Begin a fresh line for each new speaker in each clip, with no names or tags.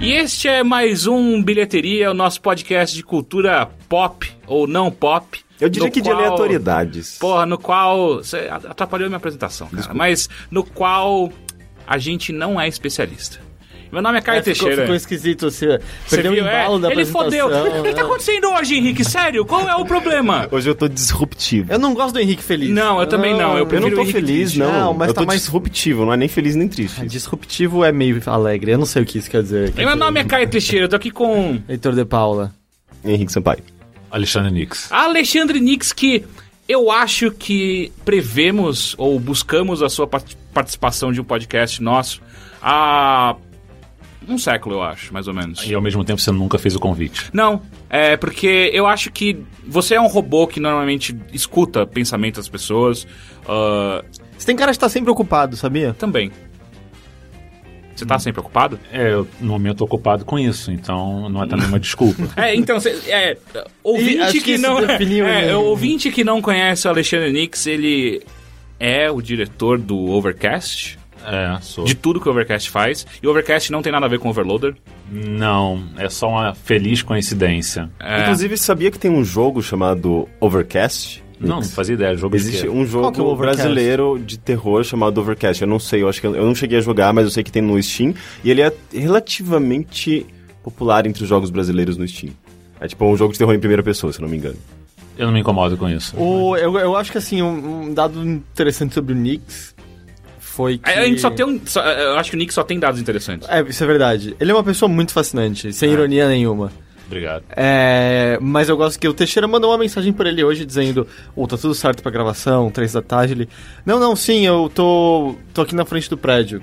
Este é mais um Bilheteria, o nosso podcast de cultura pop ou não pop.
Eu diria
no
que de aleatoriedades.
Porra, no qual. Você atrapalhou minha apresentação, cara. Mas no qual a gente não é especialista. Meu nome é Caio
É, ficou,
Teixeira.
ficou esquisito, você
Você
perdeu o
viu? É,
embalo da
ele
apresentação. né?
fodeu. O que tá acontecendo hoje, Henrique? Sério? Qual é o problema?
Hoje eu tô disruptivo.
Eu não gosto do Henrique Feliz.
Não, eu também não. Eu
Eu não
prefiro
tô
Henrique
feliz,
triste.
não.
Não, mas
eu
tá
tô
mais-
disruptivo, não é nem feliz nem triste.
Disruptivo é meio alegre, eu não sei o que isso quer dizer.
Meu nome é Caio Teixeira, eu tô aqui com
Heitor de Paula.
Henrique Sampaio.
Alexandre Nix.
Alexandre Nix, que eu acho que prevemos ou buscamos a sua part- participação de um podcast nosso há um século, eu acho, mais ou menos.
E ao mesmo tempo você nunca fez o convite.
Não, é porque eu acho que você é um robô que normalmente escuta pensamento das pessoas ah,
Você tem cara de estar sempre ocupado, sabia?
também. Você tá sempre ocupado?
É, eu no momento tô ocupado com isso, então não é também uma desculpa.
É, então, cê, é,
Ih,
ouvinte
acho
que,
que isso
não.
definiu,
é,
né?
ouvinte que não conhece o Alexandre Nix, ele é o diretor do Overcast,
É, sou.
de tudo que o Overcast faz. E o Overcast não tem nada a ver com o Overloader.
Não, é só uma feliz coincidência.
É,
Inclusive, sabia que tem um jogo chamado Overcast?
Não, não fazia ideia. Jogo de
Existe
quê?
um jogo
Qual que é o Overcast?
brasileiro de terror chamado Overcast. Eu não sei, eu acho que eu não cheguei a jogar, mas eu sei que tem no Steam. E ele é relativamente popular entre os jogos brasileiros no Steam. É tipo um jogo de terror em primeira pessoa, se eu não me engano.
Eu não me incomodo com isso.
O, eu, eu acho que assim, um, um dado interessante sobre o Knicks foi que.
a gente só tem um. só- eu acho que o Nix só tem dados interessantes.
É, isso é verdade. Ele é uma pessoa muito fascinante,
É.
sem ironia nenhuma.
Obrigado.
É, mas eu gosto que o Teixeira mandou uma mensagem pra ele hoje dizendo: Ô, tá tudo certo pra gravação, três da tarde. Ele: Não, não, sim, eu tô, tô aqui na frente do prédio.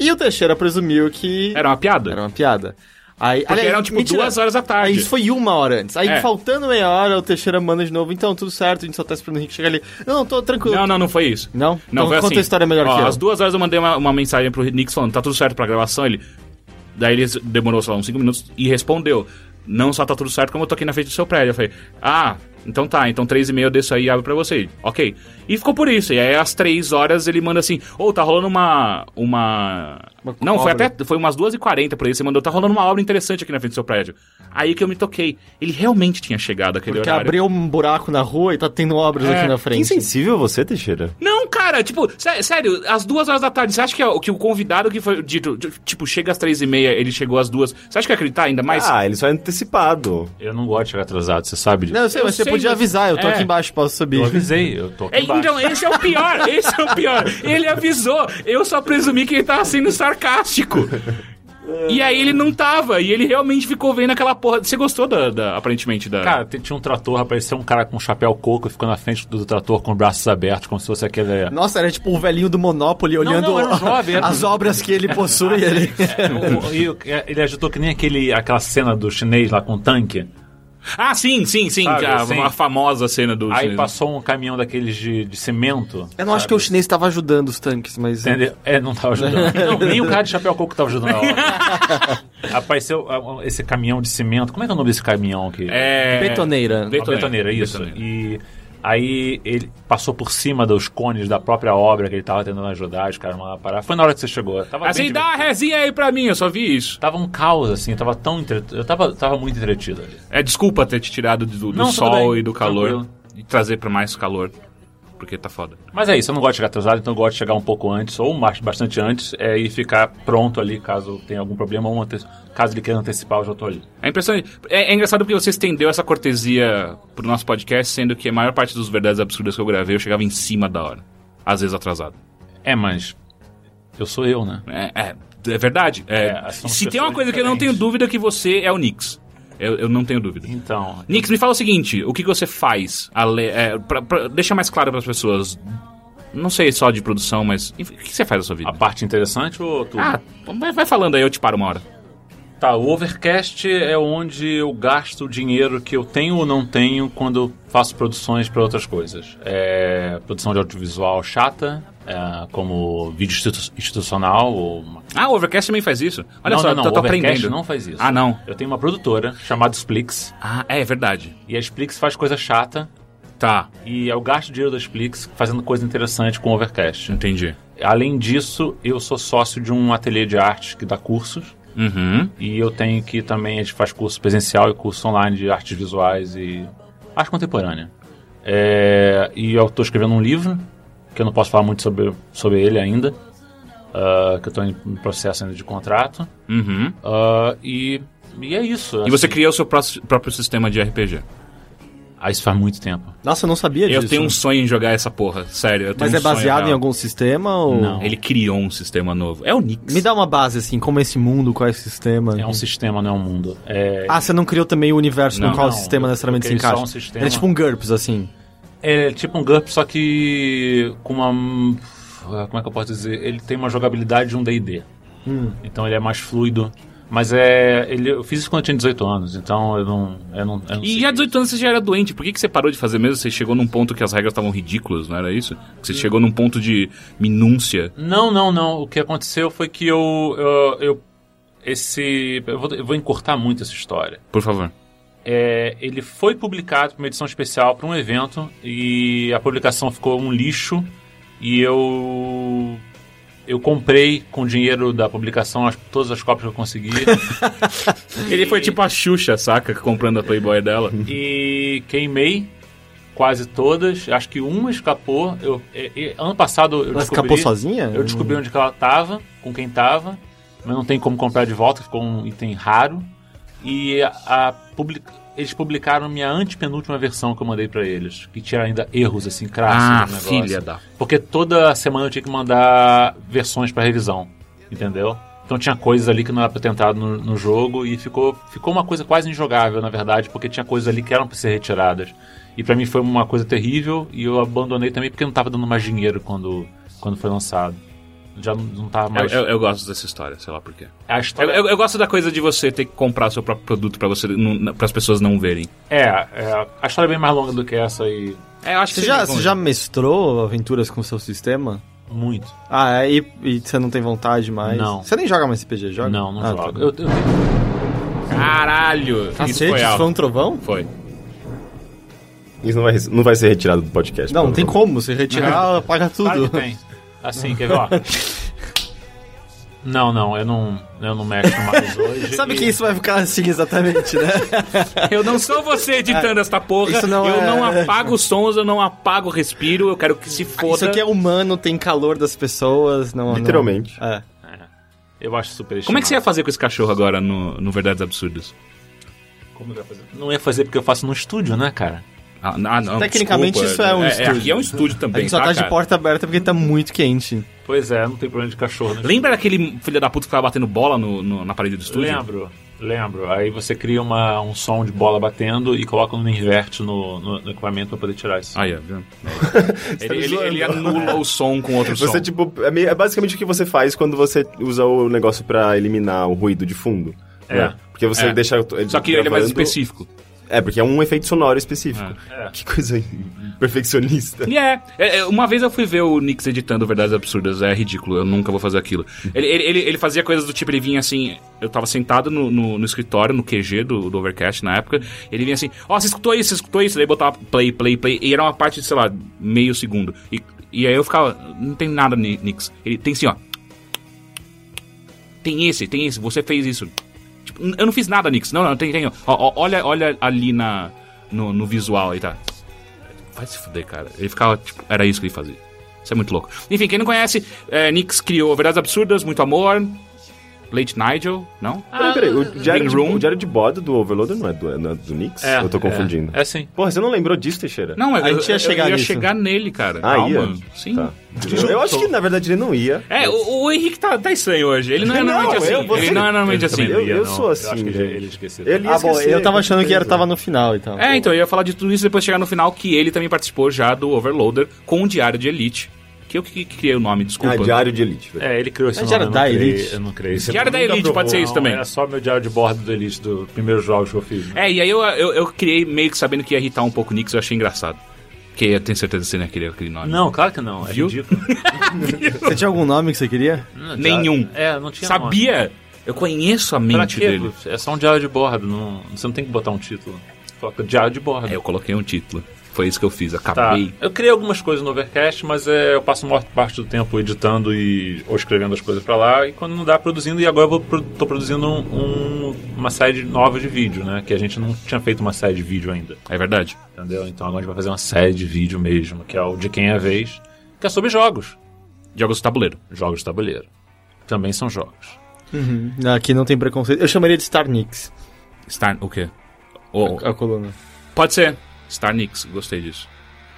E o Teixeira presumiu que
Era uma piada?
era uma piada. Aí,
Porque
aliás,
eram tipo
mentira.
duas horas da
Aí
tarde.
isso foi uma hora antes. Aí
É.
faltando meia hora, o Teixeira manda de novo: Então, tudo certo, a gente só tá esperando o Henrique chegar ali. Não, não, tô tranquilo.
Não, não, não foi isso.
Não?
Não,
Então
foi
conta
assim.
a história melhor
Ó,
que eu.
Às duas horas eu mandei uma, uma mensagem pro Nix falando, tá tudo certo pra gravação, ele... Daí ele demorou, sei lá, uns cinco minutos e respondeu. Não só tá tudo certo, como eu tô aqui na frente do seu prédio. Eu falei, ah, então tá, então três e meia eu desço aí e abro pra você. Ele, Ok. E ficou por isso. E aí às três horas ele manda assim, ô, tá rolando uma... uma...
Uma
Não, foi
obra.
até... Foi umas duas e quarenta por aí, você mandou, tá rolando uma obra interessante aqui na frente do seu prédio. Aí que eu me toquei. Ele realmente tinha chegado aquele
Porque
horário.
abriu um buraco na rua e tá tendo obras
É,
aqui na
Que
frente.
insensível você, Teixeira.
Não, cara, tipo, sé- sério, às duas horas da tarde, você acha que, é o- que o convidado que foi dito, t- tipo, chega às três e meia, ele chegou às duas, você acha que ia acreditar ainda mais?
Ah, ele só é antecipado.
Eu não gosto de chegar atrasado, você sabe disso.
Não, eu sei,
Eu
mas você
sei,
podia
mas-
avisar, eu tô
É.
aqui embaixo, posso subir.
Eu avisei, eu tô aqui
É,
embaixo.
então, esse é o pior, esse é o pior. Ele avisou, eu só presumi que ele tava sendo sarcástico. E aí ele não tava, e ele realmente ficou vendo aquela porra. Você gostou da, da- aparentemente, da...
Cara, t- tinha um trator, apareceu um cara com um chapéu coco e ficou na frente do trator com os braços abertos, como se fosse aquele... é,
Nossa, era
um
tipo o velhinho do Monopoly olhando
não, era um jovem, era-
as obras que ele possui. ele...
O- o- e o- ele agitou que nem aquele, aquela cena do chinês lá com o tanque.
Ah, sim, sim, sim,
Sabe,
a,
assim.
a famosa cena do...
Aí
cinema.
passou um caminhão daqueles de, de cimento.
Eu não acho que o chinês estava ajudando os tanques, mas...
Entendeu? É, não tava ajudando. Não, nem o cara de chapéu coco tava ajudando na hora. Apareceu ah, ah, esse caminhão de cimento. Como é que é o nome desse caminhão aqui?
É...
Betoneira.
Be-
Uma betoneira,
betoneira,
isso.
betoneira.
E aí ele passou por cima dos cones da própria obra que ele tava tentando ajudar, os caras mandaram parar. Foi na hora que você chegou. Tava bem
Assim, dá uma resinha aí pra mim, eu só vi isso.
Tava um caos, assim, tava tão entre... Eu tava, tava muito entretido ali.
É desculpa ter te tirado do, do
Não, tudo
sol
bem,
e do calor
tranquilo.
e trazer pra mais calor, porque tá foda.
Mas é isso, eu não gosto de chegar atrasado, então eu gosto de chegar um pouco antes, ou mais- bastante antes, é, e ficar pronto ali caso tenha algum problema, ou ante- caso ele queira antecipar, eu já tô ali.
É impressionante. É, é engraçado porque você estendeu essa cortesia pro nosso podcast, sendo que a maior parte dos verdades absurdas que eu gravei eu chegava em cima da hora, às vezes atrasado.
É, mas eu sou eu, né?
É, é, é verdade. É,
É, são
se tem
pessoas
uma coisa que eu não tenho
diferentes.
dúvida que você é o Nix. Eu, eu não tenho dúvida.
Então,
Nix, me fala o seguinte: o que que você faz? ale- é, pra- pra- deixa mais claro para as pessoas. Não sei só de produção, mas enfim, o que que você faz na sua vida?
a parte interessante ou tudo?
Ah, vai- vai falando aí, eu te paro uma hora.
Tá, o Overcast é onde eu gasto o dinheiro que eu tenho ou não tenho quando eu faço produções para outras coisas. É, produção de audiovisual chata, é, como vídeo institu- institucional ou uma
Ah, o Overcast também faz isso. Olha
não,
só,
não, não,
eu tô, tô
o Overcast
aprendendo.
não faz isso.
Ah, não.
Eu tenho uma produtora chamada Splix,
Ah, é, é verdade.
e a Splix faz coisa chata,
Tá,
e eu gasto dinheiro da Splix fazendo coisa interessante com o Overcast.
entendi.
Além disso, eu sou sócio de um ateliê de arte que dá cursos,
Uhum.
E eu tenho que também, a gente faz curso presencial e curso online de artes visuais e arte contemporânea. É, e eu estou escrevendo um livro, que eu não posso falar muito sobre, sobre ele ainda, ah, que eu estou em em processo ainda de contrato.
Uhum.
Ah, e, e é isso.
E você criou o seu pró- próprio sistema de RPG.
Ah, isso faz muito tempo.
Nossa, eu não sabia disso.
Eu tenho um sonho em jogar essa porra, sério. eu tenho
Mas
um
é
sonho
baseado em
real.
algum sistema ou...
Não.
Ele criou um sistema novo. É o Nix.
Me dá uma base, assim, como é esse mundo, qual é esse sistema.
Uhum.
É um sistema, não é um mundo. É,
Ah, você não criou também o universo no
Não,
qual o
não,
sistema
eu-
necessariamente
eu
se
criei só
encaixa.
um sistema.
Ele é tipo um GURPS, assim.
é tipo um GURP, só que com uma. Como é que eu posso dizer? Ele tem uma jogabilidade de um DD. Então ele é mais fluido. Mas é. Ele, eu fiz isso quando eu tinha 18 anos, então eu não. Eu não, eu não
E
sei.
há 18 anos você já era doente. Por que, que você parou de fazer mesmo? Você chegou num ponto que as regras estavam ridículas, não era isso? Que você chegou num ponto de minúcia.
Não, não, não. O que aconteceu foi que eu. eu, eu- esse. Eu vou, eu vou encurtar muito essa história.
Por favor.
É, ele foi publicado para uma edição especial para um evento e a publicação ficou um lixo e eu eu comprei com o dinheiro da publicação as- todas as cópias que eu consegui
Ele foi tipo a Xuxa, saca? Comprando a Playboy dela.
e queimei quase todas. Acho que uma escapou. Eu, é, é, ano passado eu
Ela
descobri,
escapou sozinha? Hum.
Eu descobri onde que ela estava, com quem estava, mas não tem como comprar de volta, ficou um item raro. E a, a public- eles publicaram minha antepenúltima versão que eu mandei pra eles, que tinha ainda erros assim crassos
Ah,
no negócio.
filha da.
Porque toda semana eu tinha que mandar versões pra revisão, entendeu? Então tinha coisas ali que não era pra ter entrado no, no jogo e ficou, ficou uma coisa quase injogável, na verdade, porque tinha coisas ali que eram pra ser retiradas. E pra mim foi uma coisa terrível e eu abandonei também porque não tava dando mais dinheiro quando, quando foi lançado. Já não, não tava
Eu,
mais.
eu- eu gosto dessa história, sei lá por quê.
a
Eu,
história.
eu- eu gosto da coisa de você ter que comprar seu próprio produto pra você, para as pessoas não verem.
É, é, a história é bem mais longa do que essa e.
É, eu acho
Você
que
já, você já mestrou aventuras com o seu sistema?
Muito.
Ah, é, e, e você não tem vontade mais?
Não.
Você nem joga mais RPG, joga?
Não, não
ah,
jogo.
tá.
Eu- eu-
Caralho! isso
Cacete,
foi
isso
alto.
foi um trovão?
Foi.
Isso não vai, não vai ser retirado do podcast.
Não, não tem
provavelmente.
como. Você retirar, apaga
Claro
tudo.
que tem. Assim, quer ver, ó. Não, não, eu não, eu não mexo mais hoje.
Sabe
e-
que isso vai ficar assim exatamente, né?
Eu não sou você editando esta porra.
É, Isso não
eu
é-
não apago os sons, eu não apago o respiro, eu quero que se foda.
Isso aqui é humano, tem calor das pessoas, não... não-
Literalmente.
Ah,
É.
Eu acho super
Como é que você ia fazer com esse cachorro agora no, no Verdades Absurdas?
Como eu ia fazer? Não ia fazer porque eu faço no estúdio, né, cara?
Ah, n- ah, não.
Tecnicamente,
desculpa.
isso é um estúdio.
aqui é um estúdio
A
também.
gente só
tá,
tá de
cara?
porta aberta porque tá muito quente.
Pois é, não tem problema de cachorro. Né?
Lembra daquele filho da puta que ficava batendo bola no, no- na parede do estúdio?
Lembro, lembro. Aí você cria uma, um som de bola batendo e coloca um inverte no, no, no equipamento pra poder tirar isso.
Aí, ó, viu?
Tá
ele, ele-
zoando.
ele anula o som com outro som.
Você, tipo, é, meio- é basicamente o que você faz quando você usa o negócio pra eliminar o ruído de fundo.
É.
né? Porque você
É.
deixa.
Só que ele é mais
gravando-
específico.
É, porque é um efeito sonoro específico.
É.
Que coisa perfeccionista.
E é, é, é, Uma vez eu fui ver o Nix editando Verdades Absurdas, é ridículo, eu nunca vou fazer aquilo. Ele, ele, ele, ele fazia coisas do tipo, ele vinha assim, eu tava sentado no, no, no escritório, no QG do, do Overcast na época, ele vinha assim, ó, você escutou isso, você escutou isso, daí botava play, play, play, e era uma parte de, sei lá, meio segundo. E, e aí eu ficava, não tem nada, Ni- Nix. Ele tem assim, ó. Tem esse, tem esse, você fez isso. Tipo, "N- eu não fiz nada, Nix. Não, não, tem, tem. ó. Ó, ó, olha, olha ali na, no, no visual aí, tá? Vai se fuder, cara. Ele ficava, tipo, era isso que ele fazia. Isso é muito louco. Enfim, quem não conhece, é, Nix criou Verdades Absurdas, Muito Amor, Late Nigel, não?
Ah,
Peraí, peraí. O diário,
Green
de,
Room.
o diário de bordo do Overloader não é do, não é do Nix? eu tô confundindo.
É, é sim.
Porra, você não lembrou disso, Teixeira?
Não, eu,
A gente ia
eu- eu
chegar nisso.
chegar nele, cara.
Ah,
Calma.
ia?
Sim.
Tá. Eu acho que, na verdade, ele não ia.
É, o, o Henrique tá, tá estranho hoje. Ele não é
Não,
normalmente assim.
eu- você-
ele não é normalmente
eu
assim.
também
Eu, eu
não.
sou
Eu
assim,
acho que
gente.
ele- ele esqueceu.
Ele ia
Ah, bom,
esquecer,
eu tava achando que era,
certeza.
tava no final, então.
É, então, eu ia falar de tudo isso e depois chegar no final que ele também participou já do Overloader com o Diário de Elite. Que eu que que criei o nome, desculpa.
Ah, diário de elite. velho.
É, ele criou esse
Mas
nome,
era
eu
da
não criei,
Elite?
eu não creio.
Diário da Elite, pode ser isso também.
Era só meu diário de bordo da Elite, dos primeiros jogos que eu fiz. né?
É, e aí eu, eu, eu criei meio que sabendo que ia irritar um pouco o Nix, eu achei engraçado. Porque eu tenho certeza que você não ia querer aquele nome.
Não, claro que não. É
Viu?
ridículo.
Você tinha algum nome que você queria?
Não,
Nenhum.
É, não tinha nome.
Sabia? Eu conheço a
Pra
mente
quê?
dele.
É só um diário de bordo, não, você não tem que botar um título. Coloca diário de bordo.
É, eu coloquei um título. Foi isso que eu fiz,
Tá.
acabei.
Eu criei algumas coisas no Overcast, mas é, eu passo a maior parte do tempo editando e ou escrevendo as coisas pra lá. E quando não dá, produzindo. E agora eu vou pro- tô produzindo um- um- uma série nova de vídeo, né? Que a gente não tinha feito uma série de vídeo ainda.
É verdade.
Entendeu? Então agora a gente vai fazer uma série de vídeo mesmo, que é o De Quem é a Vez, que é sobre jogos.
Jogos de tabuleiro.
Jogos de tabuleiro. Também são jogos.
Aqui não tem preconceito. Eu chamaria de Starnix,
Star. O quê? Oh,
a coluna.
pode ser. Starnix, gostei disso.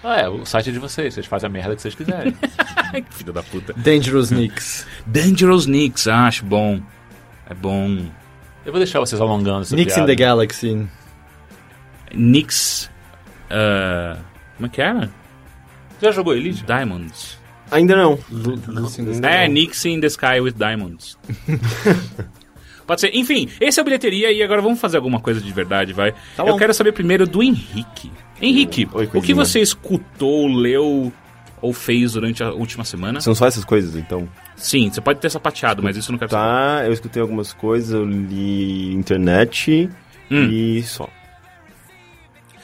Ah, é, o site é de vocês, vocês fazem a merda que vocês quiserem.
Ai, que filho da puta.
Dangerous Nix.
Hum. Dangerous Knicks, ah, acho bom. É bom.
eu vou deixar vocês alongando essa
Nix in
piada.
the Galaxy.
Knicks. ah, como é que era?
Já jogou Elite?
Diamonds.
Ainda não. Tá
É, Knicks in the Sky with Diamonds. Pode ser. Enfim, esse é o Bilheteria e agora vamos fazer alguma coisa de verdade, vai. Eu
bom.
quero saber primeiro do Henrique. Henrique,
Tá Oi,
o que
coisinha.
você escutou, leu ou fez durante a última semana?
São só essas coisas, então.
Sim, você pode ter sapateado, mas isso eu não quero saber.
Tá, eu escutei algumas coisas, eu li internet
Hum.
e só.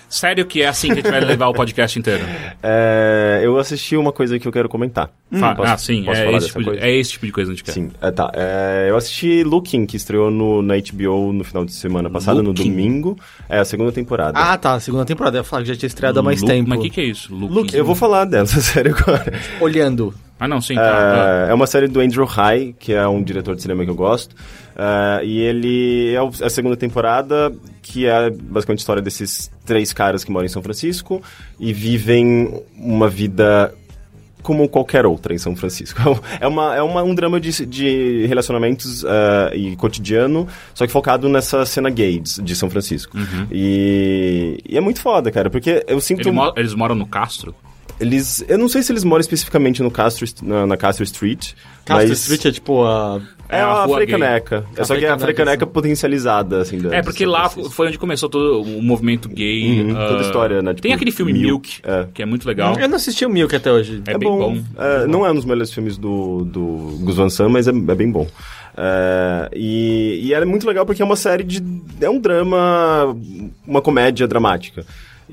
Sério que é assim que a gente vai levar o podcast inteiro?
É, eu assisti uma coisa que eu quero comentar.
Fa-
Hum, Posso-
ah, sim,
posso
é esse,
falar dessa
tipo de,
coisa?
é esse tipo de coisa que a gente quer.
Sim, é, tá. É, eu assisti Looking, que estreou no, na HBO no final de semana passada,
Looking?
no domingo. É a segunda temporada.
Ah, tá. Segunda temporada. Eu ia falar que já tinha estreado há mais
Lu-
tempo.
Mas o que, que é isso? Luke.
Look, eu vou falar dela, sério agora.
Olhando.
Ah, não, sim, tá. tá.
É, é uma série do Andrew High, que é um diretor de cinema que eu gosto. É, e ele é o- a segunda temporada, que é basicamente a história desses três caras que moram em São Francisco e vivem uma vida como qualquer outra em São Francisco. É, uma, é uma, um drama de, de relacionamentos eh, e cotidiano, só que focado nessa cena gay de, de São Francisco. E, e é muito foda, cara, porque eu sinto...
Ele mo- eles moram no Castro?
Eles, eu não sei se eles moram especificamente no Castro, na, na Castro Street.
Castro
mas
Street é tipo a...
é,
é uma
a
rua gay.
Frecaneca. É
A
só que é a
Frecaneca,
Frecaneca
sim.
potencializada, assim. da-
É,
de
porque
São
lá
Francisco.
foi onde começou todo o movimento gay.
Uhum,
ah,
toda a história, né?
tem
Tipo,
aquele filme Milk,
Milk, é.
que é muito legal.
Eu não assisti o Milk até hoje.
É, bem bom.
É, não é um dos melhores filmes do, do Gus Van Sant, mas é, é bem bom. É, e, e ela é muito legal porque é uma série de... É um drama, uma comédia dramática.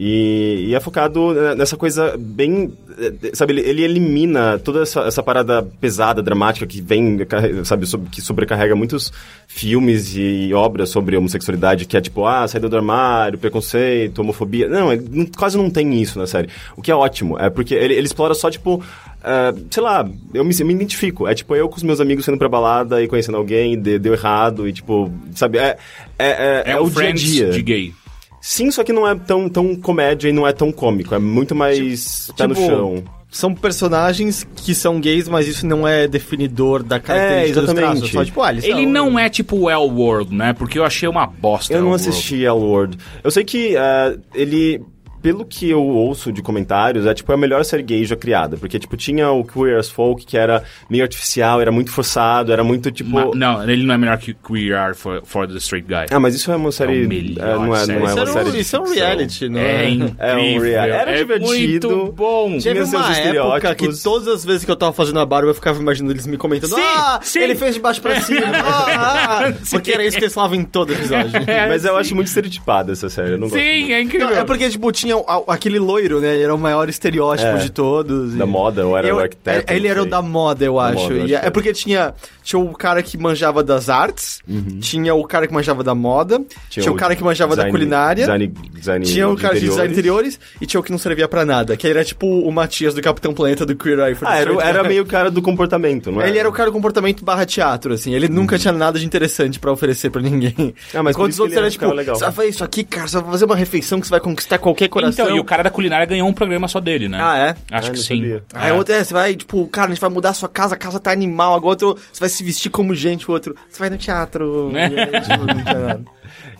E, e é focado né, nessa coisa bem... eh, Sabe, ele, ele elimina toda essa, essa parada pesada, dramática que vem, carre- sabe, sob- que sobrecarrega muitos filmes e obras sobre homossexualidade, que é tipo, ah, saída do armário, preconceito, homofobia. Não, ele não- quase não tem isso na série. O que é ótimo, é porque ele, ele explora só, tipo, ah, sei lá, eu me, eu me identifico. É tipo eu com os meus amigos saindo pra balada e conhecendo alguém, de- deu errado e tipo, sabe, é, é, é,
É,
é
um
o dia a
Friends
dia.
de gay.
Sim, só que não é tão, tão comédia e não é tão cômico, é muito mais tá no
tipo,
chão.
São personagens que são gays, mas isso não é definidor da característica dos
exatamente.
traços. Só, tipo, ah, eles
Ele
são-
não é tipo o L World, né? Porque eu achei uma bosta.
Eu não
Elseworld.
assisti a Lord. Eu sei que ah, ele. Pelo que eu ouço de comentários, é tipo a melhor série gay já criada. Porque, tipo, tinha o Queer as Folk, que era meio artificial, era muito forçado, era muito tipo.
Ma- não, ele não é melhor que Queer Are for, for the Straight Guy.
Ah, mas isso é uma série.
melhor
é, não é,
série.
não é
Isso,
uma
era um-
série. de
isso é um
ficção.
reality, não
É incrível.
real- era
é
divertido.
Muito bom.
Tinha-
Teve
Tinha seus
uma época
estereótipos.
que todas as vezes que eu tava fazendo a barba, eu ficava imaginando eles me comentando.
Sim,
ah,
sim.
ele fez de baixo pra cima. ah, ah", porque era isso que eles falavam em todo episódio.
Mas eu acho muito estereotipada essa série. Eu não gosto
Sim,
muito
é incrível.
Não, é porque, tipo, tinha a- aquele loiro, né? Ele era o maior estereótipo
É.
de todos.
Da
e-
moda, ou era
Eu-
o arquiteto.
é- Ele
não
era o
sei.
da moda, eu acho.
moda, eu
E
acho.
é porque tinha, tinha o cara que manjava das artes, tinha o cara que manjava da moda, tinha, o cara que manjava da
Uhum. design-
culinária.
Design, design
Tinha o
de
cara de design
interiores.
de interiores e tinha o que não servia pra nada, que era tipo o Matias do Capitão Planeta do Queer Eye for the
Ah, era, o-
Straight
era
Guy.
meio o cara do comportamento, não é? Uhum.
Ele era o cara do comportamento barra teatro, assim. Ele nunca tinha nada de interessante pra oferecer pra ninguém.
Ah, mas por
Enquanto os
isso que
outros
ele
eram
era-
tipo,
ficava legal.
você vai fazer isso aqui, cara, você vai fazer uma refeição que você vai conquistar qualquer coração.
Então, e o cara da culinária ganhou um programa só dele, né?
Ah, é?
Acho
Ah,
que
não
sim.
sabia.
Aí o outro é, você vai, tipo, cara, a gente vai mudar a sua casa, a casa tá animal, agora outro, você vai se vestir como gente, o outro, você vai no teatro.
Né?
E aí, tipo, não tinha nada.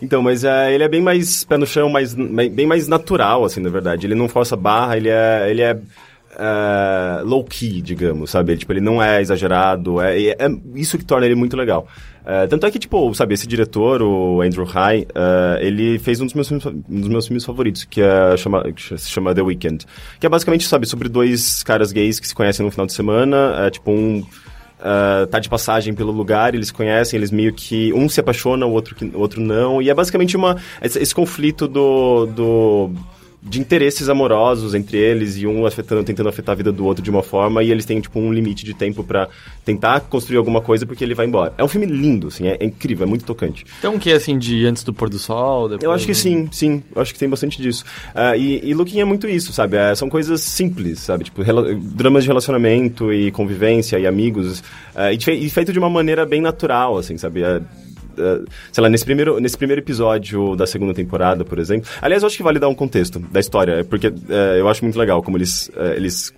Então, mas eh, ele é bem mais pé no chão, mais, bem mais natural, assim, na verdade. Ele não força barra, ele é, ele é eh, low-key, digamos, sabe? Ele, tipo, ele não é exagerado, é, é- é isso que torna ele muito legal. Eh, tanto é que, tipo, sabe, esse diretor, o Andrew High, ele fez um dos meus filmes, fa- um dos meus filmes favoritos, que, é, chama, que se chama The Weeknd. Que é basicamente, sabe, sobre dois caras gays que se conhecem no final de semana, é, tipo, um... Ah, tá de passagem pelo lugar, eles conhecem, eles meio que. Um se apaixona, o outro, que- o outro não. E é basicamente uma, esse, esse conflito do. do de interesses amorosos entre eles e um afetando, tentando afetar a vida do outro de uma forma e eles têm tipo um limite de tempo pra tentar construir alguma coisa porque ele vai embora. É um filme lindo, assim, é, é incrível, é muito tocante.
Então o que, assim, de antes do pôr do sol? Depois,
Eu acho que sim, sim. Eu acho que tem bastante disso. Ah, e, e Looking é muito isso, sabe? Ah, são coisas simples, sabe? Tipo, rela- dramas de relacionamento e convivência e amigos. ah, e, fe- e feito de uma maneira bem natural, assim, sabe? Ah, ah, sei lá, nesse primeiro, nesse primeiro episódio da segunda temporada, por exemplo. Aliás, eu acho que vale dar um contexto da história, porque ah, eu acho muito legal como eles, ah, eles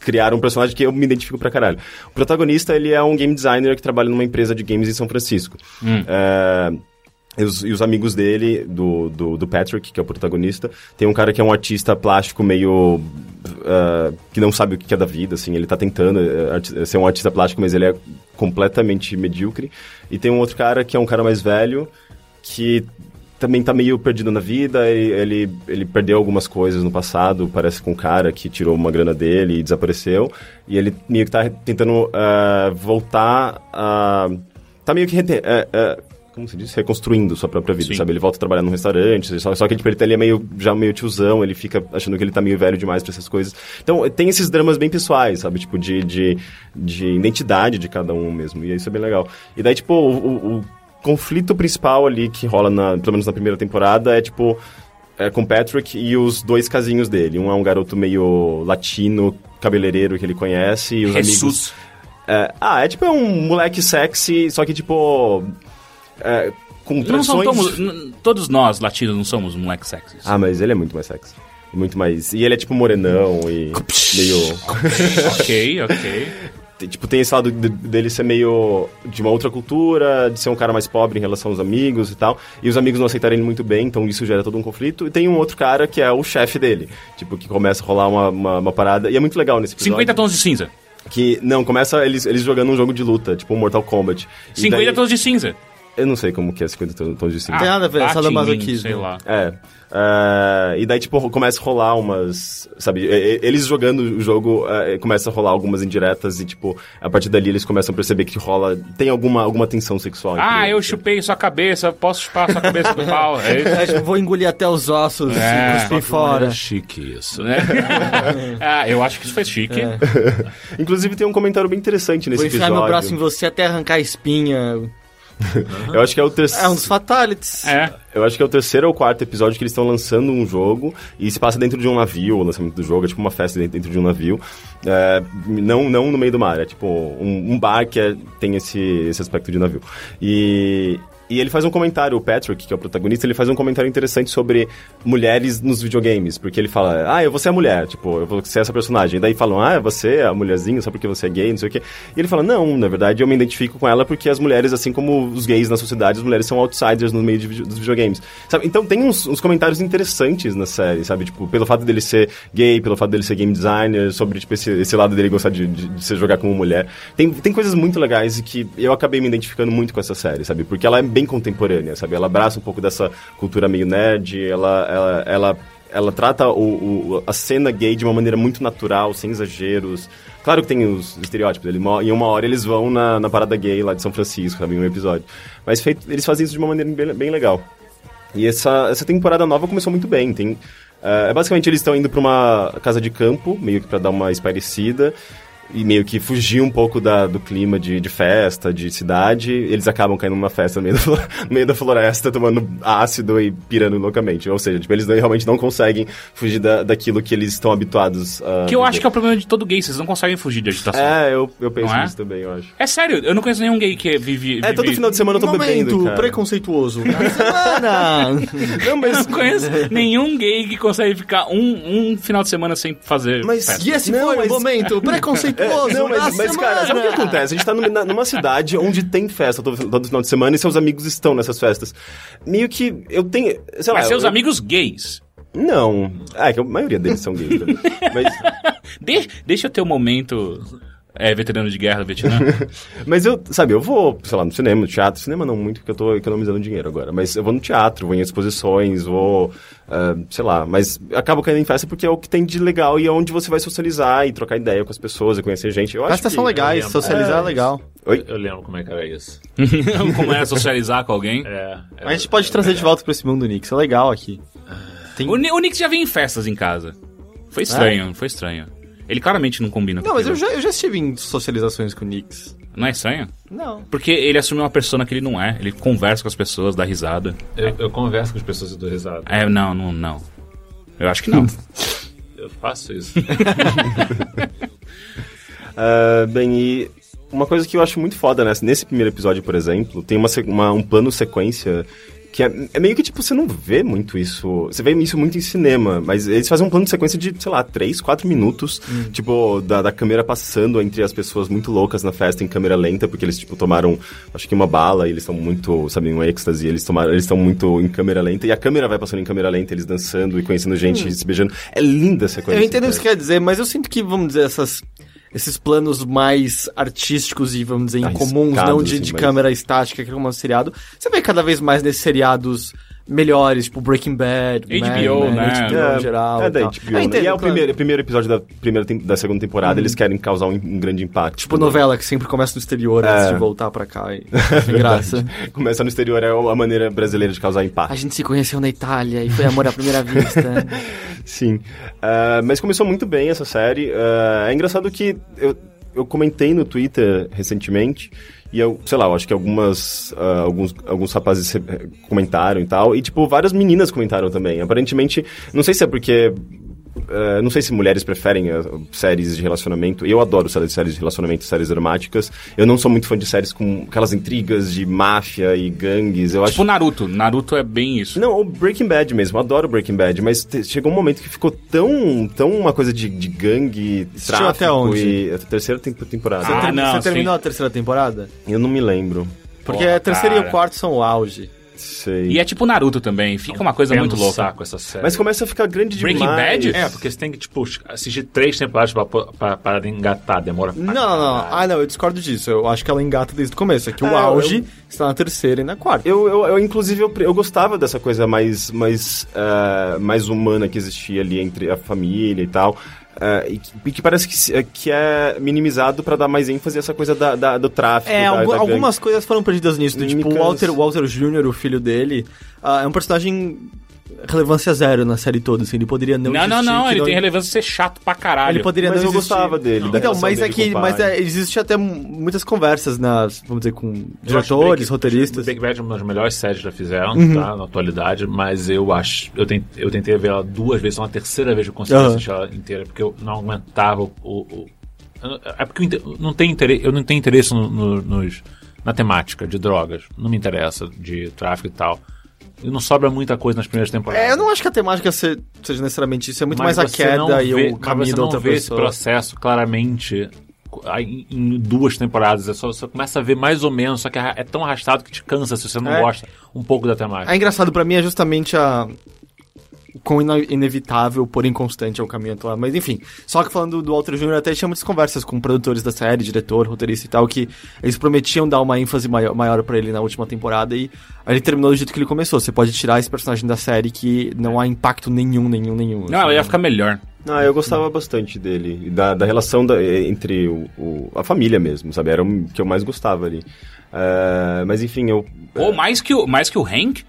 criaram um personagem que eu me identifico pra caralho. O protagonista, ele é um game designer que trabalha numa empresa de games em São Francisco. É, e os, e os amigos dele, do, do, do Patrick, que é o protagonista, tem um cara que é um artista plástico meio. ah, que não sabe o que é da vida, assim, ele tá tentando eh, arti- ser um artista plástico, mas ele é completamente medíocre. E tem um outro cara que é um cara mais velho, que também tá meio perdido na vida, e- ele, ele perdeu algumas coisas no passado, parece com um cara que tirou uma grana dele e desapareceu, e ele meio que tá tentando ah, voltar a... tá meio que... rete- é, é, como se diz? Reconstruindo sua própria vida,
Sim.
sabe? Ele volta a trabalhar num restaurante, só, só que tipo, ele, tá- ele é meio, já meio tiozão, ele fica achando que ele tá meio velho demais pra essas coisas. Então, tem esses dramas bem pessoais, sabe? Tipo, de, de, de identidade de cada um mesmo, e isso é bem legal. E daí, tipo, o- o- o conflito principal ali que rola, na, pelo menos na primeira temporada, é tipo. É com o Patrick e os dois casinhos dele. Um é um garoto meio latino, cabeleireiro que ele conhece, e os amigos.
Jesus.
É, ah, é tipo é um moleque sexy, só que tipo. É, com
Então Não
tradições.
somos, n- todos nós latinos não somos moleque sexy.
Ah, mas ele é muito mais sexy. Muito mais. E ele é tipo morenão e. meio.
ok, ok.
Tem, tipo, tem esse lado de- dele ser meio de uma outra cultura, de ser um cara mais pobre em relação aos amigos e tal. E os amigos não aceitarem ele muito bem, então isso gera todo um conflito. E tem um outro cara que é o chefe dele, tipo, que começa a rolar uma, uma, uma parada. E é muito legal nesse episódio.
50 tons de cinza.
Que, não, começa eles, eles jogando um jogo de luta, tipo um Mortal Kombat. E
50
daí-
tons de cinza. Ah,
Eu não sei como que é 50 ton- tons de cinza.
tem nada a ver,
bate em mim,
sadomasoquismo.
Sei lá.
É. Ah, e daí, tipo, ro- começa a rolar umas. Sabe, e- e- eles jogando o jogo, eh, começa a rolar algumas indiretas e, tipo, a partir dali eles começam a perceber que rola. Tem alguma, alguma tensão sexual.
Ah,
entre
eu
eles.
chupei sua cabeça, posso chupar sua cabeça do pau. É isso.
É, tipo, vou engolir até os ossos
É.
e cuspir fora.
chique isso.
né? ah, eu acho que isso foi chique.
Inclusive, tem um comentário bem interessante nesse
Vou enfiar
episódio.
meu braço em você até arrancar a espinha.
Eu acho que é o terceiro.
É um dos fatalities.
É.
Eu acho que é o terceiro ou quarto episódio que eles estão lançando um jogo e se passa dentro de um navio, o lançamento do jogo, é tipo uma festa dentro, dentro de um navio. É, não, não no meio do mar, é tipo um, um bar que é- tem esse, esse aspecto de navio. E, e ele faz um comentário, o Patrick, que é o protagonista, ele faz um comentário interessante sobre mulheres nos videogames, porque ele fala, ah, eu vou ser a mulher, tipo, eu vou ser essa personagem. E daí falam, ah, você é a mulherzinha só porque você é gay, não sei o quê. E ele fala, não, na verdade eu me identifico com ela porque as mulheres, assim como os gays na sociedade, as mulheres são outsiders no meio de vide- dos videogames. Sabe? Então tem uns, uns comentários interessantes na série, sabe? Tipo, pelo fato dele ser gay, pelo fato dele ser game designer, sobre tipo, esse, esse lado dele gostar de, de, de se jogar como mulher. Tem, tem coisas muito legais e que eu acabei me identificando muito com essa série, sabe? Porque ela é bem contemporânea, sabe? Ela abraça um pouco dessa cultura meio nerd, ela- ela, ela ela trata o, o- a cena gay de uma maneira muito natural, sem exageros. Claro que tem os estereótipos. Ele, mo- em uma hora eles vão na, na parada gay lá de São Francisco, sabe? Em um episódio. Mas feito, eles fazem isso de uma maneira bem, bem legal. E essa, essa temporada nova começou muito bem. Tem, eh, basicamente, eles estão indo pra uma casa de campo, meio que pra dar uma esparecida. E meio que fugir um pouco da- do clima de, de festa, de cidade. Eles acabam caindo numa festa no meio, da, flo- no meio da floresta, tomando ácido e pirando loucamente. Ou seja, tipo, eles não- realmente não conseguem fugir da- daquilo que eles estão habituados a.
Que eu acho que
viver.
é o problema de todo gay, vocês não conseguem fugir de agitação. É,
É, eu, eu penso
Não é?
nisso também, eu acho.
sério, eu não conheço nenhum gay que vive.
É, todo
vive-
final de semana eu tô bebendo.
Momento
Cara.
preconceituoso. Na semana!
Não,
Eu
mas.
não conheço nenhum gay que consegue ficar um, um final de semana sem fazer.
Mas
festa.
E esse
Não,
foi
mas-
o um momento preconceituoso.
Não, mas,
da
mas, cara, sabe o que
semana.
acontece? A gente tá numa, na- numa cidade onde tem festa todo, todo final de semana e seus amigos estão nessas festas. Meio que eu tenho. Sei lá,
Mas seus
eu-
amigos gays.
Não. Ah, é que a maioria deles são gays. né? mas,
De- deixa eu ter um momento. É, veterano de guerra do Vietnã.
mas eu, sabe, eu vou, sei lá, no cinema, no teatro. Cinema não muito, porque eu tô economizando dinheiro agora. Mas eu vou no teatro, vou em exposições, vou. ah, sei lá. Mas acabo caindo em festa porque é o que tem de legal e é onde você vai socializar e trocar ideia com as pessoas e conhecer gente. Eu acho
Festas
que-
são legais,
lembro.
socializar é
É.
legal.
Oi?
Eu lembro como é que era isso.
Como é socializar com alguém.
É,
A gente pode trazer de volta pra esse mundo, Nix. É legal aqui. Tem...
O, Ni- o Nix já vinha em festas em casa. Foi estranho, foi estranho. Ele claramente não combina
É? Não, mas eu
aquilo.
já, eu já estive em socializações com o Nix.
Não é estranho?
Não.
Porque ele assume uma persona que ele não é. Ele conversa com as pessoas, dá risada.
Eu, eu converso com as pessoas e dou risada.
É, não, não, não. Eu acho que não.
Eu faço isso.
Ah, bem, e uma coisa que eu acho muito foda, né? Nesse primeiro episódio, por exemplo, tem uma, se- uma- um plano sequência que é, é meio que tipo, você não vê muito isso. Você vê isso muito em cinema, mas eles fazem um plano de sequência de, sei lá, 3, 4 minutos,
Hum.
tipo, da, da câmera passando entre as pessoas muito loucas na festa em câmera lenta, porque eles, tipo, tomaram, acho que uma bala e eles estão muito, sabe, um êxtase, eles tomaram, eles estão muito em câmera lenta e a câmera vai passando em câmera lenta, eles dançando e conhecendo gente, se beijando. É linda a sequência.
Hum. Eu entendo o que
cara.
você quer dizer, mas eu sinto que, vamos dizer, essas, esses planos mais artísticos e, vamos dizer,
Arriscados,
incomuns, não de,
assim,
de
mas-
câmera estática, que é como um seriado, você vê cada vez mais nesses seriados melhores, tipo Breaking Bad,
HBO,
Mad Men,
né?
HBO em geral.
é
e
da
tal.
HBO,
Eu
né?
entendo,
e é o
claro. Uhum.
primeiro, primeiro episódio da, primeira, tem- da segunda temporada, eles querem causar um, um grande impacto.
Tipo novela que sempre começa no
É.
exterior antes de voltar pra cá. E... Sem graça.
Começa no exterior, é a maneira brasileira de causar impacto.
A gente se conheceu na Itália e foi amor à primeira vista.
Sim. Ah, mas começou muito bem essa série. Ah, é engraçado que eu, eu comentei no Twitter recentemente. E eu, sei lá, eu acho que algumas. ah, alguns, alguns rapazes eh, comentaram e tal. E, tipo, várias meninas comentaram também. Aparentemente, não sei se é porque. ah, não sei se mulheres preferem ah, séries de relacionamento. Eu adoro séries séries de relacionamento, séries dramáticas. Eu não sou muito fã de séries com aquelas intrigas de máfia e gangues. Eu acho
Tipo Naruto. Naruto é bem isso.
não, o Breaking Bad mesmo, eu adoro Breaking Bad, mas te- chegou um momento que ficou tão, tão uma coisa de, de gangue,
Assistiu
tráfico
até onde?
e a terceira tem- temporada.
Você,
Ah,
termi-
não,
você terminou
sim.
a terceira temporada?
Eu não me lembro.
Porque
Porra,
a terceira e
cara.
o quarto são o auge.
Sei.
E é tipo Naruto também. Fica uma coisa
Pé
muito
no
louca.
É um saco essa série.
Mas começa a ficar grande
Breaking
demais.
Bad?
É, porque você tem que, tipo, assistir três temporadas pra, pra, pra engatar, demora pra
Não, não, não.
caralho.
Ah, não, eu discordo disso. Eu acho que ela engata desde o começo. É que
Ah,
o
eu-
auge está na terceira e na quarta.
Eu, eu, eu, inclusive, eu, pre- eu gostava dessa coisa mais, mais, ah, mais humana que existia ali entre a família e tal. ah, e, que, e que parece que, se- que é minimizado pra dar mais ênfase a essa coisa da, da- do tráfico.
É,
da,
algu-
da gangue.
algumas coisas foram perdidas nisso. do tipo, o
Únicas.
Walter, Walter Jr., o filho dele, ah, é um personagem relevância zero na série toda. Assim, ele poderia não
Não, não,
existir,
não.
que
Ele tem relevância de ser chato pra caralho.
Ele poderia
Mas eu
não existir.
gostava dele, da
Então,
relação
mas é
dele com
que
o
mas
pai.
é, existe até mu- muitas conversas nas, vamos dizer, com
Eu acho
diretores,
Breaking-
roteiristas. Uhum.
Breaking Bad é uma das melhores séries que já fizeram, tá? Na atualidade, mas eu acho. Eu, tent- eu tentei ver ela duas vezes, só uma terceira vez que eu consegui
Aham.
assistir ela inteira, porque eu não aguentava o. o- o- eu- é porque eu inte- eu não tenho interesse, eu não tenho interesse no- no- nos- na temática de drogas. Não me interessa de tráfico e tal. E não sobra muita coisa nas primeiras temporadas.
É, eu não acho que a temática se- seja necessariamente isso. É muito
Mas
mais a
você não
queda e
vê- mas
o
você
caminho da
não
outra
vê esse
pessoa.
processo claramente aí, em, duas temporadas. É só você começa a ver mais ou menos, só que é tão arrastado que te cansa se você não
É.
gosta um pouco da temática.
É engraçado pra mim é justamente a o quão ina- inevitável, porém constante é o caminho atual. Mas enfim, só que falando do Walter Jr., até tinha muitas conversas com produtores da série, diretor, roteirista e tal, que eles prometiam dar uma ênfase maior, maior para ele na última temporada e aí ele terminou do jeito que ele começou. Você pode tirar esse personagem da série que não há impacto nenhum, nenhum, nenhum.
Não, ela ia ficar melhor.
Ah, eu gostava bastante dele, e da, da relação da- eh, entre o, o- a família mesmo, sabe? Era o que eu mais gostava ali. Ah, mas enfim, eu.
Ou mais que o, mais que o Hank.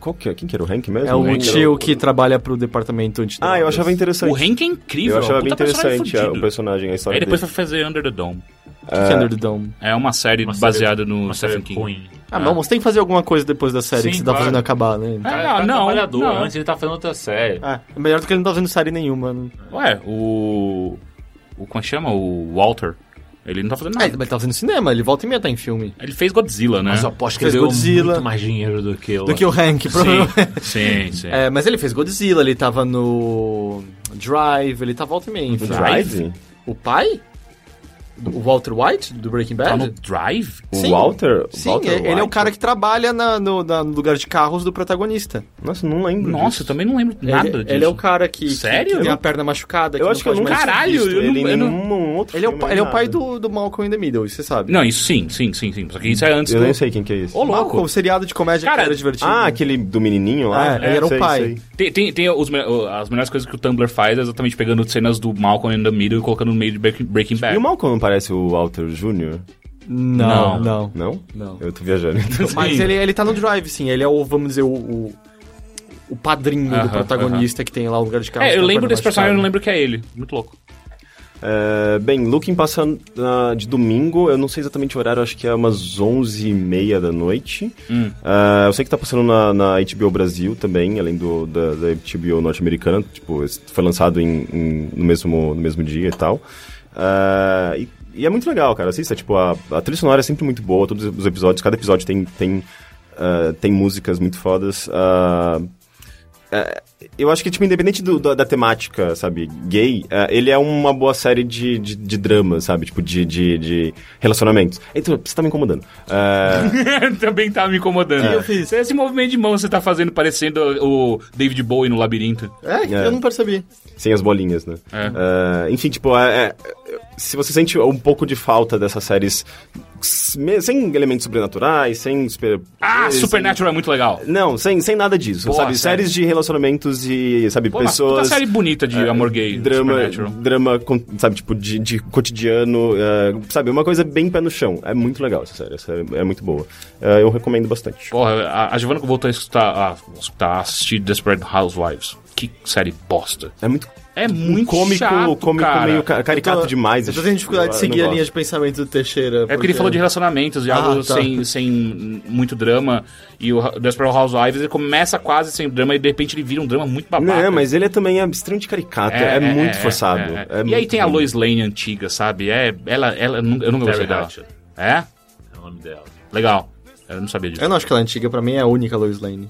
Qual que é? Quem que era o Hank mesmo?
É o
Hank era
tio que trabalha pro departamento de
Ah, eu achava interessante.
O Hank é incrível.
um
eu achava bem
puta personagem
interessante ah, o
fudido.
personagem, a história
Aí depois
dele.
foi fazer Under the Dome.
que é Under the Dome.
É uma série
Uma série-
baseada no
Uma série
Stephen King.
É ruim.
Ah, não, mas tem que fazer alguma coisa depois da série
Sim,
que você tá
claro.
fazendo acabar, né?
Ah,
Cara, um cara,
não,
é trabalhador.
não.
Antes ele tá fazendo outra série.
Ah, é melhor do que ele não tá fazendo série nenhuma. Né?
Ué, o. O como é chama? O Walter. Ele não tá fazendo
Ah,
nada.
ele mas tá fazendo cinema, ele volta e meia tá em filme.
Ele fez Godzilla, né?
Mas eu aposto que
Fez
ele deu
Godzilla.
muito mais dinheiro do que o...
Do que o Hank, provavelmente.
Sim, sim, sim.
É, mas ele fez Godzilla, ele tava no Drive, ele tá volta e meia. enfim.
O Drive?
O pai? O Walter White, do Breaking
Tá
Bad?
no Drive?
O
Sim.
Walter?
Sim,
Walter
é- ele é o
White?
cara que trabalha na- no, na- no lugar de carros do protagonista.
Nossa, não lembro.
Nossa, eu
disso.
também não lembro nada
ele,
disso.
ele é o cara que, que-
Sério?
que tem a perna machucada.
Eu
não
acho que eu
pode
nunca
mais-
Caralho,
tinha visto
eu não-
ele em
eu não-
nenhum outro
Ele é o,
filme,
pa- ele é o pai
nada.
do, do Malcolm in the Middle, você sabe.
Não, isso sim, sim, sim, sim. Só que isso é antes
Eu
do.
nem sei quem que é esse.
Ô, louco.
Malcolm, o seriado de comédia
Cara,
que era divertido.
Ah, aquele do menininho lá?
É, ele era o
sei,
pai.
sei.
Tem, tem, tem os me- as melhores coisas que o Tumblr faz é exatamente pegando cenas do Malcolm in the Middle e colocando no meio de Breaking- Breaking Bad.
E o Malcolm não parece o Walter Jr.?
Não.
Não, não.
Não?
Não.
Eu tô viajando. então.
Sim.
Mas ele, ele tá no Drive, sim. Ele é o, vamos dizer, o, o, o padrinho
Aham,
do protagonista que tem lá o lugar de carro.
É, eu
tá
lembro
pra
desse
debaixo
personagem, eu não
d'água.
lembro que é ele. Muito louco.
É, bem, Looking passa ah, de domingo, eu não sei exatamente o horário, acho que é umas 11h30 da noite. Ah, eu sei que tá passando na, na HBO Brasil também, além do, da, da HBO norte-americana, tipo, esse foi lançado em, em- no, mesmo, no mesmo dia e tal. Ah, e, e é muito legal, cara, assista, tipo, a, a trilha sonora é sempre muito boa, todos os episódios, cada episódio tem, tem, ah, tem músicas muito fodas. ah, eu acho que, tipo, independente do- da, da temática, sabe, gay, eh, ele é uma boa série de, de, de drama, sabe? Tipo, de, de, de relacionamentos. Então, você tá me incomodando. Eh,
Também tá me incomodando.
que eu fiz?
Esse movimento de mão que você tá fazendo parecendo o David Bowie no labirinto.
É,
É.
eu não percebi.
sem as bolinhas, né?
É.
Eh, enfim, tipo, é- é- se você sente um pouco de falta dessas séries me- sem elementos sobrenaturais, sem super...
Ah,
sem-
Supernatural é muito legal.
Não, sem, sem nada disso,
Boa
sabe?
série.
Séries de relacionamentos e, sabe,
Pô, uma
pessoas... É,
série bonita de amor gay.
drama,
Supernatural.
drama, com- sabe, tipo, de, de cotidiano, é, sabe, uma coisa bem pé no chão. É muito legal essa série, essa série é muito boa. É, eu recomendo bastante.
Porra, a, a Giovanna voltou a escutar, a, escutar, a assistir Desperate Housewives. Que série bosta.
É muito
É muito
cômico, um
chato,
cômico
cara.
meio ca- caricato
Eu tô-
demais. assim,
Eu tô tendo dificuldade de seguir a linha
de...
de pensamento do Teixeira.
É porque ele falou de relacionamentos, de
Ah,
algo
tá.
sem, sem muito drama. E o Ha- Desperate Housewives ele começa quase sem drama e de repente ele vira um drama muito babaca.
Não, mas ele é também é extremamente caricato, é, muito forçado.
é, é.
é
e aí
muito
tem a
ruim.
Lois Lane antiga, sabe? É, ela, ela, eu nunca eu nunca gostei
Terry
dela.
Hatcher.
É?
É o nome dela.
Legal. Eu não sabia disso.
Eu não acho que ela é antiga, pra mim é a única Lois Lane.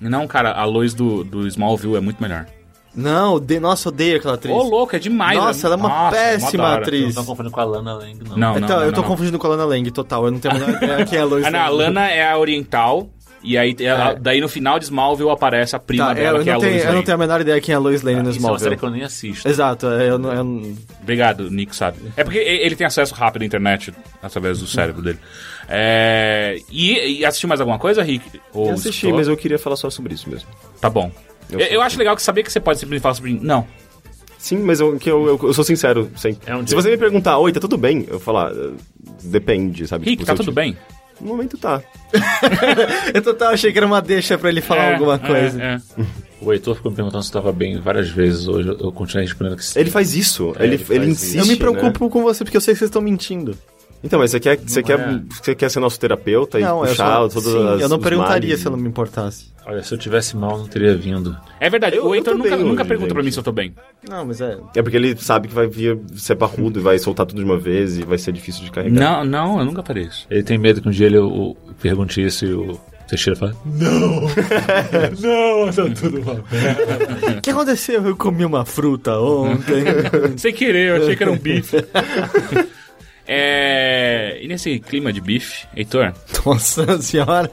Não, cara, a Lois do, do Smallville é muito melhor.
Não, de... nossa, odeio aquela atriz.
Ô, louco, é demais.
Nossa, ela é uma
Nossa,
péssima
mó da hora.
atriz.
Não estão confundindo com a Lana Lang,
Não,
não.
não,
então,
não,
eu tô
não.
confundindo com a Lana Lang, total. Eu não tenho a menor ideia quem é a Lois
Ah, não,
Lane.
a Lana é a oriental. E aí, ela- daí no final de Smallville aparece a prima
É. Tá, é,
dela,
eu,
que é a
não
Lois
tenho, eu
Lane. Ah,
não tenho a menor ideia quem é a Lois Lane no
Isso é uma série
Smallville.
que eu nem assisto.
Exato, é, eu, não- eu não-
Obrigado, Nick sabe. É porque e- ele tem acesso rápido à internet através
Hum.
do cérebro dele. É, e, e assistiu mais alguma coisa, Rick? Ou
Eu assisti,
escutou?
mas eu queria falar só sobre isso mesmo.
Tá bom. Eu,
Eu
eu acho legal que saber que você pode simplesmente falar sobre. Não.
Sim, mas eu, que eu, eu, eu sou sincero, sempre.
É um
Se
dia.
você me perguntar, oi, tá tudo bem? Eu falar, "Eh, depende, sabe?
Rick,
Tipo,
tá
se eu
tudo
te-
bem?
No momento tá.
Eu total achei que era uma deixa pra ele falar
É,
alguma
é,
coisa.
é.
O Heitor ficou me perguntando se eu tava bem várias vezes hoje. Eu eu continuei respondendo que sim.
Ele faz isso,
É,
ele,
ele
ele,
faz
insiste.
isso.
eu me
né?
preocupo com você porque eu sei que vocês estão mentindo.
Então, mas você quer, você, quer,
é.
você quer ser nosso terapeuta
não,
e
eu,
puxar
só,
todas
sim,
as-
eu não
os
perguntaria
males?
se eu não me importasse.
Olha, se eu tivesse mal, não teria vindo.
É verdade,
Eu-
o
eu
Heitor
tô
nunca,
bem
nunca
hoje,
pergunta pra
gente.
mim se eu tô bem.
Não, mas
Hum.
é.
É porque ele sabe que vai vir ser parrudo e vai soltar tudo de uma vez e vai ser difícil de carregar.
Não, não, eu nunca apareço.
Ele tem medo que um dia ele eu, eu pergunte isso e o Teixeira fala.
O que aconteceu? Eu comi uma fruta ontem.
Sem querer, eu achei que era um bife. é, e nesse clima de bife, Heitor,
Nossa senhora.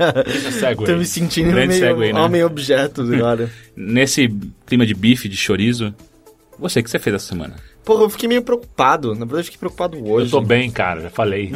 segue
Tô
aí.
me sentindo
Grande
meio
segue, né?
homem objeto agora.
nesse clima de bife, de chorizo, você, o que você fez essa semana?
Porra, eu fiquei meio preocupado. Na verdade, eu fiquei preocupado
Eu
hoje.
tô bem, cara, já falei.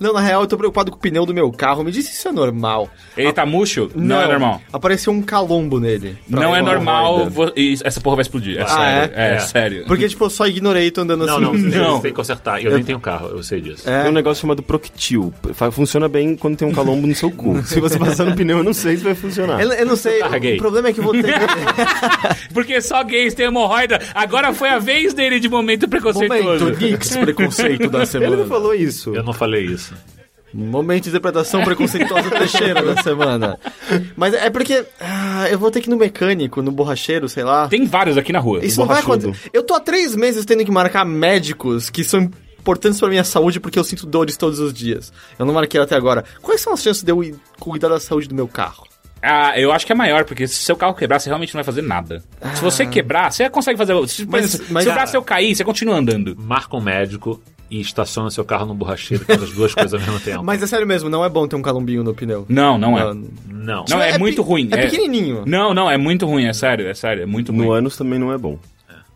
Não, na real, eu tô preocupado com o pneu do meu carro. Me disse se isso é normal.
Ele tá murcho? Não, é normal.
Apareceu um calombo nele. Pra
Não
mim,
é
uma
normal,
hemorroida.
vo- e essa porra vai explodir. É sério. É,
é?
É.
sério.
Porque, tipo, eu só ignorei, tô andando
não,
assim.
não, você
Não.
tem que consertar. Eu, nem tenho carro, eu sei disso.
É.
Tem um negócio chamado Proctil. Fa- Funciona bem quando tem um calombo no seu cu. se você passar no pneu, eu não sei se vai funcionar.
Eu, eu não sei,
Tá gay.
o problema é que eu vou ter que...
Porque só gays têm hemorroida. Agora foi a vez dele de momento preconceituoso.
Momento Nix preconceito
Ele
da
não
semana.
falou isso.
Eu não falei isso.
Momento de interpretação preconceituosa Teixeira da semana. Mas é porque ah, eu vou ter que ir no mecânico, no borracheiro, sei lá.
Tem vários aqui na rua.
Isso não vai
borrachudo.
acontecer. Eu tô há três meses tendo que marcar médicos que são importantes pra minha saúde porque eu sinto dores todos os dias. Eu não marquei até agora. Quais são as chances de eu ir cuidar da saúde do meu carro?
Ah, eu acho que é maior, porque se seu carro quebrar, você realmente não vai fazer nada. Se você quebrar, você consegue fazer. Se, por
Ah. Mas-
exemplo,
mas-
se o braço seu cair, você continua andando.
Marca um médico e estaciona seu carro num borracheiro, faz as duas coisas ao mesmo tempo.
Mas é sério mesmo, não é bom ter um calombinho no pneu.
Não, não é.
Ah,
Não.
Não, é,
pe-
muito ruim.
É, pequenininho.
Não, não, é muito ruim, é sério, é sério, é muito ruim.
No ânus também não é bom.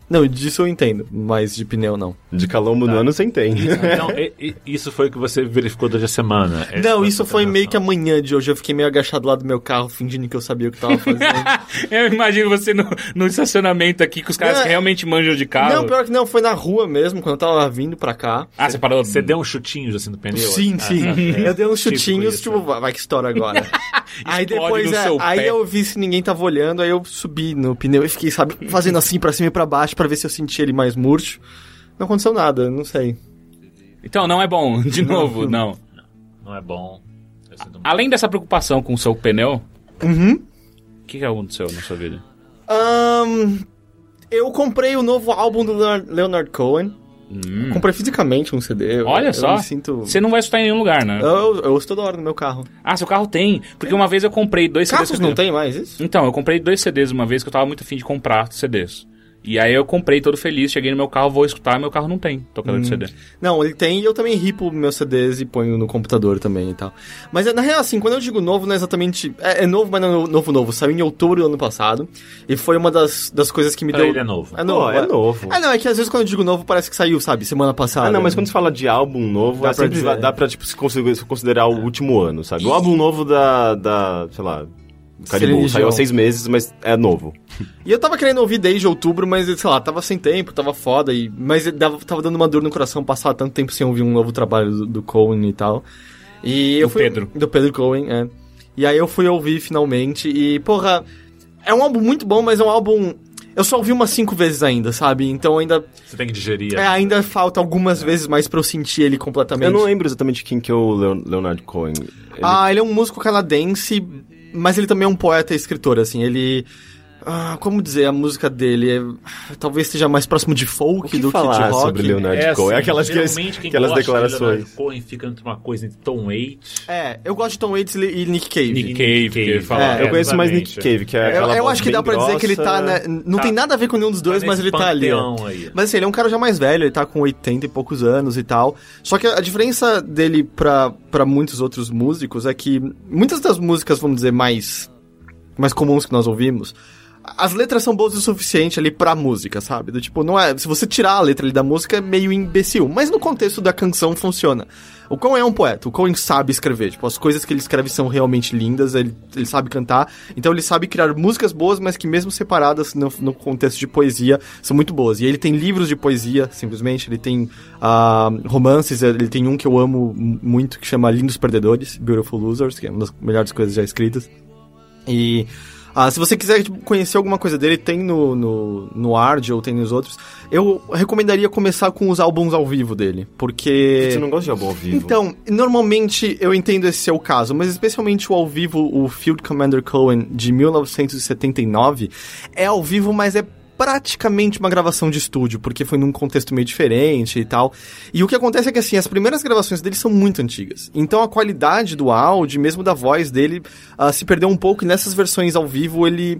Não, disso eu entendo, mas de pneu não.
De calombo
Tá.
no ânus, você entende.
Então, e- e- isso foi o que você verificou durante a semana. É Essa
não,
a
isso
sua
foi meio que
observação.
amanhã de hoje. Eu fiquei meio agachado lá do meu carro, fingindo que eu sabia o que tava fazendo.
eu imagino você no, no estacionamento aqui com os caras
Não, é-
que realmente manjam de carro.
não, pior que não, foi na rua mesmo, quando eu tava vindo pra cá.
Ah, você parou.
Você deu uns chutinhos assim no pneu?
Sim,
Ah,
sim.
tá.
é.
Eu dei uns
Tipo
chutinhos,
isso.
tipo, vai vai que estoura agora. Aí
explode
depois,
no
é,
seu
aí
pé.
eu vi se ninguém tava olhando, aí eu subi no pneu e fiquei, sabe, fazendo assim pra cima e pra baixo pra ver se eu senti ele mais murcho. Não aconteceu nada, não sei.
Então, não é bom, de novo, não.
Não é bom. Eu sinto muito.
Além dessa preocupação com o seu pneu,
Uhum.
o que, que aconteceu na sua vida?
Ahn, eu comprei o novo álbum do Leonard, Leonard Cohen. Comprei fisicamente um CD. eu-
Hum. Olha
eu
só,
me sinto...
você não vai escutar em nenhum lugar, né?
Eu, eu estou toda hora no meu carro.
Ah, seu carro tem. Porque uma vez eu comprei dois
Carros
CDs.
não tem mais isso?
Então, eu comprei dois CDs uma vez que eu tava muito afim de comprar CDs. E aí eu comprei todo feliz, cheguei no meu carro, vou escutar, meu carro não tem tocador
Hum,
de CD.
Não, ele tem e eu também ripo meus CDs e ponho no computador também e tal. Mas é, na real, assim, quando eu digo novo, não é exatamente. É, é novo, mas não é no- novo, novo. Saiu em outubro do ano passado. E foi uma das, das coisas que me
Pra
deu.
ele é novo.
É novo.
Pô, é novo.
Ah, não, é que às vezes quando eu digo novo parece que saiu, sabe, semana passada.
Ah, não, mas quando se fala de álbum novo,
Dá
é
pra
sempre
dizer.
dá pra tipo, se considerar se considerar o último ano, sabe? O álbum novo da, da sei lá, Caribou.
Religião.
Saiu há seis meses, mas é novo.
E eu tava querendo ouvir desde outubro, mas sei lá, tava sem tempo, tava foda. E... Mas eu dava- tava dando uma dor no coração passar tanto tempo sem ouvir um novo trabalho do, do Cohen e tal. E eu
Do
fui-
Pedro.
Do Pedro Cohen, é. E aí eu fui ouvir finalmente. E, porra, é um álbum muito bom, mas é um álbum. Eu só ouvi umas cinco vezes ainda, sabe? Então ainda,
Você tem que digerir.
é, ainda falta algumas vezes mais pra eu sentir ele completamente.
Eu não lembro exatamente quem que é o Leon- Leonard Cohen. Ele-
Ah, ele é um músico canadense, mas ele também é um poeta e escritor, assim, ele... ah, como dizer, a música dele é- talvez seja mais próximo de folk
o que
do
falar
que de rock.
sobre Leonard
assim,
Cohen? É aquelas,
geralmente
aquelas,
quem
aquelas
gosta de
declarações.
Leonard Cohen fica entre uma coisa entre Tom Waits.
É, eu gosto de Tom Waits e e Nick Cave.
Nick Cave,
Cave.
que ele fala.
É,
eu conheço mais Nick Cave, que é
Eu,
aquela
eu
voz
acho que
bem
dá pra dizer que ele tá...
grossa.
na- não tem nada a ver com nenhum dos dois,
Tá
mas
nesse
ele tá ali.
panteão aí.
Mas assim, ele é um cara já mais velho, ele tá com 80 e poucos anos e tal. Só que a diferença dele pra, pra muitos outros músicos é que muitas das músicas, vamos dizer, mais, mais comuns que nós ouvimos. As letras são boas o suficiente ali pra música, sabe? Do tipo, não é. Se você tirar a letra ali da música, é meio imbecil. Mas no contexto da canção funciona. O Cohen é um poeta, o Cohen sabe escrever. Tipo, as coisas que ele escreve são realmente lindas, ele, ele sabe cantar. Então ele sabe criar músicas boas, mas que mesmo separadas no, no contexto de poesia, são muito boas. E ele tem livros de poesia, simplesmente. Ele tem ah, romances, ele tem um que eu amo mu- muito, que chama Lindos Perdedores, Beautiful Losers, que é uma das melhores coisas já escritas. E ah, se você quiser tipo, conhecer alguma coisa dele, tem no, no, no Ard ou tem nos outros. Eu recomendaria começar com os álbuns ao vivo dele, porque...
Você não gosta de álbum ao vivo?
Então, normalmente eu entendo esse seu caso, mas especialmente o ao vivo, o Field Commander Cohen de 1979, é ao vivo, mas é praticamente uma gravação de estúdio, porque foi num contexto meio diferente e tal. E o que acontece é que assim, as primeiras gravações dele são muito antigas. Então a qualidade do áudio, mesmo da voz dele, ah, se perdeu um pouco e nessas versões ao vivo ele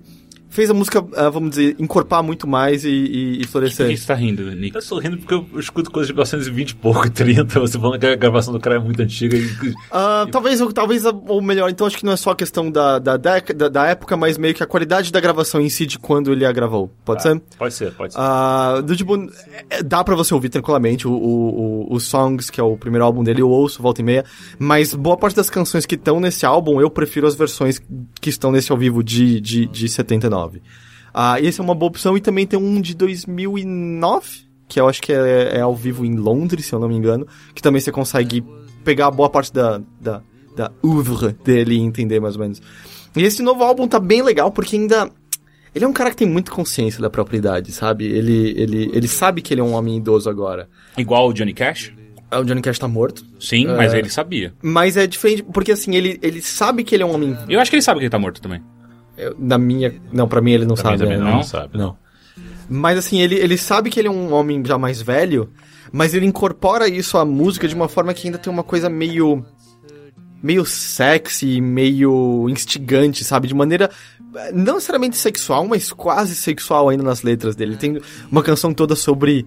fez a música, ah, vamos dizer, encorpar muito mais e, e, e
Por que
florescer.
você tá rindo, Nick?
Eu tô rindo porque eu escuto coisas de 1920 e pouco, 30. Você falando que a gravação do cara é muito antiga. E...
Ah, talvez, ou- talvez, a- ou melhor, então acho que não é só a questão da, da, déc- da, da época, mas meio que a qualidade da gravação em si de quando ele a gravou.
Tá.
Pode ser?
Pode ser, pode ser.
Tá. Ah, do tipo, é- é- dá pra você ouvir tranquilamente o, o, o- o Songs, que é o primeiro álbum dele, eu ouço volta e meia, mas boa parte das canções que estão nesse álbum, eu prefiro as versões que estão nesse ao vivo de, de, de 79. Ah, e essa é uma boa opção, e também tem um de 2009, que eu acho que é, é ao vivo em Londres, se eu não me engano, que também você consegue pegar boa parte da, da, da oeuvre dele e entender mais ou menos. E esse novo álbum tá bem legal, porque ainda ele é um cara que tem muita consciência da própria idade, sabe? Ele, ele, ele sabe que ele é um homem idoso agora.
Igual o Johnny Cash?
Ah, O Johnny Cash tá morto.
Sim, mas ele sabia.
Mas é diferente, porque assim, ele, ele sabe que ele é um homem.
Eu acho que ele sabe que ele tá morto também.
eu- Na minha. Não, pra mim ele não
Também,
sabe.
também
né?
não,
não?
sabe.
Não. Mas assim, ele, ele sabe que ele é um homem já mais velho, mas ele incorpora isso à música de uma forma que ainda tem uma coisa meio. meio sexy, meio instigante, sabe? De maneira. eh, não necessariamente sexual, mas quase sexual ainda nas letras dele. Tem uma canção toda sobre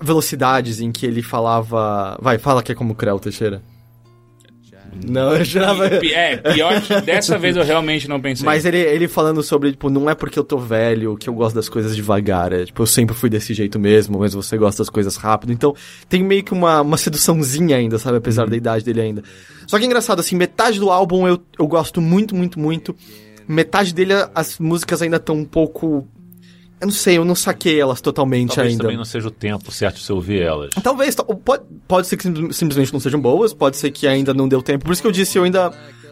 velocidades em que ele falava. Vai, fala que é como o Creu Teixeira. Não, eu jurava.
E pi- é, pior que dessa vez eu realmente não pensei.
Mas ele, ele falando sobre, tipo, não é porque eu tô velho que eu gosto das coisas devagar. É, tipo, eu sempre fui desse jeito mesmo, mas você gosta das coisas rápido. Então, tem meio que uma, uma seduçãozinha ainda, sabe? Apesar
Uhum.
da idade dele ainda. Só que é engraçado, assim, metade do álbum eu, eu gosto muito, muito, muito. Metade dele, as músicas ainda estão um pouco. Eu não sei, eu não saquei elas totalmente
Talvez
ainda.
também não seja o tempo certo de você ouvir elas.
Talvez, to- pode, pode ser que sim- simplesmente não sejam boas, pode ser que ainda não deu tempo. Por isso que eu disse, eu ainda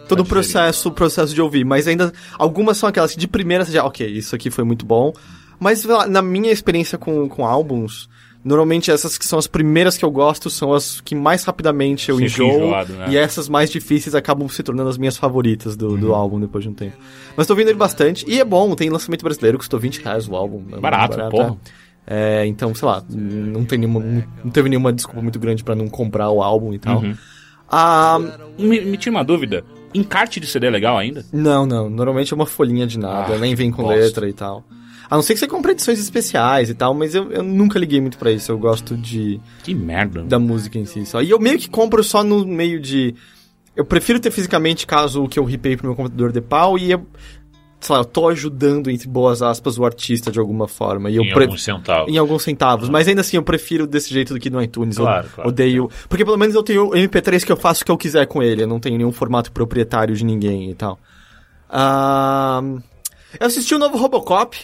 todo o
digerir.
processo, o processo de ouvir. Mas ainda, algumas são aquelas que de primeira você já, ok, isso aqui foi muito bom. Mas sei lá, na minha experiência com, com álbuns, normalmente essas que são as primeiras que eu gosto são as que mais rapidamente eu
Fica
enjoo.
enjoado, né?
E essas mais difíceis acabam se tornando as minhas favoritas do,
Uhum.
do álbum depois de um tempo. Mas tô ouvindo ele bastante. E é bom, tem lançamento brasileiro, custou 20 reais o álbum. É muito
Barato, porra.
É, então, sei lá, não, tem nenhuma, não teve nenhuma desculpa muito grande pra não comprar o álbum e tal.
Uhum.
Ah,
Me, me tira uma dúvida. Encarte de CD é legal ainda?
não, não. Normalmente é uma folhinha de nada,
Ah,
nem vem com
gosto.
letra e tal. A não ser que você compre edições especiais e tal, mas eu, eu nunca liguei muito pra isso. Eu gosto de
Que merda.
da música em si só. E eu meio que compro só no meio de. Eu prefiro ter fisicamente caso o que eu ripei pro meu computador de pau e eu. Sei lá, eu tô ajudando, entre boas aspas, o artista de alguma forma. E eu
em
pre-
alguns centavos.
em alguns centavos. Mas ainda assim, eu prefiro desse jeito do que no iTunes. Eu
Claro, claro.
Odeio. Porque pelo menos eu tenho o MP3 que eu faço o que eu quiser com ele. Eu não tenho nenhum formato proprietário de ninguém e tal. Ah, eu assisti o novo Robocop,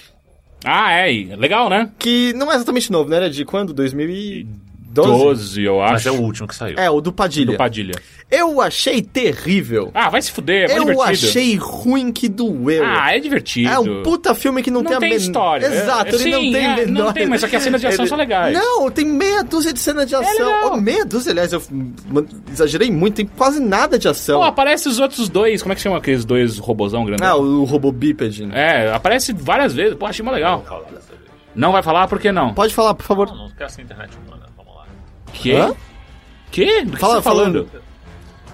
Ah, é. e- Legal, né?
que não é exatamente novo, né? Era de quando? 2012?
12, eu
Mas
acho.
é o último que saiu.
É, o do Padilha.
do Padilha.
Eu achei terrível.
Ah, vai se fuder, é
eu
muito divertido.
achei ruim que doeu.
Ah, é divertido.
é um puta filme que não,
Não
tem a
tem
men-
história.
Exato,
É-
ele não
sim,
tem
é,
a menor...
não tem, mas só que as cenas de ação são legais.
Não, tem meia dúzia de cenas de ação.
legal.
Oh, meia dúzia, aliás, eu man- exagerei muito, tem quase nada de ação.
Pô, aparece os outros dois. Como é que chama aqueles dois robozão grandão?
ah, o robô bípede.
É, aparece várias vezes. Pô, achei mó legal.
Fala dessa vez.
Não vai falar por que não?
Pode falar, por favor.
Não, não quero ser internet humana. Vamos lá.
Que?
Hã?
Que? Do que
Fala-
você tá falando?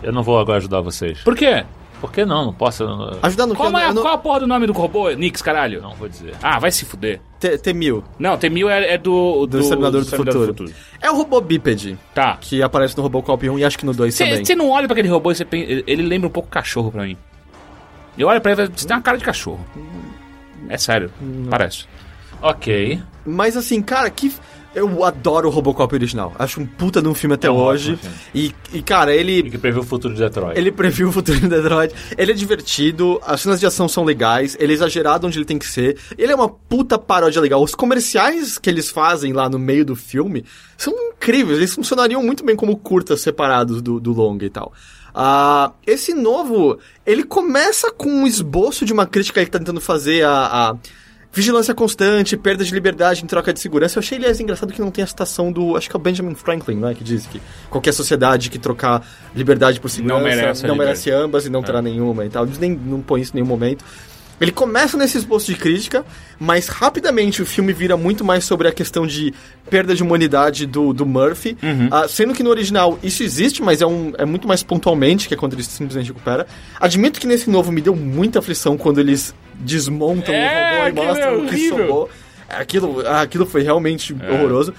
Eu não vou agora ajudar vocês.
Por quê?
Por que não? Não posso. Eu não,
Ajudar no
Qual,
que?
é,
Eu não-
qual a porra do nome do robô? Nix, caralho.
não vou dizer.
Ah, vai se fuder.
T- T-1000.
Não, T-1000 é, é do...
Do Exterminador do
Exterminador
Futuro. É o robô bípede,
Tá.
que aparece no Robocop 1 e acho que no 2 também.
Você não olha pra aquele robô e você pensa... Ele lembra um pouco cachorro pra mim. Eu olho pra ele e falo, você tem uma cara de cachorro. É sério. Parece.
Ok.
Mas assim, cara, que. Eu adoro o Robocop original. Acho um puta de um filme até
É um
hoje.
ótimo filme.
E, e, cara,
E
ele.
que previu o futuro de Detroit.
Ele previu o futuro de Detroit. Ele é divertido, as cenas de ação são legais, ele é exagerado onde ele tem que ser. Ele é uma puta paródia legal. Os comerciais que eles fazem lá no meio do filme são incríveis. Eles funcionariam muito bem como curtas separados do, do longa e tal. Ah, esse novo, ele começa com um esboço de uma crítica que ele tá tentando fazer a- a Vigilância constante, perda de liberdade em troca de segurança. Eu achei, aliás, engraçado que não tem a citação do. Acho que é o Benjamin Franklin, né? Que diz que qualquer sociedade que trocar liberdade por segurança
merece É. a
não
liberdade.
merece ambas e não terá nenhuma e tal. Eles nem não põe isso em nenhum momento. Ele começa nesse esboço de crítica, mas rapidamente o filme vira muito mais sobre a questão de perda de humanidade do, do Murphy.
Uhum.
Ah, sendo que no original isso existe, mas é, um, é muito mais pontualmente, que é quando ele simplesmente recupera. Admito que nesse novo me deu muita aflição quando eles desmontam
É,
o robô
aquilo
e
é
mostram o que
horrível.
sobrou. Aquilo, ah, aquilo foi realmente horroroso.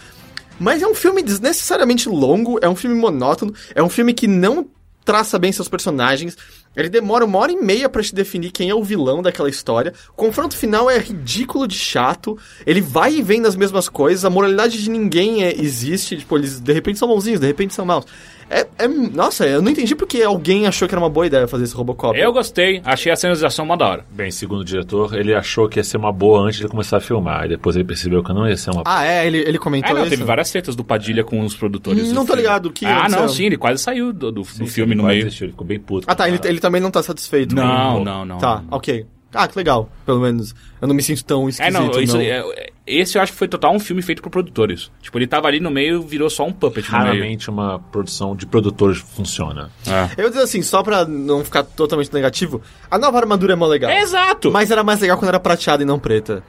Mas é um filme desnecessariamente longo, é um filme monótono, é um filme que não traça bem seus personagens. Ele demora uma hora e meia pra te definir quem é o vilão daquela história. O confronto final é ridículo de chato. Ele vai e vem nas mesmas coisas. A moralidade de ninguém é- existe. Tipo, eles de repente são bonzinhos, de repente são maus. É, é- nossa, eu não entendi porque alguém achou que era uma boa ideia fazer esse Robocop.
Eu gostei. Achei a cena de ação mó da hora.
Bem, segundo o diretor, ele achou que ia ser uma boa antes de começar a filmar. E depois ele percebeu que não ia ser uma boa.
Ah, é, ele, ele comentou
Ah, não,
isso.
teve várias tretas do Padilha com os produtores.
Não
do
tô
filme.
ligado, o que
Ah, não,
aconteceu?
sim, ele quase saiu do, do, do Um filme no
Quase
meio.
desistiu, Ele ficou bem puto.
Ah, tá, ele, ele também não tá satisfeito. com-
Não, não, não.
Tá, ok. Ah, que legal. Pelo menos eu não me sinto tão
É,
esquisito.
não, isso,
não.
é, esse eu acho que foi total um filme feito por produtores. Tipo, ele tava ali no meio virou só um puppet no meio.
Raramente uma produção de produtores funciona.
É.
Eu vou dizer assim, só pra não ficar totalmente negativo, a nova armadura é mó legal.
Exato!
Mas era mais legal quando era prateada e não preta.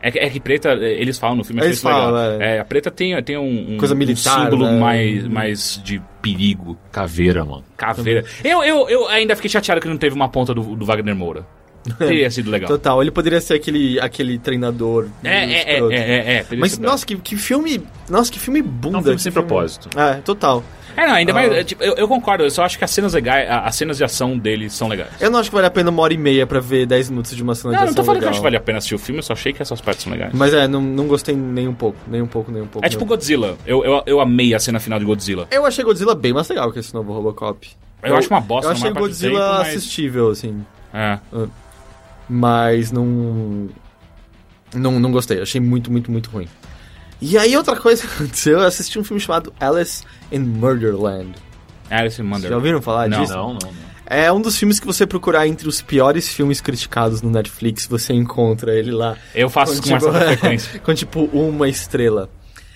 É, que- é que preta, é, eles falam no filme,
Eles
acho isso legal.
falam,
é. a preta tem, tem um, um-
Coisa
um
militar,
símbolo
né?
mais, mais de perigo.
Caveira, mano.
Caveira. Eu, eu, eu ainda fiquei chateado que não teve uma ponta do, do Wagner Moura. Teria sido legal.
Total, ele poderia ser aquele, aquele treinador.
É, é, é,
escroto.
é, é, é, teria
Mas
sido legal.
nossa, que, que filme. Nossa, que filme
É
bunda.
um filme
que
sem propósito.
É, total.
É, não, ainda
Ah.
mais. é, tipo, eu, eu concordo, eu só acho que as cenas legais, a- as cenas de ação dele são legais.
Eu não acho que vale a pena uma hora e meia pra ver 10 minutos de uma cena
Não,
de
eu
ação
não tô falando que eu
legal.
acho que vale a pena assistir o filme, eu só achei que essas partes são legais.
Mas é, não, não gostei nem um pouco, nem um pouco, nem um pouco.
É
nem
tipo
um pouco.
Godzilla. Eu, eu, eu amei a cena final de Godzilla.
Eu achei Godzilla bem mais legal que esse novo Robocop.
Eu acho uma bosta
Eu
na
achei
maior parte do
Godzilla
tempo, mas-
assistível, assim.
É.
Mas não. Não, não gostei. Achei muito, muito, muito ruim. E aí, outra coisa que aconteceu, eu assisti um filme chamado Alice in Murderland.
é Alice in
Já
Wonderland.
ouviram falar
Não.
disso?
Não, não, não.
É um dos filmes que você procurar entre os piores filmes criticados no Netflix, você encontra ele lá.
Eu faço isso com uma certa frequência.
com tipo uma estrela.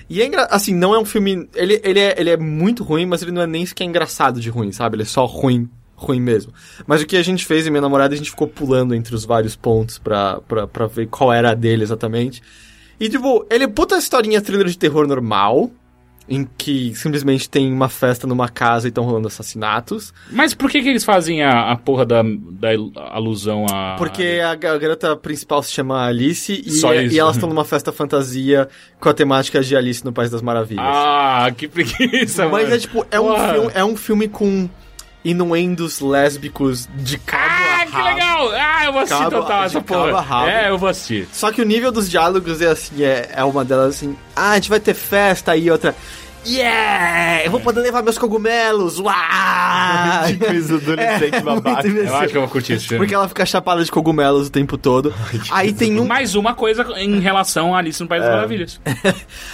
E é engra... assim, não é um filme. Ele, ele, é, ele é muito ruim, mas ele não é nem sequer engraçado de ruim, sabe? Ele é só ruim, ruim mesmo. Mas o que a gente fez, e minha namorada, a gente ficou pulando entre os vários pontos pra, pra, pra ver qual era a dele exatamente. E tipo, ele é puta historinha thriller de terror normal, em que simplesmente tem uma festa numa casa e estão rolando assassinatos.
Mas por que, que eles fazem a, a porra da, da il- alusão a.
Porque a ga- a garota principal se chama Alice e,
Ah,
é,
Só isso.
e elas estão numa festa fantasia com a temática de Alice no País das Maravilhas.
Ah, que preguiça,
Mas
mano.
é tipo, é um,
Porra.
filme, é um filme com inuendos lésbicos de cabo a
Ah, que
rabo.
legal! Ah, eu vou assistir
Cabo-
total
de
essa
cabo a
porra.
rabo.
É, eu vou assistir.
Só que o nível dos diálogos é assim, é, é uma delas assim, ah, a gente vai ter festa e outra. Yeah! Eu
É.
vou poder levar meus cogumelos! Uau!
Coisa adolescente babaca.
Muito
Eu acho que eu vou curtir esse filme.
Porque ela fica chapada de cogumelos o tempo todo. Aí tem um
Mais uma coisa em relação a Alice no
É.
País das Maravilhas.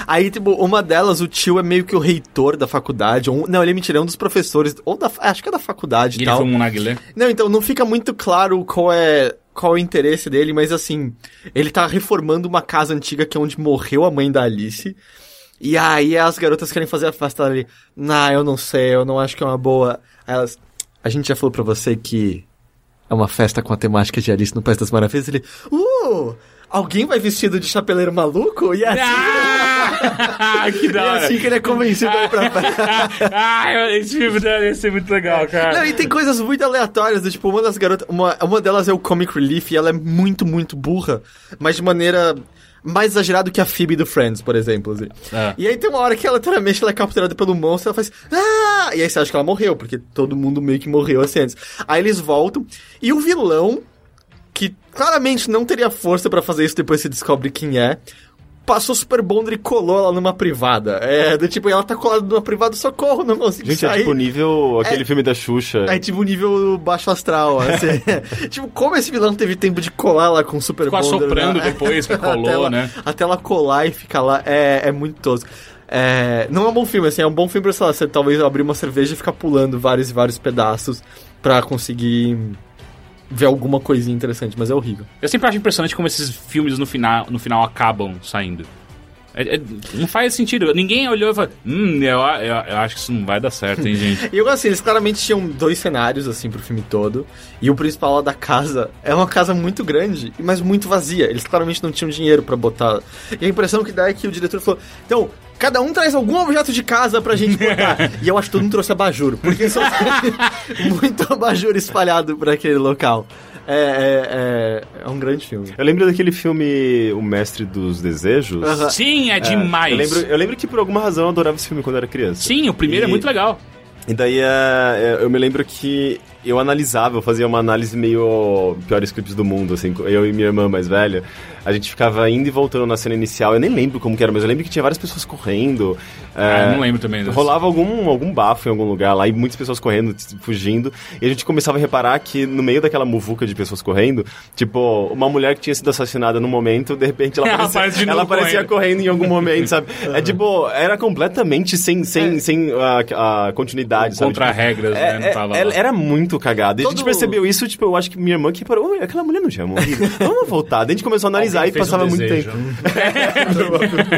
Aí, tipo, uma delas, o tio é meio que o reitor da faculdade. Ou, um- não, ele é mentira, é um dos professores. Ou da, fa- acho que é da faculdade e tal.
Guilherme Munaguilé.
Não, então não fica muito claro qual é qual é o interesse dele, mas assim, ele tá reformando uma casa antiga que é onde morreu a mãe da Alice. E aí as garotas querem fazer a festa ali. Ah, eu não sei, eu não acho que é uma boa. Aí elas, a gente já falou pra você que é uma festa com a temática de Alice no País das Maravilhas. Ele, uh, alguém vai vestido de chapeleiro maluco? E assim,
Ah, que
e
da
é
hora.
assim que ele é convencido a ir pra festa.
ah, eu- esse filme deve ser muito legal, cara.
Não,
então,
e tem coisas muito aleatórias, do tipo, uma das garotas. Uma, uma delas é o Comic Relief e ela é muito, muito burra, mas de maneira mais exagerada que a Phoebe do Friends, por exemplo. assim.
É.
Ah.
E aí tem uma hora que ela literalmente ela é capturada pelo monstro, ela faz. Ah! E aí você acha que ela morreu, porque todo mundo meio que morreu assim antes. Aí eles voltam e o vilão, que claramente não teria força pra fazer isso depois se descobre quem é. Passou super bonder e colou ela numa privada. É, do tipo, ela tá colada numa privada, socorro, não consigo
Gente,
sair.
é tipo nível aquele filme da Xuxa.
É tipo um nível baixo astral, assim. tipo, como esse vilão teve tempo de colar lá com o Super
Ficou
Bonder,
assoprando
né?
depois que colou,
até ela,
né?
Até ela colar e ficar lá, é, é muito tosco. É, não é um bom filme, assim, é um bom filme pra, sei lá, você talvez abrir uma cerveja e ficar pulando vários e vários pedaços pra conseguir ver alguma coisinha interessante, mas é horrível.
Eu sempre acho impressionante como esses filmes no final, no final acabam saindo. É- é- não faz sentido. Ninguém olhou e falou: Hum, eu, a- eu, eu acho que isso não vai dar certo, hein, gente?
E eu assim, eles claramente tinham dois cenários, assim, pro filme todo. E o principal lá da casa é uma casa muito grande, mas muito vazia. Eles claramente não tinham dinheiro pra botar. E a impressão que dá é que o diretor falou: então, cada um traz algum objeto de casa pra gente botar. e eu acho que todo mundo trouxe abajur, porque só tem muito abajur espalhado pra aquele local. É, é, é, é um grande filme.
Eu lembro daquele filme O Mestre dos Desejos.
Aham.
Sim, é
É,
demais.
Eu lembro, eu lembro que por alguma razão eu adorava esse filme quando eu era criança.
Sim, o primeiro é
E-
muito legal.
E daí é, é, eu me lembro que eu analisava, eu fazia uma análise meio piores clipes do mundo, assim, eu e minha irmã mais velha. A gente ficava indo e voltando na cena inicial, eu nem lembro como que era, mas eu lembro que tinha várias pessoas correndo.
Ah, eu
é,
não lembro também. desse.
Rolava algum, algum bafo em algum lugar lá e muitas pessoas correndo, t- fugindo. E a gente começava a reparar que no meio daquela muvuca de pessoas correndo, tipo, uma mulher que tinha sido assassinada num momento, de repente ela
Ela
aparecia,
aparece de novo
ela aparecia
correndo.
correndo. em algum momento, sabe? É tipo, era completamente sem, sem, sem a, a continuidade, sabe?
Contra
Tipo,
regras,
é-
né? Não
é-
tava lá.
ela- era muito cagada. E a gente
Todo-
percebeu isso, tipo, eu acho que minha irmã que parou, "Ui, aquela mulher não tinha morrido. Vamos voltar. Daí a gente começou a analisar
Alguém
e
fez um
passava muito
desejo.
tempo. Tá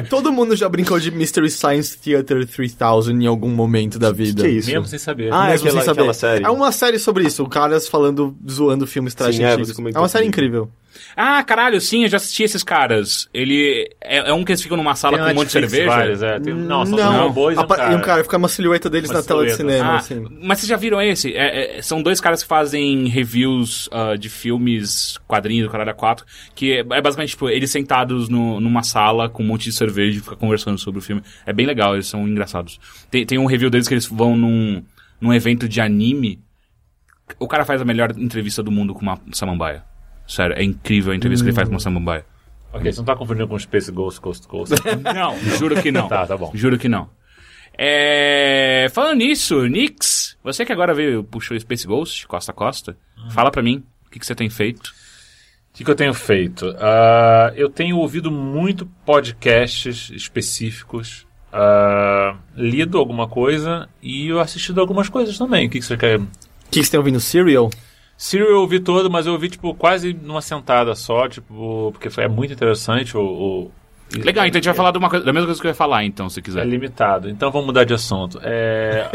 Todo mundo já brincou de Mystery Science Theater 3000 em algum momento da vida.
Que isso?
Mesmo sem saber.
Ah, é
Mesmo sem
aquela,
saber.
aquela série.
É uma série sobre isso, caras falando, zoando filmes trágicos.
é,
antigos.
você
é,
comentou
uma série
comigo.
incrível.
Ah, caralho, sim, eu já assisti esses caras. Ele. É, é um que eles ficam numa sala
Tem
com um monte de
Netflix
cerveja.
vários, é. Tem- não, só tem um boi e um
Apa-
cara.
E um cara fica uma silhueta deles
Uma
na tela de
silhueta.
cinema,
Ah,
assim.
mas vocês já viram esse? É, é, são dois caras que fazem reviews ah, de filmes, quadrinhos, do Caralho 4, que é, é basicamente, tipo, eles sentados no- numa sala com um monte de cerveja e fica conversando sobre o filme. É bem legal, eles são engraçados. Tem, tem um review deles que eles vão num, num evento de anime. O cara faz a melhor entrevista do mundo com uma samambaia. Sério, é incrível a entrevista que ele faz com uma samambaia.
Ok, você não tá confundindo com Space Ghost Coast Coast.
Não, juro que não.
Tá, tá bom.
Juro que não. É, Falando nisso, Nix, você que agora veio, puxou Space Ghost, Costa a Costa,
Ah.
fala pra mim o que, que você tem feito.
O que, que eu tenho feito? Ah, eu tenho ouvido muito podcasts específicos, ah, lido alguma coisa e eu assistido algumas coisas também. O que, que você quer
que você tem ouvindo? Serial?
Serial eu ouvi todo, mas eu ouvi, tipo, quase numa sentada só, tipo, porque foi, é muito interessante o... o-
Legal, então a gente vai falar de uma coisa- da mesma coisa que eu ia falar, então, se
É
quiser.
limitado. Então vamos mudar de assunto. É...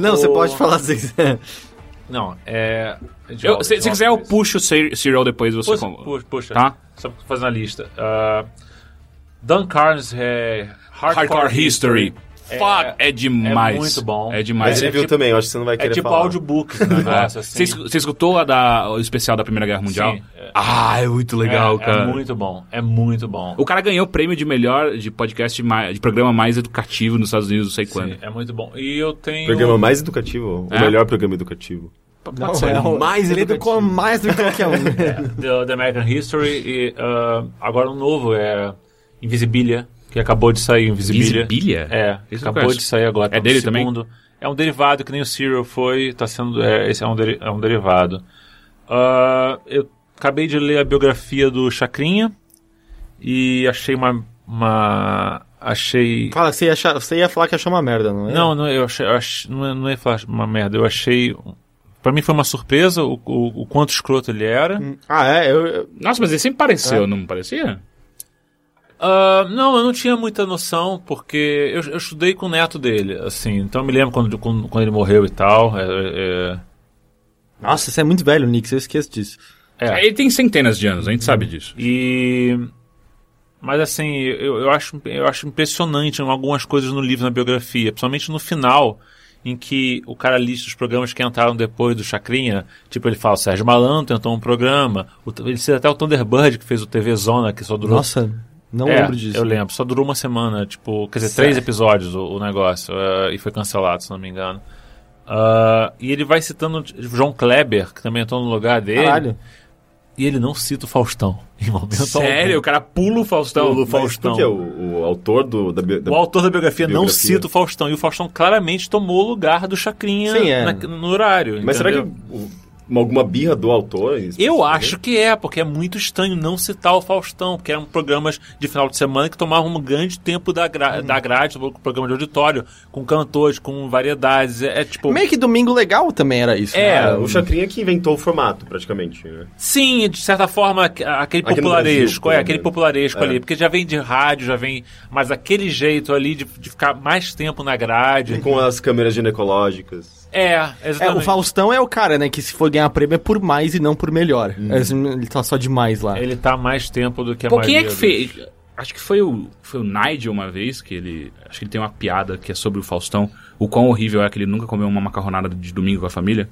Não, você
O-
pode falar assim. se quiser.
Não, é... de
Eu-
volta,
se,
de
se
volta
quiser, eu
pra isso.
puxo o Ser- Serial depois você
Puxa,
como-
puxa, puxa.
Tá?
Só pra fazer uma lista. Ah, Dan Carnes é...
Hardcore, History. Fuck, é demais.
é muito bom.
É
Mas
demais.
é
ele viu
tipo-
também, eu acho que você não vai
É
querer
tipo
falar.
audiobook esse negócio, assim.
Você es- você escutou a da, o especial da Primeira Guerra Mundial?
Sim, é.
Ah, é muito legal,
é,
cara.
É muito bom, é muito bom.
O cara ganhou o prêmio de melhor de podcast, mais- de programa mais educativo nos Estados Unidos, não sei
Sim,
quando.
é muito bom. E eu tenho...
Programa é mais educativo?
É.
O melhor programa educativo.
Não, é o-
mais
ele
um
educou
educativo.
mais do que qualquer um.
The, The American History e ah, agora um novo é Invisibilia, que acabou de sair, Invisibilia.
Invisibilia?
É,
Esse eu
acabou
conheço.
de sair agora. tá
É
no
dele também?
segundo. É um derivado, que nem o Serial foi, tá sendo, é, esse é um, deri- é um derivado. Ah, eu acabei de ler a biografia do Chacrinha e achei uma... uma achei...
Fala, você ia, achar- você ia falar que achou uma merda, não é?
Não, não, eu achei, eu achei- não, é- não ia falar uma merda, eu achei... Pra mim foi uma surpresa o, o, o quanto escroto ele era.
Hum.
Ah, é? Eu, eu-
Nossa, mas ele sempre
É.
pareceu, não parecia?
Ah, não, eu não tinha muita noção, porque eu, eu estudei com o neto dele, assim, então eu me lembro quando, quando, quando ele morreu e tal. É,
Nossa, você é muito velho, Nick, eu esqueço disso.
é, é.
Ele tem centenas de anos, a gente sabe disso.
E. Mas assim, eu, eu, acho, eu acho impressionante algumas coisas no livro, na biografia, principalmente no final, em que o cara lista os programas que entraram depois do Chacrinha. Tipo, ele fala, o Sérgio Malandro tentou um programa, o- ele cita até o Thunderbird que fez o TV Zona, que só durou
Nossa, não
É,
lembro disso.
Eu lembro, só durou uma semana, tipo, quer dizer, três episódios o, o negócio, eh, e foi cancelado, se não me engano. Ah, e ele vai citando João Kleber, que também entrou no lugar dele,
Caralho.
e ele não cita o Faustão em momento
Sério, o cara pula o Faustão.
Pula o
Mas
Faustão.
por que é o, o autor do, da, bi- da-
algum. O autor da biografia, não
é Biografia.
cita o Faustão, e o Faustão claramente tomou o lugar do Chacrinha
Sim, é.
na- no horário.
Mas será que
entendeu?
o- uma- alguma birra do autor?
Eu acho que é, porque é muito estranho não citar o Faustão, porque eram programas de final de semana que tomavam um grande tempo da, gra da grade, do programa de auditório, com cantores, com variedades. É, é tipo.
Meio que Domingo Legal também era isso.
É,
né?
o Chacrinha que inventou o formato, praticamente. Né?
Sim, de certa forma, aqu-
Aqui no
aquele
Brasil,
popularesco,
pelo
é, aquele
menos.
popularesco
É.
ali, porque já vem de rádio, já vem. Mas aquele jeito ali de, de ficar mais tempo na grade.
Com as câmeras ginecológicas.
É,
É, o
exatamente.
Faustão é o cara, né, que se for ganhar prêmio é por mais e não por melhor.
Uhum.
É, assim, Ele tá só demais lá.
Ele tá mais tempo do que a
Pô, quem é
maioria
que fez? Acho que foi o, foi o Nigel uma vez que ele. Acho que ele tem uma piada que é sobre o Faustão. O quão horrível é que ele nunca comeu uma macarronada de domingo com a família.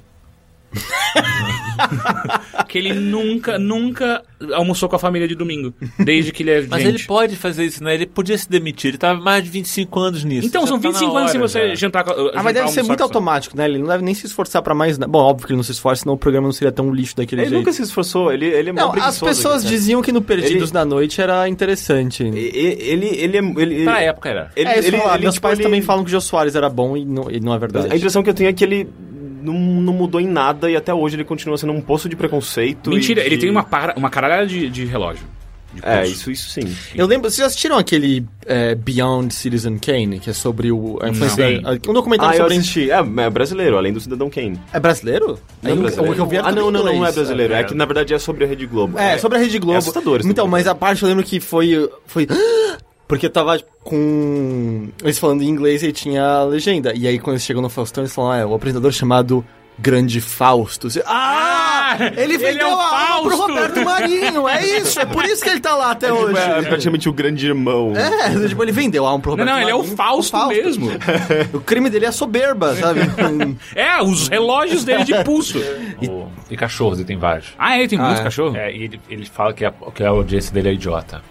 que ele nunca, nunca almoçou com a família de domingo. Desde que ele é.
Mas
gente.
ele pode fazer isso, né? Ele podia se demitir. Ele tava mais de 25 anos nisso.
Então,
Já
são
tá na
25 anos se
hora,
você
já.
jantar com.
Ah, mas
um
deve ser muito automático, né? Ele não deve nem se esforçar pra mais. na- Bom, óbvio que ele não se esforça, senão o programa não seria tão lixo daquele
Ele
jeito.
nunca se esforçou, ele, ele é mó
Não, as
preguiçoso,
pessoas
cara.
diziam que no Perdidos
Ele-
na Noite era interessante.
E- e- Ele, ele, é- ele, ele,
Na época era.
ele,
é, isso
ele-
ele,
ele,
meus
tipo,
pais
ele-
também falam que o Jô Soares era bom e não, e não é verdade.
A impressão que eu tenho é que ele não, não mudou em nada e até hoje ele continua sendo um poço de preconceito. e
Mentira, ele
de-
tem uma, para, uma caralhada de, de relógio. De
É,
pulso.
isso, isso sim.
Eu lembro, vocês já assistiram aquele é, Beyond Citizen Kane, que é sobre o, a influência
Não.
da- a- Um documentário
Ah, eu
sobre.
assisti. É, é brasileiro, além do Cidadão Kane.
É brasileiro?
Não é
Eu-
brasileiro.
O que eu vi era
ah,
tudo
não, não, não é
inglês.
brasileiro. É,
É.
que na verdade é sobre a Rede Globo.
É, sobre a Rede Globo.
É assustador esse
Então,
né?
documentário.
mas a parte eu lembro que foi. foi... Porque eu tava com. Eles falando em inglês e tinha a legenda. E aí, quando eles chegam no Faustão, eles falam: ah, é o apresentador chamado Grande Fausto. Você- Ah! Ele vendeu
é o
a alma pro
Fausto! tipo,
Roberto Marinho! É isso! É por isso que ele tá lá até hoje.
É praticamente o grande irmão.
É, tipo, ele vendeu a alma pro
Não,
Roberto
não, ele é o
Marinho.
Fausto, mesmo.
O crime dele é soberba, sabe? Hum.
É, os relógios dele de pulso.
O- E cachorros, ele tem vários.
Ah, ele tem muitos
é.
cachorros?
É, e ele, ele fala que a, que a audiência dele é idiota.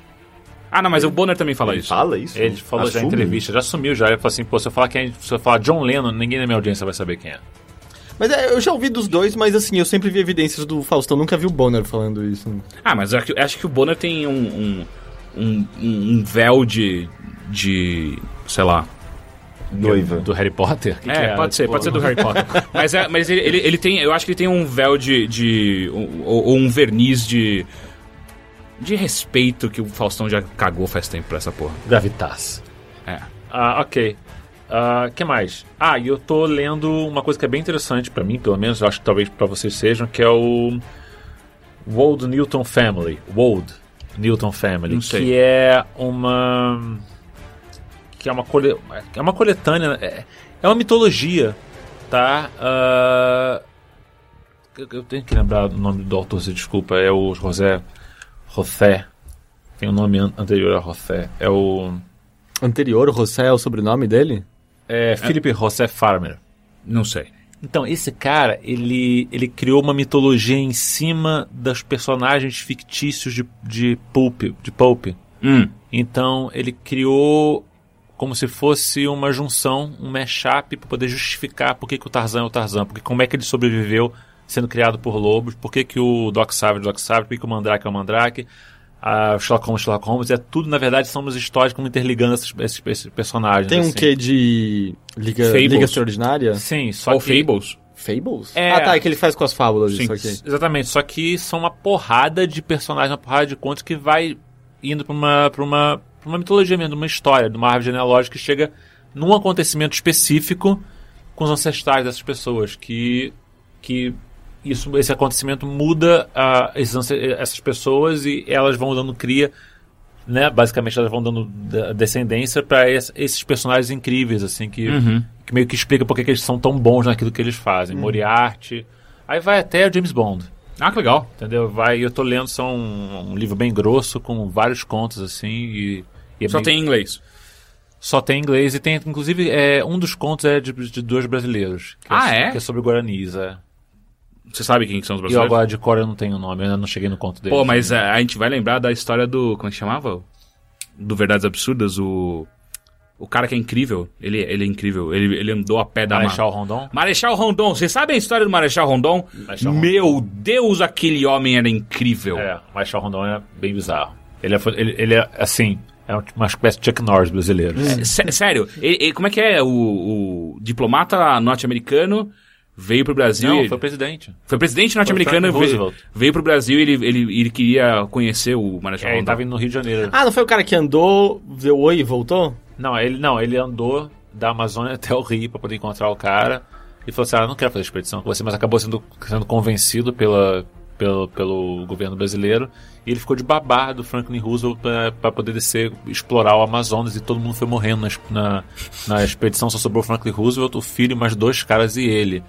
Ah, não, mas o Bonner também fala isso.
Fala isso?
Ele falou já em
Assume?
entrevista, já sumiu já. Ele falou assim, pô, se eu falar, quem, é- se eu falar John Lennon, ninguém na minha audiência vai saber quem é.
Mas é, eu já ouvi dos dois, mas assim, eu sempre vi evidências do Faustão, nunca vi o Bonner falando isso. né?
Ah, mas eu acho que- acho que o Bonner tem um, um, um, um véu de, de. sei lá.
Noiva.
Do Harry Potter? Que Tipo, que
é, pode ser, pode ser do Harry Potter. mas é, mas ele, ele, ele tem. Eu acho que ele tem um véu de. de um- ou, ou um verniz de. de respeito que o Faustão já cagou faz tempo pra essa porra.
Gravitas.
É.
Ah, ok. O que mais? Ah, e eu tô lendo uma coisa que é bem interessante pra mim, pelo menos, eu acho que talvez pra vocês sejam, que é o Wold Newton Family. Wold Newton Family.
Não sei.
Que é uma. Que é uma, cole, é uma coletânea. É, é uma mitologia, tá? Ah, eu, eu tenho que lembrar o nome do autor, se desculpa. É o José. José. Tem um nome an- anterior a José. É o.
Anterior, o José é o sobrenome dele?
É Philip José Farmer.
Não sei.
Então, esse cara, ele, ele criou uma mitologia em cima dos personagens fictícios de, de Pulp. De pulp.
Hum.
Então, ele criou como se fosse uma junção, um mashup, para poder justificar por que, que o Tarzan é o Tarzan, porque como é que ele sobreviveu sendo criado por lobos, por que, que o Doc Savage é o Doc Savage, por que, que o Mandrake é o Mandrake, a Sherlock Holmes é o Sherlock Holmes, é tudo, na verdade, são umas histórias como interligando esses, esses, esses personagens.
Tem um
assim.
quê de Liga,
Fables.
Liga Extraordinária?
Sim, só
Ou
que...
Fables?
Fables?
É.
Ah, tá, é que ele faz com as fábulas
Sim.
isso aqui.
Exatamente, só que são uma porrada de personagens, uma porrada de contos que vai indo pra uma, pra uma, pra uma mitologia mesmo, uma história, de uma árvore genealógica que chega num acontecimento específico com os ancestrais dessas pessoas, que, que isso, esse acontecimento muda ah, esses ance- essas pessoas e elas vão dando cria, né? basicamente elas vão dando da- descendência para esses personagens incríveis, assim, que, que meio que explica por que que eles são tão bons naquilo que eles
Hum.
fazem. Moriarty, aí vai até o James Bond.
Ah, que legal.
Entendeu? Vai, eu tô lendo só um, um livro bem grosso com vários contos assim e, e é
Só
bem-
tem em inglês.
só tem inglês e tem inclusive é, um dos contos é de, de dois brasileiros. que
Ah, é?
Que é sobre guaranis. É.
Você sabe quem são os
E eu
brasileiros?
agora de cor eu não tenho o nome, eu ainda não cheguei no conto Ah, deles.
Pô, mas é, a gente vai lembrar da história do. Como é que chamava? Do Verdades Absurdas, o. O cara que é incrível. Ele, ele é incrível. Ele, ele andou a pé da ma-
Marechal Rondon.
Marechal Rondon, vocês sabem a história do Marechal Rondon?
Marechal Rondon.
Meu Deus, aquele homem era incrível.
É, Marechal Rondon é bem bizarro. Ele é, fo- ele, ele é assim, é uma espécie de Chuck Norris
Hum.
brasileiro.
Sé- Sério, ele- ele- como é que é? O, o diplomata norte-americano veio pro Brasil.
Não,
e-
foi o presidente.
foi presidente norte-americano e
Franklin
veio,
Roosevelt.
veio pro Brasil e ele, ele, ele queria conhecer o Marechal
É, ele
Rondon.
tava indo no Rio de Janeiro.
Ah, não foi o cara que andou, deu oi e voltou?
Não, ele não, ele andou da Amazônia até o Rio pra poder encontrar o cara e falou assim: "Ah, eu não quero fazer expedição com você", mas acabou sendo, sendo convencido pela pelo, pelo governo brasileiro e ele ficou de babá do Franklin Roosevelt pra- pra poder descer explorar o Amazonas e todo mundo foi morrendo na, es- na, na expedição só sobrou o Franklin Roosevelt, o filho, mais dois caras e ele.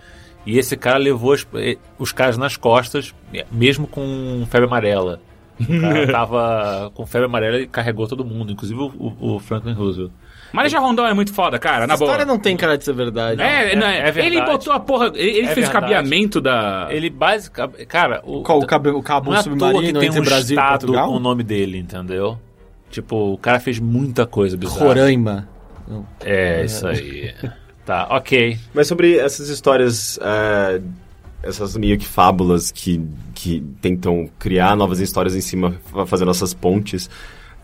E esse cara levou as- eh, os caras nas costas, eh, mesmo com febre amarela. O cara tava com febre amarela e carregou todo mundo, inclusive o- o- o Franklin Roosevelt.
Marechal Rondon é muito foda, cara, na
Essa
boa.
história não tem cara de ser verdade.
É,
é-
não,
é verdade.
Ele botou a porra. Ele, ele
É
fez o
verdade.
cabeamento da.
Ele basicamente. Cara, o.
Qual o cabo, o cabo
não é à toa que
submarino
tem
entre
um
Brasil e
estado
Portugal?
com o nome dele, entendeu? Tipo, o cara fez muita coisa bizarra.
Roraima.
É, isso aí. tá, ok.
Mas sobre essas histórias, eh, essas meio que fábulas que, que tentam criar novas histórias em cima, fa- fazendo essas pontes,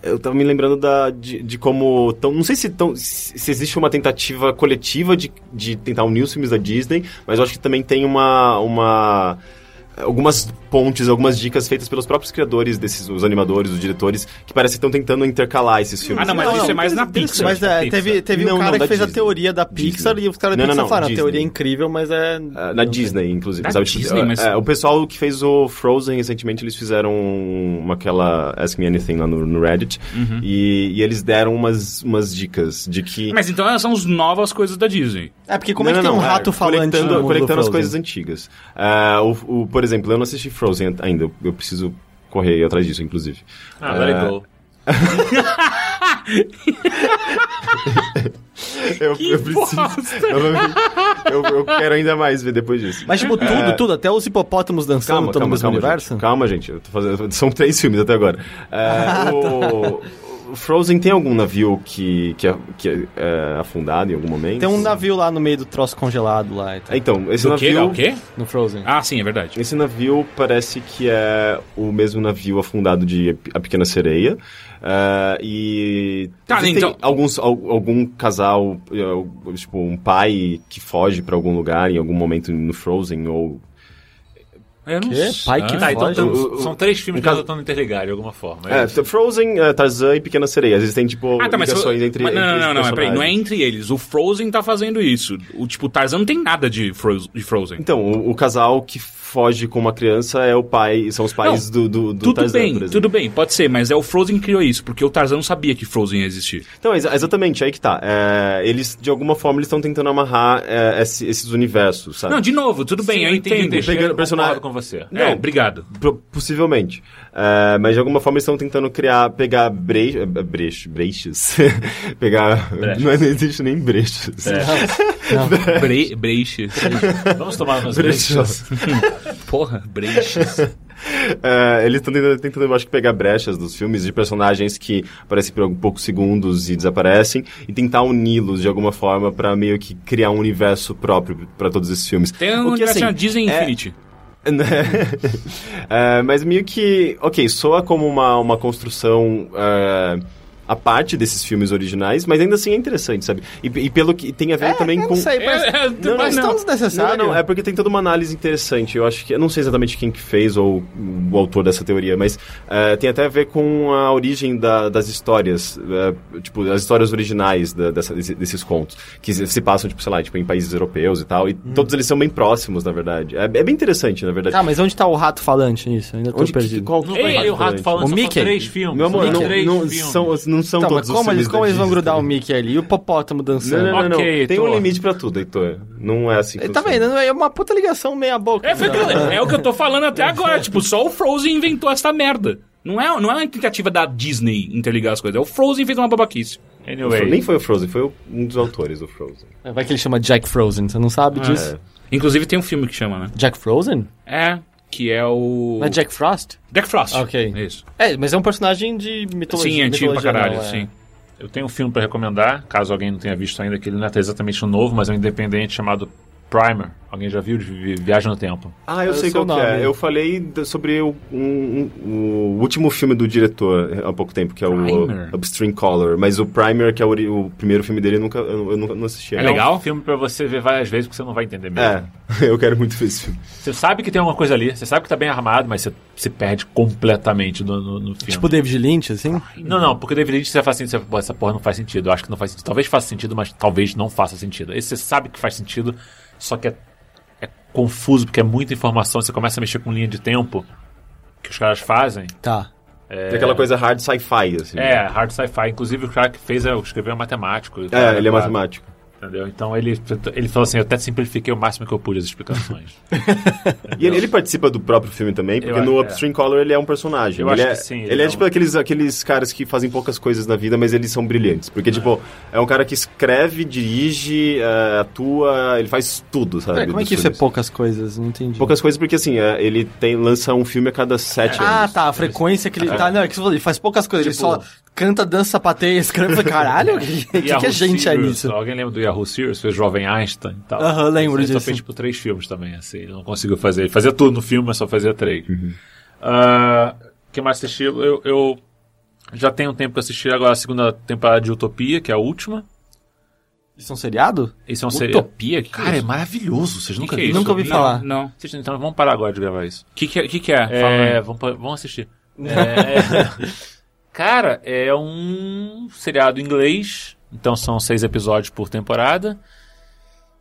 eu tava me lembrando da, de, de como. Tão, não sei se, tão, se se existe uma tentativa coletiva de, de tentar unir os filmes da Disney, mas eu acho que também tem uma. uma algumas pontes, algumas dicas feitas pelos próprios criadores desses, os animadores, os diretores, que parece que estão tentando intercalar esses filmes.
Ah, não, mas
Não,
isso é mais na
interessante,
Pixar.
Mas é,
Pixar.
teve, teve
Não,
um cara
não, da
que fez a
Disney.
teoria da
Disney.
Pixar e os caras da
Não, não,
Pixar
não,
falaram, a
Disney.
teoria é incrível, mas é...
Ah, na Disney, inclusive.
Na
sabe? Tipo,
Disney,
ah,
mas-
é, o pessoal que fez o Frozen recentemente, eles fizeram uma, aquela Ask Me Anything lá no, no Reddit.
Uhum.
E, e eles deram umas, umas dicas de que.
Mas então elas são as novas coisas da Disney.
É, porque como
Não,
é que
não,
tem um
não,
rato
é,
falante no
Conectando,
mundo do
conectando as
Frozen?
coisas antigas. Ah, o, o- por exemplo, eu não assisti Frozen ainda. eu- Eu preciso correr atrás disso, inclusive.
Ah, let
Ah,
it go.
Eu, eu preciso. Eu, eu- eu quero ainda mais ver depois disso.
Mas, tipo, tudo, tudo, até os hipopótamos dançando estão no mesmo universo?
Gente, calma, gente. Eu tô fazendo- são três filmes até agora. É, o, o Frozen tem algum navio que, que, é, que é, é, afundado em algum momento?
Tem um navio lá no meio do troço congelado lá, e tal,
tá?
É, Então, esse
Do quê? Ah,
navio.
O quê?
no Frozen.
Ah, sim, é verdade.
Esse navio parece que é o mesmo navio afundado de A Pequena Sereia. É, e.
Tá,
existem
então-
Alguns, al- algum casal, eh, tipo, um pai que foge pra algum lugar em algum momento no Frozen, ou.
Eu não
Quê?
sei.
Pai que
tá, então
foge?
tem-
O- o-
são três
no
filmes que
caso-
estão interligados de alguma forma.
É,
isso.
The Frozen, eh, Tarzan e Pequena Sereia. Às vezes tem, tipo,
Ah, tá, mas, se eu-
ligações entre,
mas não,
entre
não,
os
não, não, mas peraí, não é
personagens.
entre eles. O Frozen tá fazendo isso. O tipo, Tarzan não tem nada de, Froz- de Frozen.
Então, o, o casal que foge com uma criança é o pai, são os pais do, do, do
tudo
Tarzan,
bem,
por exemplo.
tudo bem, pode ser, mas é o Frozen que criou isso, porque o Tarzan não sabia que Frozen ia existir.
Então, exa- exatamente, aí que tá. É, eles, de alguma forma, eles estão tentando amarrar é, esse- esses universos, sabe?
Não, de novo, tudo bem,
Sim,
eu entendo.
entendi.
Pegando
Pegando
personagem-
personagem com você.
É,
Não.
obrigado.
Pro- Possivelmente. É, mas de alguma forma eles estão tentando criar, pegar brech, eh, brech, brechas. pegar.
Brechas.
Não, é- não existe nem brechas.
Bre breixas.
Vamos tomar umas brejas.
Brechas.
Porra, breixas.
É, eles estão tentando, tentando, eu acho que, pegar brechas dos filmes de personagens que aparecem por algum- poucos segundos e desaparecem e tentar uni-los de alguma forma pra meio que criar um universo próprio pra todos esses filmes.
Tem um
O que,
universo
assim,
chamado Disney
é-
Infinity.
né? É, mas meio que, ok, soa como uma, uma construção é, à parte desses filmes originais, mas ainda assim é interessante, sabe? E, e pelo que tem a ver também
Eu
com.
não sei,
É,
mas...
não,
É, mas
não.
tão
Não,
desnecessário.
não, não, é porque tem toda uma análise interessante. Eu acho que. Eu não sei exatamente quem que fez ou o autor dessa teoria, mas é, tem até a ver com a origem da- das histórias. é, tipo, as histórias originais da- dessa- desse- desses contos. Que se se passam, tipo, sei lá, tipo, em países europeus e tal. E
Hum.
todos eles são bem próximos, na verdade. É, é bem interessante, na verdade.
Tá, mas onde tá o rato falante nisso? Ainda tô
Onde- que-
perdido.
qual-
Não
qual é
veio o rato falando,
O
são só
Mickey?
três filmes.
Meu amor,
são
não,
três
não
filmes.
são, não são
Tá, mas
todos os
como
filmes
eles, como
da
eles vão
Disney.
grudar o Mickey ali? E o hipopótamo
Não,
dançando?
não, não, não.
Ok,
Tem um
Heitor.
limite pra tudo, Heitor. Não é assim que
Tá
funciona.
vendo? É uma puta ligação meia boca.
É, foi o que eu- é o que eu tô falando até agora. Tipo, só o Frozen inventou essa merda. Não é, não é uma tentativa da Disney interligar as coisas. É o Frozen fez uma babaquice.
Anyway.
né?
Nem foi o Frozen, foi o- um dos autores do Frozen.
Vai que ele chama Jack Frozen, você não sabe
É.
É.
disso?
Inclusive tem um filme que chama, né?
Jack Frozen?
É, que é o.
Não é Jack Frost?
Jack Frost.
Ok.
Isso.
É, mas é um personagem de mitologia.
sim, é antigo pra
mitologia
caralho,
não, é.
sim.
Eu tenho um filme pra recomendar, caso alguém não tenha visto ainda, que ele não é exatamente um novo, mas é um independente chamado Primer. Alguém já viu? De Vi- Viagem no Tempo.
Ah, eu,
Eu
sei
sou
qual que
nome.
é. Eu falei d- sobre o, um- um- o último filme do diretor há pouco tempo, que é o
Primer?
Upstream Color. Mas o Primer, que é o, ori- o primeiro filme dele, eu nunca, eu, eu nunca não assisti.
É legal?
um filme pra você ver várias vezes, porque você não vai entender mesmo.
É, eu quero muito ver esse filme.
Você sabe que tem alguma coisa ali, você sabe que tá bem armado, mas você se perde completamente no, no- no filme.
Tipo o David Lynch, assim?
Não, não, porque David Lynch você faz assim, você, "Pô, essa porra não faz sentido. Eu acho que não faz sentido. Talvez faça sentido, mas talvez não faça sentido. Esse você sabe que faz sentido, só que é, é confuso, porque é muita informação, você começa a mexer com linha de tempo que os caras fazem.
Tá.
Tem aquela coisa hard sci-fi, assim.
É, hard sci-fi. Inclusive o cara que fez é, escreveu é matemático.
É, ele é
Claro,
matemático.
Entendeu? Então ele, ele falou assim: eu até simplifiquei o máximo que eu pude as explicações.
E ele, ele participa do próprio filme também, porque
Eu
no
acho-
Upstream Color ele é um personagem.
Eu
ele
acho
é,
que sim,
Ele,
ele
é,
é um-
tipo aqueles, aqueles caras que fazem poucas coisas na vida, mas eles são brilhantes. Porque, tipo, é um cara que escreve, dirige, é, atua, ele faz tudo, sabe?
Pera, como é
dos
que isso é
filmes.
poucas coisas? Não entendi.
Poucas coisas porque, assim, é, ele tem, lança um filme a cada sete
Ah,
anos.
tá. A frequência que ele. Tá, não, é que você falou, ele faz poucas coisas.
Tipo-
Ele só canta, dança, pateia, escreve. Caralho, o que, que, que a
Yahoo
gente é
Serious,
nisso?
Alguém lembra do Yahoo Serious? Fez Jovem Einstein e tal.
Aham, lembro
Ele só
disso.
fez tipo três filmes também, assim. Ele não conseguiu fazer. Ele fazia tudo no filme, mas só fazia três.
Uhum.
Ah, que mais assisti? Eu, eu já tenho um tempo que assisti agora a segunda temporada de Utopia, que é a última.
Isso é um seriado?
Isso é um seriado.
Utopia? Que
Cara,
que
é maravilhoso. Vocês nunca
que é
viram?
isso?
Nunca ouvi
Não,
falar.
Não. O
Vocês- Então vamos parar agora de gravar isso.
que, que, é- que, que é? Fala aí.
É, vamos, pa- vamos assistir. É, cara, é um seriado inglês, então são seis episódios por temporada.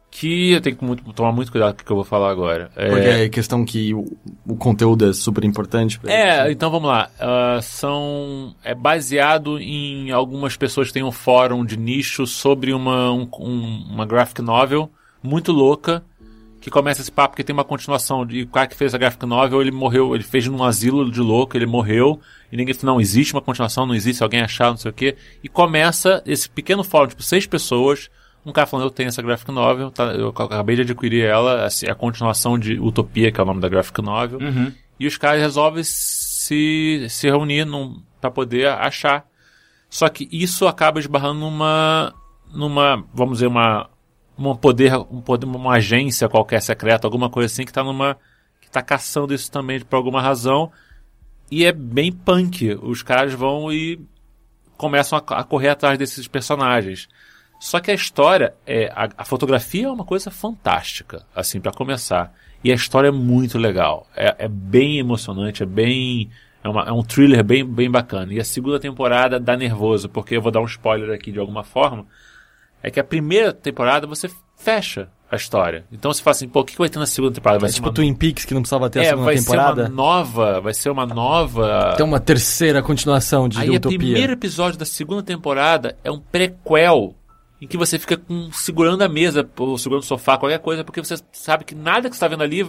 Que eu tenho que muito- tomar muito cuidado com o que eu vou falar agora. É,
Porque é questão que o, o conteúdo é super importante pra eles,
é,
né?
então vamos lá. Ah, são é baseado em algumas pessoas que têm um fórum de nicho sobre uma um- um- uma graphic novel muito louca que começa esse papo que tem uma continuação de o cara que fez a graphic novel ele morreu ele fez num asilo de louco ele morreu e ninguém não existe uma continuação não existe alguém achar não sei o quê e começa esse pequeno fórum tipo seis pessoas um cara falando, eu tenho essa graphic novel, tá, eu acabei de adquirir ela, assim, é a continuação de Utopia, que é o nome da graphic novel.
Uhum.
E os caras resolvem se, se reunir num, pra poder achar. Só que isso acaba esbarrando numa. numa. vamos dizer, uma. uma poder, um poder, uma agência qualquer secreta, alguma coisa assim, que tá numa. que tá caçando isso também por alguma razão. E é bem punk. Os caras vão e começam a, a correr atrás desses personagens. Só que a história é a, a fotografia é uma coisa fantástica, assim para começar. E a história é muito legal, é, é bem emocionante, é bem é, uma- é um thriller bem bem bacana. E a segunda temporada dá nervoso, porque eu vou dar um spoiler aqui de alguma forma. É que a primeira temporada você fecha a história. Então você fala assim, pô, o que que vai ter na segunda temporada? Vai
É
ser
tipo
uma-
Twin Peaks, que não precisava ter a
é,
segunda
vai
temporada.
ser uma nova, vai ser uma nova.
Tem uma terceira continuação de
Aí o
Utopia.
primeiro episódio da segunda temporada é um prequel em que você fica com- segurando a mesa ou segurando o sofá, qualquer coisa, porque você sabe que nada que você está vendo ali,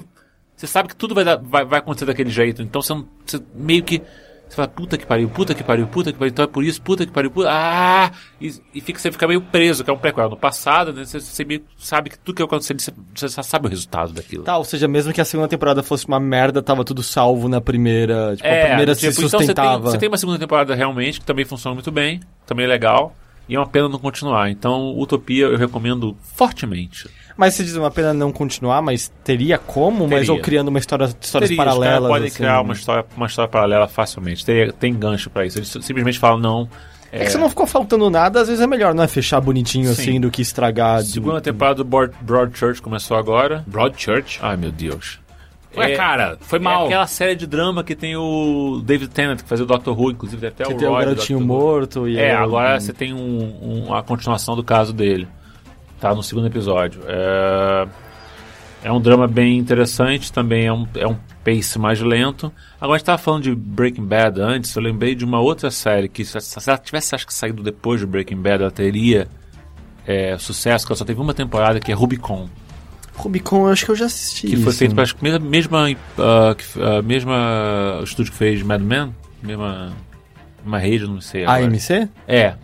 você sabe que tudo vai, dar- vai, vai acontecer daquele jeito. Então você, não- você meio que você fala puta que pariu, puta que pariu, puta que pariu, então é por isso, puta que pariu, puta, ah, e, e fica você fica meio preso, que é um prequel no passado, né? Você, você meio que sabe que tudo que aconteceu, você, você já sabe o resultado daquilo.
Tá, ou seja, mesmo que a segunda temporada fosse uma merda, tava tudo salvo na primeira. Tipo,
É,
a primeira se
tipo, então você tem-
sustentava.
você tem, uma segunda temporada realmente que também funciona muito bem, também é legal. E é uma pena não continuar. Então, Utopia eu recomendo fortemente.
Mas se diz é uma pena não continuar, mas teria como? Mas
Teria.
ou criando uma história, histórias
Teria, os caras
paralelas.
podem
assim.
criar uma história, uma história paralela facilmente. Teria- tem gancho pra isso. Eles simplesmente falam, não.
É que se não ficou faltando nada, às vezes é melhor, não é fechar bonitinho
Sim.
assim do que estragar. de-
Segunda temporada do Broad- Broadchurch começou agora.
Broadchurch?
Ai, meu Deus.
Ué, cara, foi mal.
É aquela série de drama que tem o David Tennant, que fazia o Doctor Who, inclusive tem até
Que
o
tem o
Roy do
garotinho
Doctor Who.
morto e.
É,
aí-
agora você tem um, um- a continuação do caso dele. Tá no segundo episódio. É, é um drama bem interessante, também é um, é um pace mais lento. Agora a gente tava falando de Breaking Bad antes, eu lembrei de uma outra série que se se ela tivesse acho que saído depois de Breaking Bad, ela teria é, sucesso, que ela só teve uma temporada, que é Rubicon
Rubicon, eu acho que eu já assisti.
que foi
isso.
feito pela mesma mesma, ah, que, ah, mesma estúdio que fez Mad Men, mesma uma rede, não sei. agora.
AMC?
É.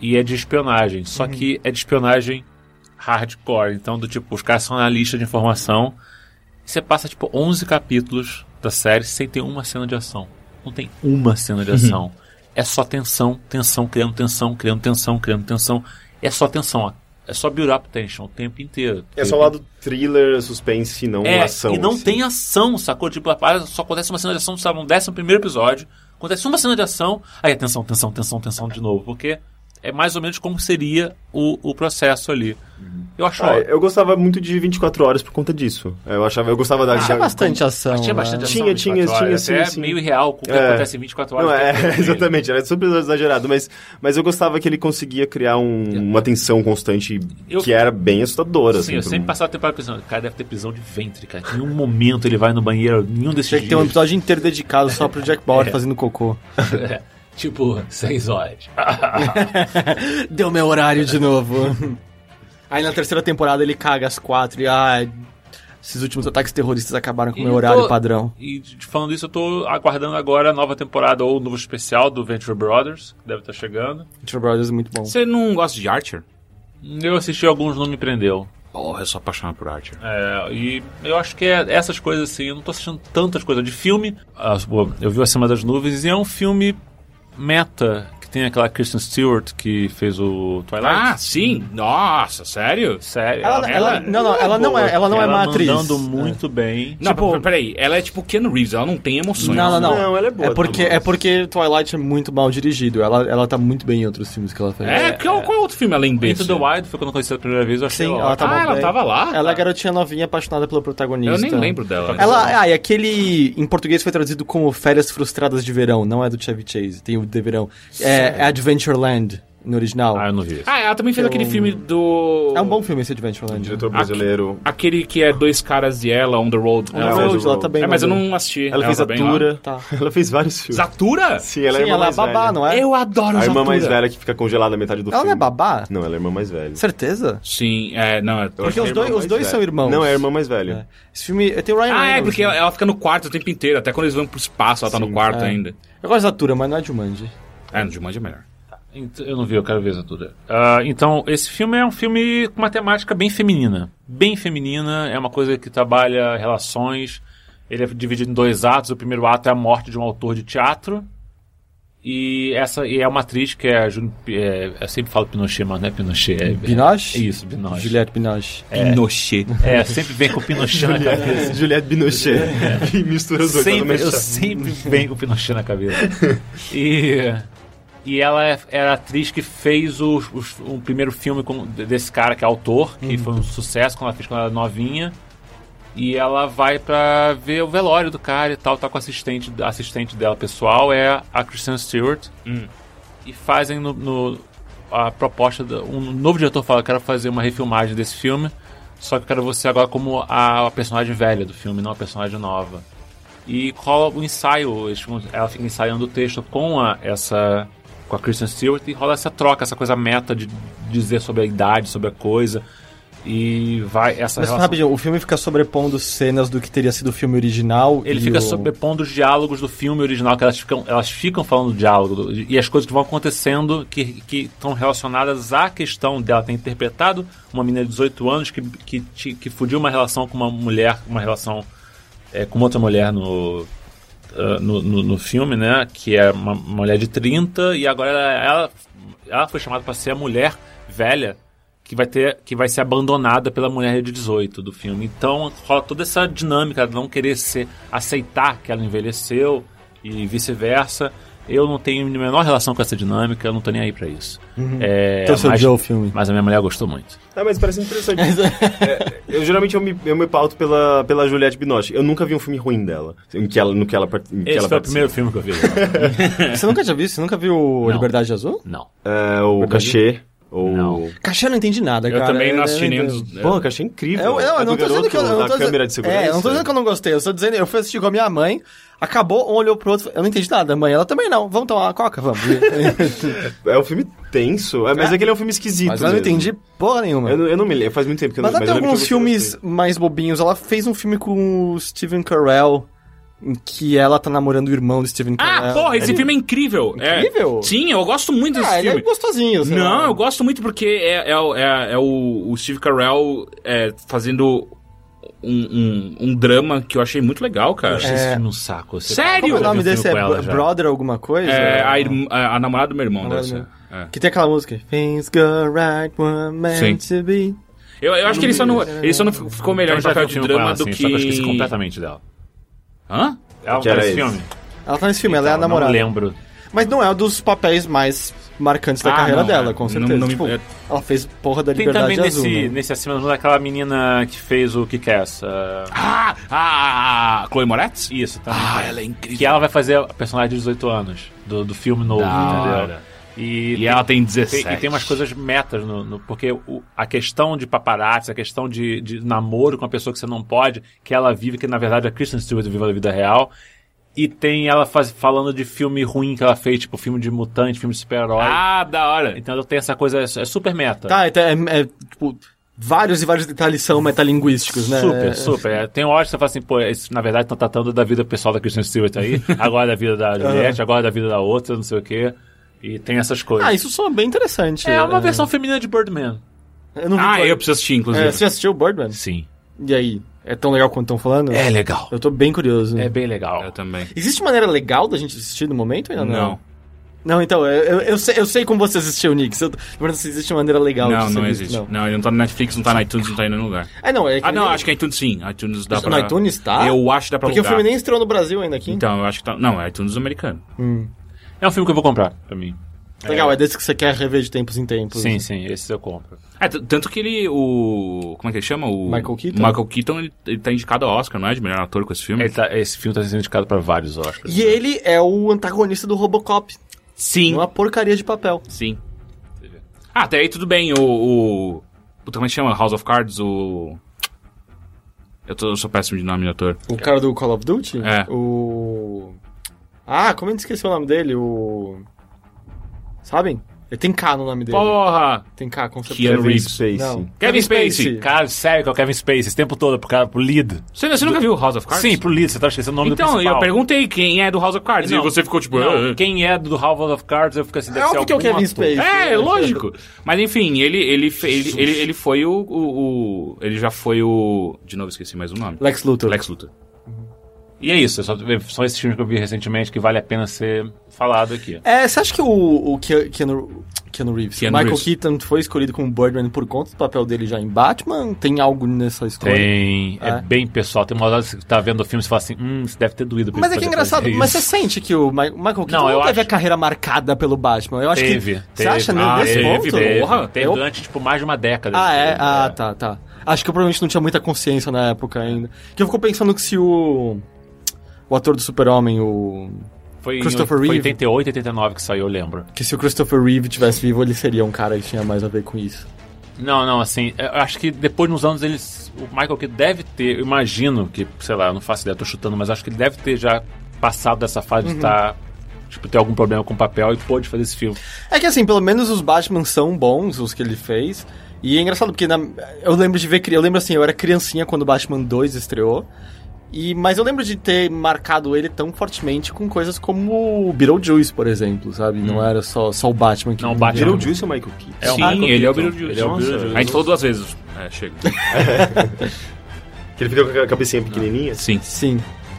E é de espionagem. Só que é de espionagem hardcore. Então, do tipo, os caras são na lista de informação. E você passa, tipo, 11 capítulos da série sem ter uma cena de ação. Não tem uma cena de ação. É só tensão, tensão, criando tensão, criando tensão, criando tensão. É só tensão. ó. É só build up tension o tempo inteiro.
É só o lado thriller, suspense, não
É,
ação.
e não
assim.
tem ação, sacou? Tipo, a parada só acontece uma cena de ação, sabe, no décimo primeiro episódio. Acontece uma cena de ação, aí é tensão, tensão, tensão, tensão de novo. Porque é mais ou menos como seria o, o processo ali. Eu acho...
Ah, eu gostava muito de 24 hohoras por conta disso. Eu achava, eu gostava da.
Ah, Tinha bastante ação.
tinha
né?
bastante
Tinha,
ação em
tinha,
24
tinha,
horas.
sim,
Até
sim.
meio real, o que
É.
acontece em 24 horas.
Não,
tem que ter
é,
meio.
exatamente, era super exagerado, mas, mas eu gostava que ele conseguia criar um- uma tensão constante
Eu-
que era bem assustadora. assim,
Sim, eu
pra
sempre
mim.
passava tempo na prisão. O cara deve ter prisão de ventre, cara. Em nenhum momento ele vai no banheiro, nenhum desses
Tinha que ter um
dias.
episódio inteiro dedicado só pro Jack
É.
Bauer fazendo cocô.
Tipo, seis horas.
Deu meu horário de novo. Aí na terceira temporada ele caga as quatro e ah, esses últimos ataques terroristas acabaram com o meu
Eu
horário
tô-
padrão.
E de- falando isso, eu tô aguardando agora a nova temporada ou o novo especial do Venture Brothers, que deve estar chegando.
True Brothers é muito bom.
Você não gosta de Archer?
Eu assisti alguns, não me prendeu.
Porra, eu sou apaixonado por Archer.
É, e eu acho que é essas coisas assim, eu não tô assistindo tantas coisas de filme. Ah, pô, Eu vi o Acima das Nuvens e é um filme meta, que tem aquela Kristen Stewart que fez o Twilight.
Ah, sim? Nossa, sério?
É Sério.
Ela, ela-
ela-
não, não, ela não é, ela não é uma atriz.
mandando muito bem.
Não,
Tipo-
pe- peraí, ela é tipo Ken Reeves, ela não tem emoções.
Não, não, não.
Não, ela é boa,
porque,
tá bom.
é porque Twilight é muito mal dirigido. Ela, ela tá muito bem em outros filmes que ela fez.
É, que- qual é outro filme além
Into
desse?
the Wild foi quando eu conheci a primeira vez, eu achei
Sim,
ótimo.
ela tá
ah,
bom,
ela
bem.
tava lá?
Ela é garotinha novinha apaixonada pelo protagonista.
Eu nem lembro dela.
Ela, ah, e aquele em português foi traduzido como Férias Frustradas de Verão, não é do Chevy Chase, tem o de verão. É, é Adventureland no original.
Ah, eu não vi.
Ah, ela também fez aquele filme do...
É um bom filme esse Adventureland.
Diretor brasileiro.
Aquele que é dois caras e ela, On the Road.
Ela
Ela
fez
fez
ela
o-
tá bem
É, mas eu
madura.
não assisti.
Ela fez
tá bem lá?
Atura.
Tá.
Ela fez vários filmes.
Zatura?
Sim, ela é a
Sim,
irmã
ela é
mais
babá,
velha.
não é?
Eu adoro
A irmã
Zatura.
mais velha que fica congelada na metade do
Ela
filme.
não é babá?
Não, ela é a irmã mais velha.
Certeza?
Sim, é, não... é-
Porque os
É a irmã
dois, os
mais
dois
velha.
são irmãos.
Não, é a irmã mais velha.
Esse filme tem o Ryan
Ah, é,
Reynolds,
porque
né?
ela, ela fica no quarto o tempo inteiro, até quando eles vão pro espaço, ela tá no quarto
é.
ainda.
Eu gosto da Tura, mas não é Jumanji.
É, no Jumanji é melhor.
Ent- Eu não vi, eu quero ver essa tudo. Ah, então, esse filme é um filme com uma temática bem feminina. Bem feminina, é uma coisa que trabalha relações. Ele é dividido em dois atos. O primeiro ato é a morte de um autor de teatro. E essa e é uma atriz que é, a Juni- é. Eu sempre falo Pinochet, mas não é Pinochet. É,
Binoche?
É isso, Pinochet.
Juliette Binoche.
Pinochet.
É, sempre vem com Pinochet né? na
É.
cabeça.
É. Juliette Binochet. E mistura os dois. pra não
Sempre, eu
mexer.
sempre venho com o Pinochet na cabeça. E, E ela é- era a atriz que fez os- os- o primeiro filme com- desse cara, que é autor, que foi um sucesso quando ela fez quando ela era novinha. E ela vai pra ver o velório do cara e tal, tá com a assistente, a assistente dela pessoal, é a Kristen Stewart. E fazem no, no- a proposta, da- um novo diretor fala, eu quero fazer uma refilmagem desse filme, só que eu quero você agora como a, a personagem velha do filme, não a personagem nova. E rola o ensaio, eles ficam- ela fica ensaiando o texto com a, essa com a Kristen Stewart e rola essa troca, essa coisa meta de dizer sobre a idade, sobre a coisa. E vai essa
Mas
relação...
rapidinho, o filme fica sobrepondo cenas do que teria sido o filme original.
Ele
e
fica
o-
sobrepondo os diálogos do filme original, que elas ficam, elas ficam falando do diálogo do- e as coisas que vão acontecendo que que estão relacionadas à questão dela ter interpretado uma menina de 18 anos que, que, ti- que fudiu uma relação com uma mulher, uma relação é, com outra mulher no, ah, no, no- no filme, né? Que é uma mulher de 30 e agora ela, ela, ela foi chamada para ser a mulher velha que vai ter que vai ser abandonada pela mulher de 18 do filme. Então rola toda essa dinâmica de não querer ser, aceitar que ela envelheceu e vice-versa. Eu não tenho a menor relação com essa dinâmica, eu não tô nem aí pra isso. É,
Então você
mas,
odiou o filme.
mas a minha mulher gostou muito.
Ah, mas parece interessante. É, eu geralmente eu me, eu me pauto pela, pela Juliette Binoche. Eu nunca vi um filme ruim dela, em que ela, no que ela, par- em que
Esse
ela
foi o
participa.
primeiro filme que eu vi.
Você nunca já viu? Você nunca viu o
Não.
Liberdade Azul?
não.
É, o cachê, ou...
Não.
Cachê eu não entendi nada,
Eu
cara.
também não assisti
eu
nenhum
entendo.
dos.
Pô, o cachê é incrível.
Eu, eu,
É
eu não
do
tô dizendo que eu, eu
garoto
não tô
da
dizendo-
câmera de segurança.
É, eu não tô dizendo que eu não gostei. Eu tô dizendo, eu fui assistir com a minha mãe, acabou, um olhou pro outro, eu não entendi nada. Mãe, ela também não. Vamos tomar uma coca, vamos.
É um filme tenso, é, mas aquele é um filme esquisito
mas eu não
mesmo.
entendi porra nenhuma.
Eu não, eu não me lembro, faz muito tempo que eu
Mas
não
ela
eu
tem
lembro que eu
alguns
gostei
filmes
bastante.
mais bobinhos. Ela fez um filme com o Steven Carell, em que ela tá namorando o irmão do Steven Carell.
Ah, porra, esse filme é incrível. É.
Incrível?
Sim, eu gosto muito desse
Ah, ele
filme.
é gostosinho. sei
Não,
lá.
eu gosto muito porque é, é, o- é- é o, o Steve Carell é, fazendo um, um, um drama que eu achei muito legal,
Eu
cara.
achei esse filme um saco. Eu sei-
Sério?
Qual que é o
Eu vi
nome
um filme
desse? É
com ela
Bro-
já.
Brother alguma coisa?
É, a, irm- a- a namorada do meu irmão
Namorada
deve
do
ser. É.
Que tem aquela música. Things go right, one man
Sim.
to be.
Eu, eu acho que ele só não, ele só não fi- ficou melhor
Eu
no
já vi
papel
um
de
filme com
drama
ela,
do
assim,
que.
Só que eu esqueci completamente dela.
Hã?
Ela
Que era
tá nesse
esse?
filme.
Ela tá nesse filme, ela é a
Então,
namorada.
Não lembro.
Mas não é um dos papéis mais marcantes da
Ah,
carreira
não,
dela,
é.
com
Não-
certeza.
não me-
Tipo,
é.
Ela fez porra da
Tem
Liberdade
também
Azul.
nesse,
né?
nesse acima do mundo aquela menina que fez o que é quer
Ah, a, a Chloe Moretz?
Isso, também.
Ah, ela é incrível.
Que ela vai fazer a personagem de 18 anos, do, do filme novo,
Da
entendeu?
hora.
E,
E ela tem 17.
tem, e tem umas coisas metas, no, no- porque o- a questão de paparazzi, a questão de, de namoro com a pessoa que você não pode, que ela vive, que na verdade a Kristen Stewart vive a vida real. E tem ela faz- falando de filme ruim que ela fez, tipo filme de mutante, filme de super-herói.
Ah, da hora.
Então ela tem essa coisa, é, é super meta.
Tá, então é, é, tipo, vários e vários detalhes são metalinguísticos, né?
Super,
É-
super. É, Tem horas que você fala assim, pô, isso, na verdade estão tratando da vida pessoal da Kristen Stewart aí, agora da vida da Juliette, agora da vida da outra, não sei o quê. E tem essas coisas.
Ah, isso soa bem interessante.
é uma versão feminina de Birdman.
Eu não vi
Ah,
Bird-
eu preciso assistir,
É,
inclusive.
você já assistiu Birdman?
Sim.
E aí? É tão legal quanto estão falando?
É legal.
Eu tô bem curioso.
É bem legal.
Eu também.
Existe maneira legal da gente assistir no momento ainda não?
Não.
Não, então, eu, eu, eu sei, eu sei como você assistiu, Nix. Eu tô perguntando se existe maneira legal de
Não,
ser
não
visto,
existe. Não, ele não tá no Netflix, não tá na iTunes, não tá em nenhum lugar.
É, não, é que
Ah, não,
nem-
acho que iTunes sim. iTunes dá
No
pra...
iTunes tá?
Eu acho que dá pra
Porque o
alugar.
filme nem estreou no Brasil ainda aqui.
Então, eu acho que tá... Não, é iTunes americano.
É um filme que eu vou comprar pra mim.
Legal, é desse que você quer rever de tempos em tempos.
Sim, sim, esse eu compro.
É, t- tanto que ele... O... Como é que ele chama? O...
Michael Keaton?
Michael Keaton, ele, ele tá indicado ao Oscar, não é? De melhor ator com esse filme.
Ele tá- esse filme tá sendo indicado pra vários Oscars.
E ele é o antagonista do Robocop.
Sim.
Uma porcaria de papel.
Sim. Ah, até aí tudo bem. O... o... Puta, como é que chama? House of Cards? O... Eu, tô, eu sou péssimo de nome de ator.
O cara do Call of Duty?
É.
O. Ah, como a gente esqueceu o nome dele? O. Sabem? Ele tem K no nome dele.
Porra!
Tem K, com certeza.
Keanu Reeves.
Space.
Não.
Kevin Spacey.
Cara, sério que é o Kevin Spacey, esse tempo todo, pro, cara, pro lead.
Você, você nunca viu House of Cards?
Sim, pro lead, você tá esquecendo o nome do
Então,
principal.
eu perguntei quem é do House of Cards.
Não.
E você ficou tipo...
Não,
"Ah, ah."
quem é do House of Cards, eu fico assim, deve
É
ser
óbvio que é o
algum
Kevin
ator.
Spacey.
É, lógico. Mas enfim, ele, ele, fe- ele, ele, ele foi o, o- o- Ele já foi o. De novo, esqueci mais o nome.
Lex Luthor.
Lex Luthor.
E é isso, é só, são esses filmes que eu vi recentemente que vale a pena ser falado aqui.
É, você acha que o, o Ke- Keanu, Keanu Reeves,
Keanu
Michael
Reeves.
Keaton foi escolhido como Birdman por conta do papel dele já em Batman? Tem algo nessa escolha?
Tem. É.
É.
bem pessoal. Tem umas horas que você tá vendo o filme e você fala assim, hum, isso deve ter doído. pra
Mas
ele
é que é
fazer-
engraçado,
fazer
mas
isso."
você sente que o Mi- Michael Keaton
Não,
não,
eu
teve
acho-
a carreira marcada pelo Batman. Eu acho
Teve,
que.
teve.
Você acha, né?
Ah,
Nesse
teve,
ponto?
teve.
Porra,
Teve
eu-
durante, tipo, mais de uma década.
Ah, é? Ah,
É.
tá, tá. Acho que eu provavelmente não tinha muita consciência na época ainda. Que eu fico pensando que se o. O ator do Super-Homem, o.
Foi
Christopher
em, foi em
Reeve.
88, 89 que saiu, eu lembro.
Que se o Christopher Reeve tivesse vivo, ele seria um cara que tinha mais a ver com isso.
Não, não, assim, eu acho que depois de uns anos eles. O Michael que deve ter, eu imagino que, sei lá, eu não faço ideia, tô chutando, mas acho que ele deve ter já passado dessa fase
Uhum.
de estar. tipo, ter algum problema com o papel e pôde fazer esse filme.
É que assim, pelo menos os Batman são bons, os que ele fez. E é engraçado porque na- eu lembro de ver, cri- eu lembro assim, eu era criancinha quando o Batman 2 estreou. E mas eu lembro de ter marcado ele tão fortemente com coisas como o Beetlejuice, por exemplo, sabe? Não era só só o Batman que
Hum. Não, o Batman.
Beetlejuice é o Michael Keaton.
É o
Sim,
Michael
ele é o
Keaton.
Beetlejuice.
Ele é o
Nossa.
Beetlejuice.
A gente falou duas vezes. É, chega.
Que ele fica com a cabecinha pequenininha.
Sim.
Sim.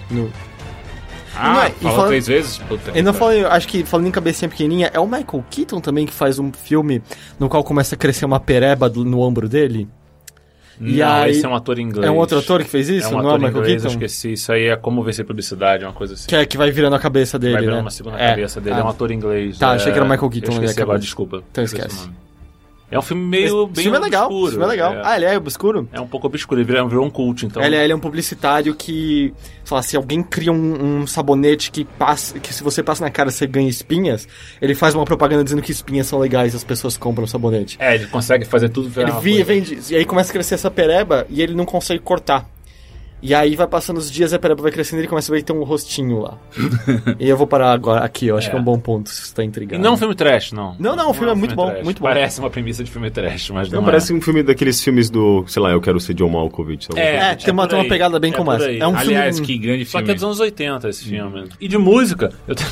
No-
Ah,
Não, é, e
falou
falando-
três vezes? Puta.
Eu não falei, acho que falando em cabecinha pequenininha, é o Michael Keaton também que faz um filme no qual começa a crescer uma pereba do- no ombro dele? E
não,
aí-
esse é um ator inglês.
É um outro ator que fez isso?
É um
não é o
ator
Michael
inglês, eu
Keaton?
esqueci. Isso aí é como vencer publicidade, é uma coisa assim.
Que é que vai virando a cabeça dele,
Vai virar
né?
uma segunda
É.
cabeça dele.
Ah,
É um ator inglês.
Tá,
é...
achei que era Michael Keaton,
Eu
né,
esqueci
acabou.
agora, desculpa.
Então
Esqueci
esquece.
o nome. É um filme
Esse
meio bem
filme é legal,
obscuro.
esse filme é legal.
É,
Ah, ele é obscuro?
é um pouco obscuro, ele virou, virou um cult, então.
Ele, é- ele é um publicitário que, sei lá, se alguém cria um, um sabonete que passa, que se você passa na cara você ganha espinhas, ele faz uma propaganda dizendo que espinhas são legais e as pessoas compram sabonete.
É, ele consegue fazer tudo virar
Ele
uma
via,
coisa.
vende isso. E aí começa a crescer essa pereba e ele não consegue cortar. E aí vai passando os dias, a pereba vai crescendo e ele começa a ver que tem um rostinho lá. e eu vou parar agora aqui, eu acho
É.
que é um bom ponto, se você tá
E
intrigado.
não é um filme trash, não.
Não, não, o filme é muito bom,
trash.
muito bom.
Parece uma premissa de filme trash, mas não, é.
Não,
é.
parece um filme daqueles filmes do, sei lá, eu quero ser John Malkovich. alguma
É,
coisa.
É, tem uma,
por
tem uma
aí,
pegada bem
é
como
por
essa.
aí.
É um
Aliás,
filme...
que grande
Só que é
filme.
dos anos 80 esse filme. E de música, eu tenho...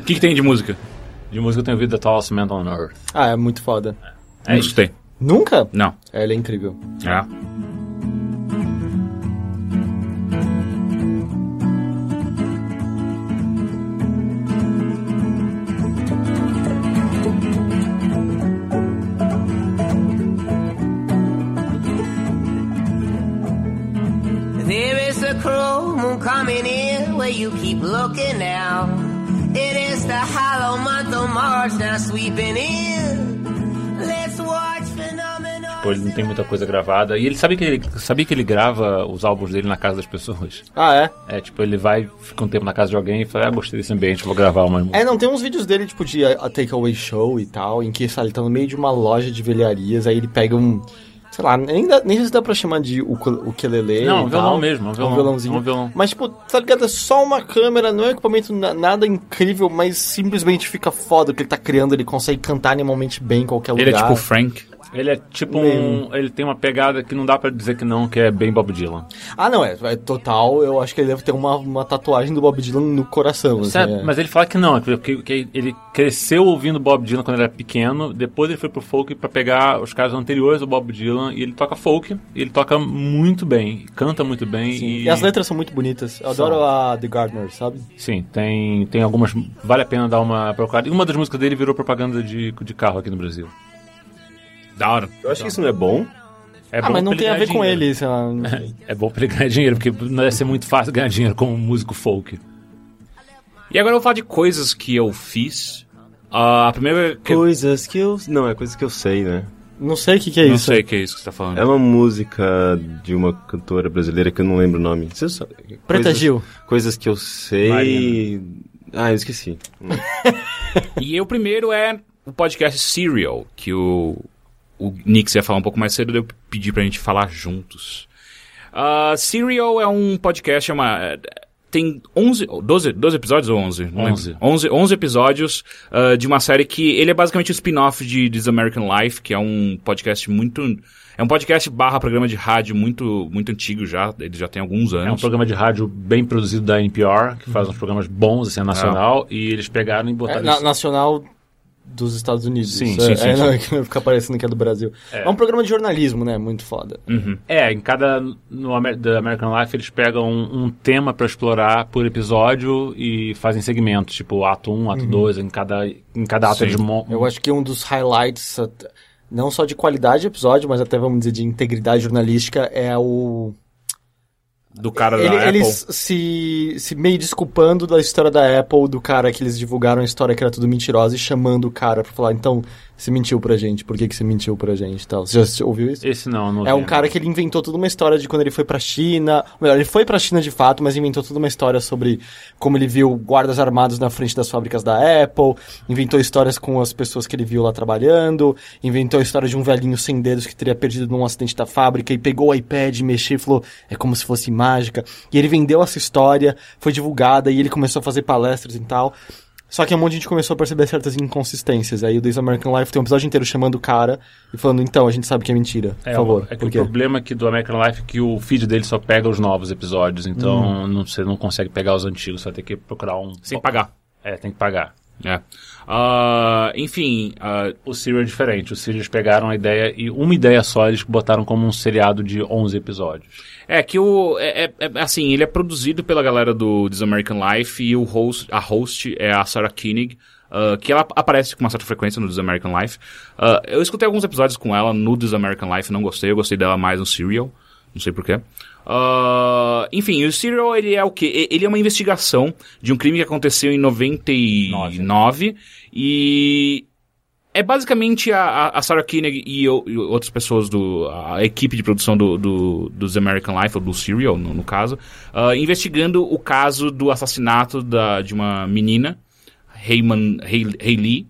O que, que tem de música?
de música eu tenho ouvido The Tallest Man on Earth.
Ah, é muito foda. É
não escutei.
Nunca?
Não.
É, ele é incrível.
Ah.
There is a cruel moon coming in where you keep looking now. It is the hollow month of March now sweeping in. Let's watch phenomenon.
Pô, ele não tem muita coisa gravada. E ele sabia que ele, sabia que ele grava os álbuns dele na casa das pessoas.
Ah, é?
É, tipo, ele vai, fica um tempo na casa de alguém e fala, ah, gostei desse ambiente, vou gravar uma música.
É, não, tem uns vídeos dele, tipo, de a, a takeaway show e tal, em que, sabe, ele tá no meio de uma loja de velharias, aí ele pega um... Sei lá, nem, dá- nem sei se dá pra chamar de ucu- ukulele
Não,
e
um violão
tal.
mesmo, um violão,
Um violãozinho.
um violão.
Mas, tipo, tá ligado? É só uma câmera, não é um equipamento na- nada incrível, mas simplesmente fica foda o que ele tá criando, ele consegue cantar animalmente bem em qualquer
Ele é
lugar.
tipo o Frank.
Ele é tipo um... Ele tem uma pegada que não dá pra dizer que não, que é bem Bob Dylan.
Ah, não, é, é total, eu acho que ele deve ter uma, uma tatuagem do Bob Dylan no coração, assim,
Certo,
é.
Mas ele fala que não, é porque que ele cresceu ouvindo Bob Dylan quando ele era pequeno, depois ele foi pro folk pra pegar os caras anteriores do Bob Dylan, e ele toca folk, e ele toca muito bem, canta muito bem. E,
E as letras são muito bonitas. Eu adoro a The Gardner, sabe?
Sim, tem, tem algumas. Vale a pena dar uma procurada. E uma das músicas dele virou propaganda de, de carro aqui no Brasil.
Da hora.
Eu acho que isso não é bom.
É
ah,
bom
mas não
pra
tem a
ganhar
ver com
dinheiro.
ele, sei lá.
É bom pra ele ganhar dinheiro, porque não deve ser muito fácil ganhar dinheiro como um músico folk.
E agora eu vou falar de coisas que eu fiz. Ah, a primeira que eu
Coisas que eu. Não, é coisa que eu sei, né?
Não sei o que, que é
não
isso.
sei o que é isso que você tá falando.
É uma música de uma cantora brasileira que eu não lembro o nome. Você sabe?
Preta
Coisas-
Gil.
Coisas que eu sei.
Marina.
Ah, eu esqueci.
E o primeiro é o podcast Serial, que o, o Nix ia falar um pouco mais cedo, eu pedi pra gente falar juntos. Ah, Serial é um podcast, é uma, tem 11, ou 12, 12 episódios ou 11? Não lembro.
11.
11, 11 episódios ah, de uma série que ele é basicamente um spin-off de This American Life, que é um podcast muito... É um podcast barra programa de rádio muito, muito antigo já, ele já tem alguns anos.
É um programa de rádio bem produzido
Ah.
da NPR, que faz uns programas bons, assim, nacional, e eles pegaram e
É,
botaram.
na- nacional dos Estados Unidos.
Sim,
é,
sim, sim, sim.
é, não, é que vai ficar parecendo que é do Brasil. É. um programa de jornalismo, né? Muito foda.
Uhum.
É, em cada. No Amer- da American Life eles pegam um, um tema pra explorar por episódio e fazem segmentos, tipo ato 1, ato 2, em cada, em cada ato
Uhum. Sim.
eles mon-
Eu acho que um dos highlights, at- não só de qualidade de episódio, mas até vamos dizer de integridade jornalística, é o.
Do cara
Ele-
da Apple.
eles se, se meio desculpando da história da Apple, do cara que eles divulgaram a história que era tudo mentirosa e chamando o cara pra falar: então, você mentiu pra gente, por que, que você mentiu pra gente e tal. Você já ouviu isso?
Esse não, não
É um
vi.
cara que ele inventou toda uma história de quando ele foi pra China. ou Melhor, ele foi pra China de fato, mas inventou toda uma história sobre como ele viu guardas armados na frente das fábricas da Apple. Inventou histórias com as pessoas que ele viu lá trabalhando. Inventou a história de um velhinho sem dedos que teria perdido num acidente da fábrica e pegou o iPad, mexeu e falou: é como se fosse mágica. E ele vendeu essa história, foi divulgada e ele começou a fazer palestras e tal. Só que um monte de gente começou a perceber certas inconsistências. Aí o This American Life tem um episódio inteiro chamando o cara e falando, então, a gente sabe que é mentira.
É,
por favor.
o- É que
por
o
quê?
problema aqui do American Life é que o feed dele só pega os novos episódios, então não, você não consegue pegar os antigos, você vai ter que procurar um.
Uhum. Sem pagar.
É, tem que pagar.
É. Ah, enfim, ah,
O Serial é diferente. Os Sirius pegaram a ideia e uma ideia só eles botaram como um seriado de 11 episódios.
É que o. É, é- é- assim, ele é produzido pela galera do This American Life e o host, a host é a Sarah Koenig. ah, que ela aparece com uma certa frequência no This American Life. Ah, eu escutei alguns episódios com ela no This American Life, não gostei. Eu gostei dela mais no Serial, não sei porquê. Ah, enfim, o Serial, ele é o quê? E- Ele é uma investigação de um crime que aconteceu em 99. E é basicamente a, a- a Sarah Koenig e, o- e outras pessoas do... A equipe de produção do, do, dos American Life, ou do Serial, no, no caso, ah, investigando o caso do assassinato da, de uma menina, Heyman, Hey- Hayley,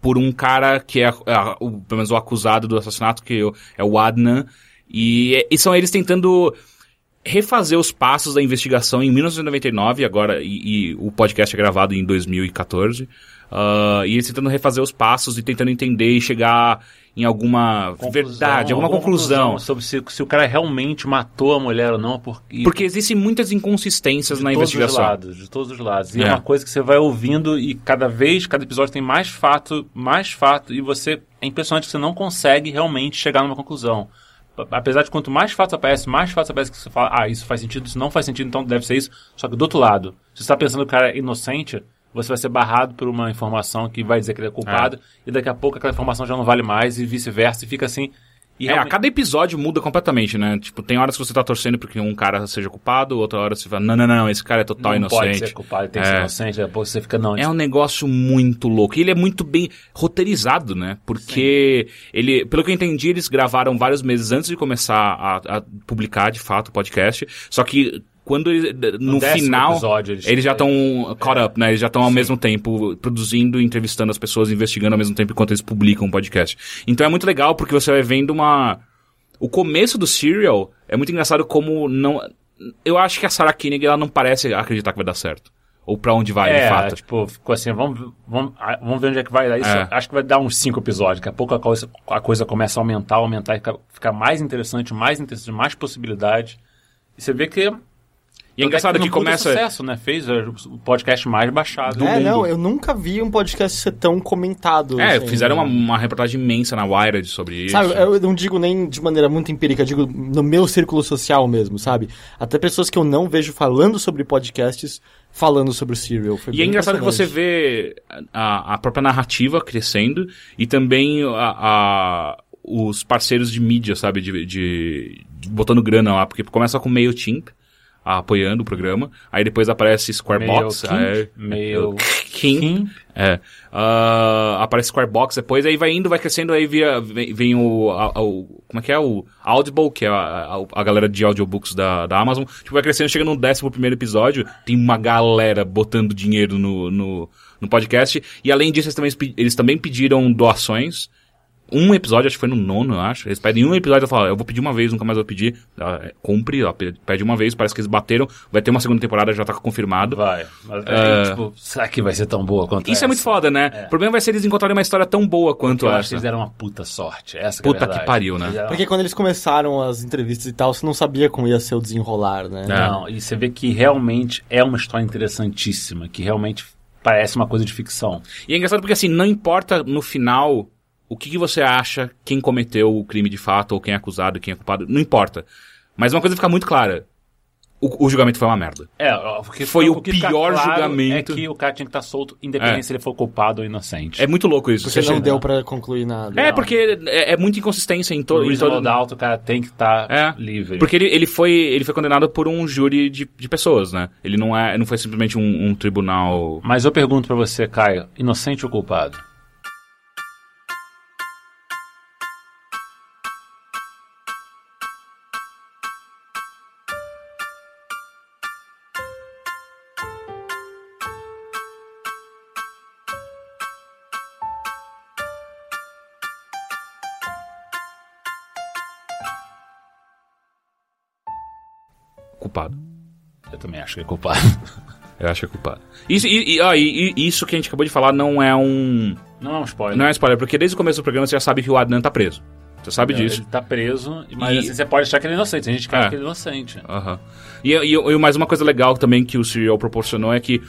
por um cara que é, ah, o- pelo menos o acusado do assassinato, que é o- é o Adnan. E, é- e são eles tentando refazer os passos da investigação em 1999, agora, e, e o podcast é gravado em 2014. ah, e eles tentando refazer os passos e tentando entender e chegar em alguma verdade, alguma, conclusão.
Sobre se, se o cara realmente matou a mulher ou não, porque.
Porque existem muitas inconsistências na
de todos os
investigação.
lados, de todos os lados. E é.
É.
uma coisa que você vai ouvindo e cada vez, cada episódio tem mais fato, mais fato, e você. É impressionante que você não consegue realmente chegar numa conclusão. A- Apesar de quanto mais fatos aparece, mais fatos aparece que você fala, ah, isso faz sentido, isso não faz sentido, então deve ser isso. Só que do outro lado, se você está pensando que o cara é inocente, você vai ser barrado por uma informação que vai dizer que ele é culpado, e daqui a pouco aquela informação já não vale mais, e vice-versa, e fica assim.
É,
E
a
realmente-
cada episódio muda completamente, né? Tipo, tem horas que você tá torcendo porque um cara seja culpado, outra hora você fala, não, não, não, esse cara é total
não pode
inocente.
ser culpado, tem que ser
É.
inocente, daqui a pouco você fica, não,
É um negócio muito louco. E ele é muito bem roteirizado, né? Porque ele, pelo que eu entendi, eles gravaram vários meses antes de começar a, a publicar, de fato, o podcast. Só que quando ele- no
décimo
final
episódio, eles-
eles, já estão caught up, né? Eles já estão ao mesmo tempo produzindo, entrevistando as pessoas, investigando ao mesmo tempo enquanto eles publicam o podcast. Então é muito legal porque você vai vendo uma o começo do Serial é muito engraçado como não eu acho que a Sarah Koenig ela não parece acreditar que vai dar certo. Ou pra onde vai,
é,
de fato.
tipo, ficou assim, vamos, vamos, ah, vamos ver onde é que vai dar isso.
É.
Acho que vai dar uns cinco episódios. Daqui a pouco a coisa, a coisa começa a aumentar, aumentar, e fica, fica mais interessante, mais interessante, mais possibilidade. E você vê que...
E é engraçado que
no puta
começa.
sucesso, né? Fez é, o podcast mais baixado do
é,
mundo.
não, eu nunca vi um podcast ser tão comentado.
É,
assim.
fizeram uma, uma reportagem imensa na Wired sobre isso.
Sabe, é eu não digo nem de maneira muito empírica, eu digo no meu círculo social mesmo, sabe? Até pessoas que eu não vejo falando sobre podcasts, falando sobre o Serial. Foi
E é
bem
engraçado que você
impressionante.
vê a, a própria narrativa crescendo e também a, a- os parceiros de mídia, sabe, de, de- de- botando grana lá, porque começa com MailChimp ah, apoiando o programa, aí depois aparece Squarebox, é,
Meio...
aí-
meio...
Kim, é. Ah, aparece Squarebox depois, aí vai indo, vai crescendo, aí via- vem, vem o, a- o- Como é que é? O Audible, que é a, a- a galera de audiobooks da, da Amazon. Tipo, vai crescendo, chega no décimo primeiro episódio, tem uma galera botando dinheiro no, no, no podcast. E além disso, eles também, pe- eles também pediram doações. Um episódio, acho que foi no nono, eu acho. Eles pedem um episódio e falam, eu vou pedir uma vez, nunca mais vou pedir. Ah, é, Cumpre, ó, pe- pede uma vez, parece que eles bateram. Vai ter uma segunda temporada, já tá confirmado.
Vai. Mas,
É.
aí, tipo, será que vai ser tão boa quanto
Isso é muito
essa?
foda, né? O problema vai ser eles encontrarem uma história tão boa quanto
Eu acho que
essa.
eles deram uma puta sorte. Essa que é a
Puta que
verdade.
pariu,
Eles
né?
deram-
Porque quando eles começaram as entrevistas e tal, você não sabia como ia ser o desenrolar, né?
É.
Não, e você vê que realmente é uma história interessantíssima, que realmente parece uma coisa de ficção.
E é engraçado porque, assim, não importa no final o que, que você acha, quem cometeu o crime de fato, ou quem é acusado, quem é culpado, não importa. Mas uma coisa fica muito clara. O, o julgamento foi uma merda.
É, o que
Foi o
que fica
pior
claro
julgamento.
É que o cara tinha que estar solto, independente
É.
se ele for culpado ou inocente.
É muito louco isso.
Porque
Você
não
chega-
deu pra concluir nada.
É, porque é, é muita inconsistência em,
o
to, em todo...
reasonable doubt, o cara tem que estar
É,
livre.
Porque ele, ele, foi, ele foi condenado por um júri de, de pessoas, né? Ele não, é, não foi simplesmente um, um tribunal.
Mas eu pergunto pra você, Caio, inocente ou culpado?
Culpado.
Eu também acho que é culpado.
Eu acho que é culpado. Isso, e, e- ó, e- e isso que a gente acabou de falar não é um.
Não é um spoiler.
Não é spoiler, porque desde o começo do programa você já sabe que o Adnan tá preso. Você sabe disso.
Ele tá preso, mas
E-
assim, você pode achar que ele é inocente. Tem gente que acha
É.
que ele é inocente.
Aham. E, e, e mais uma coisa legal também que o Serial proporcionou é que,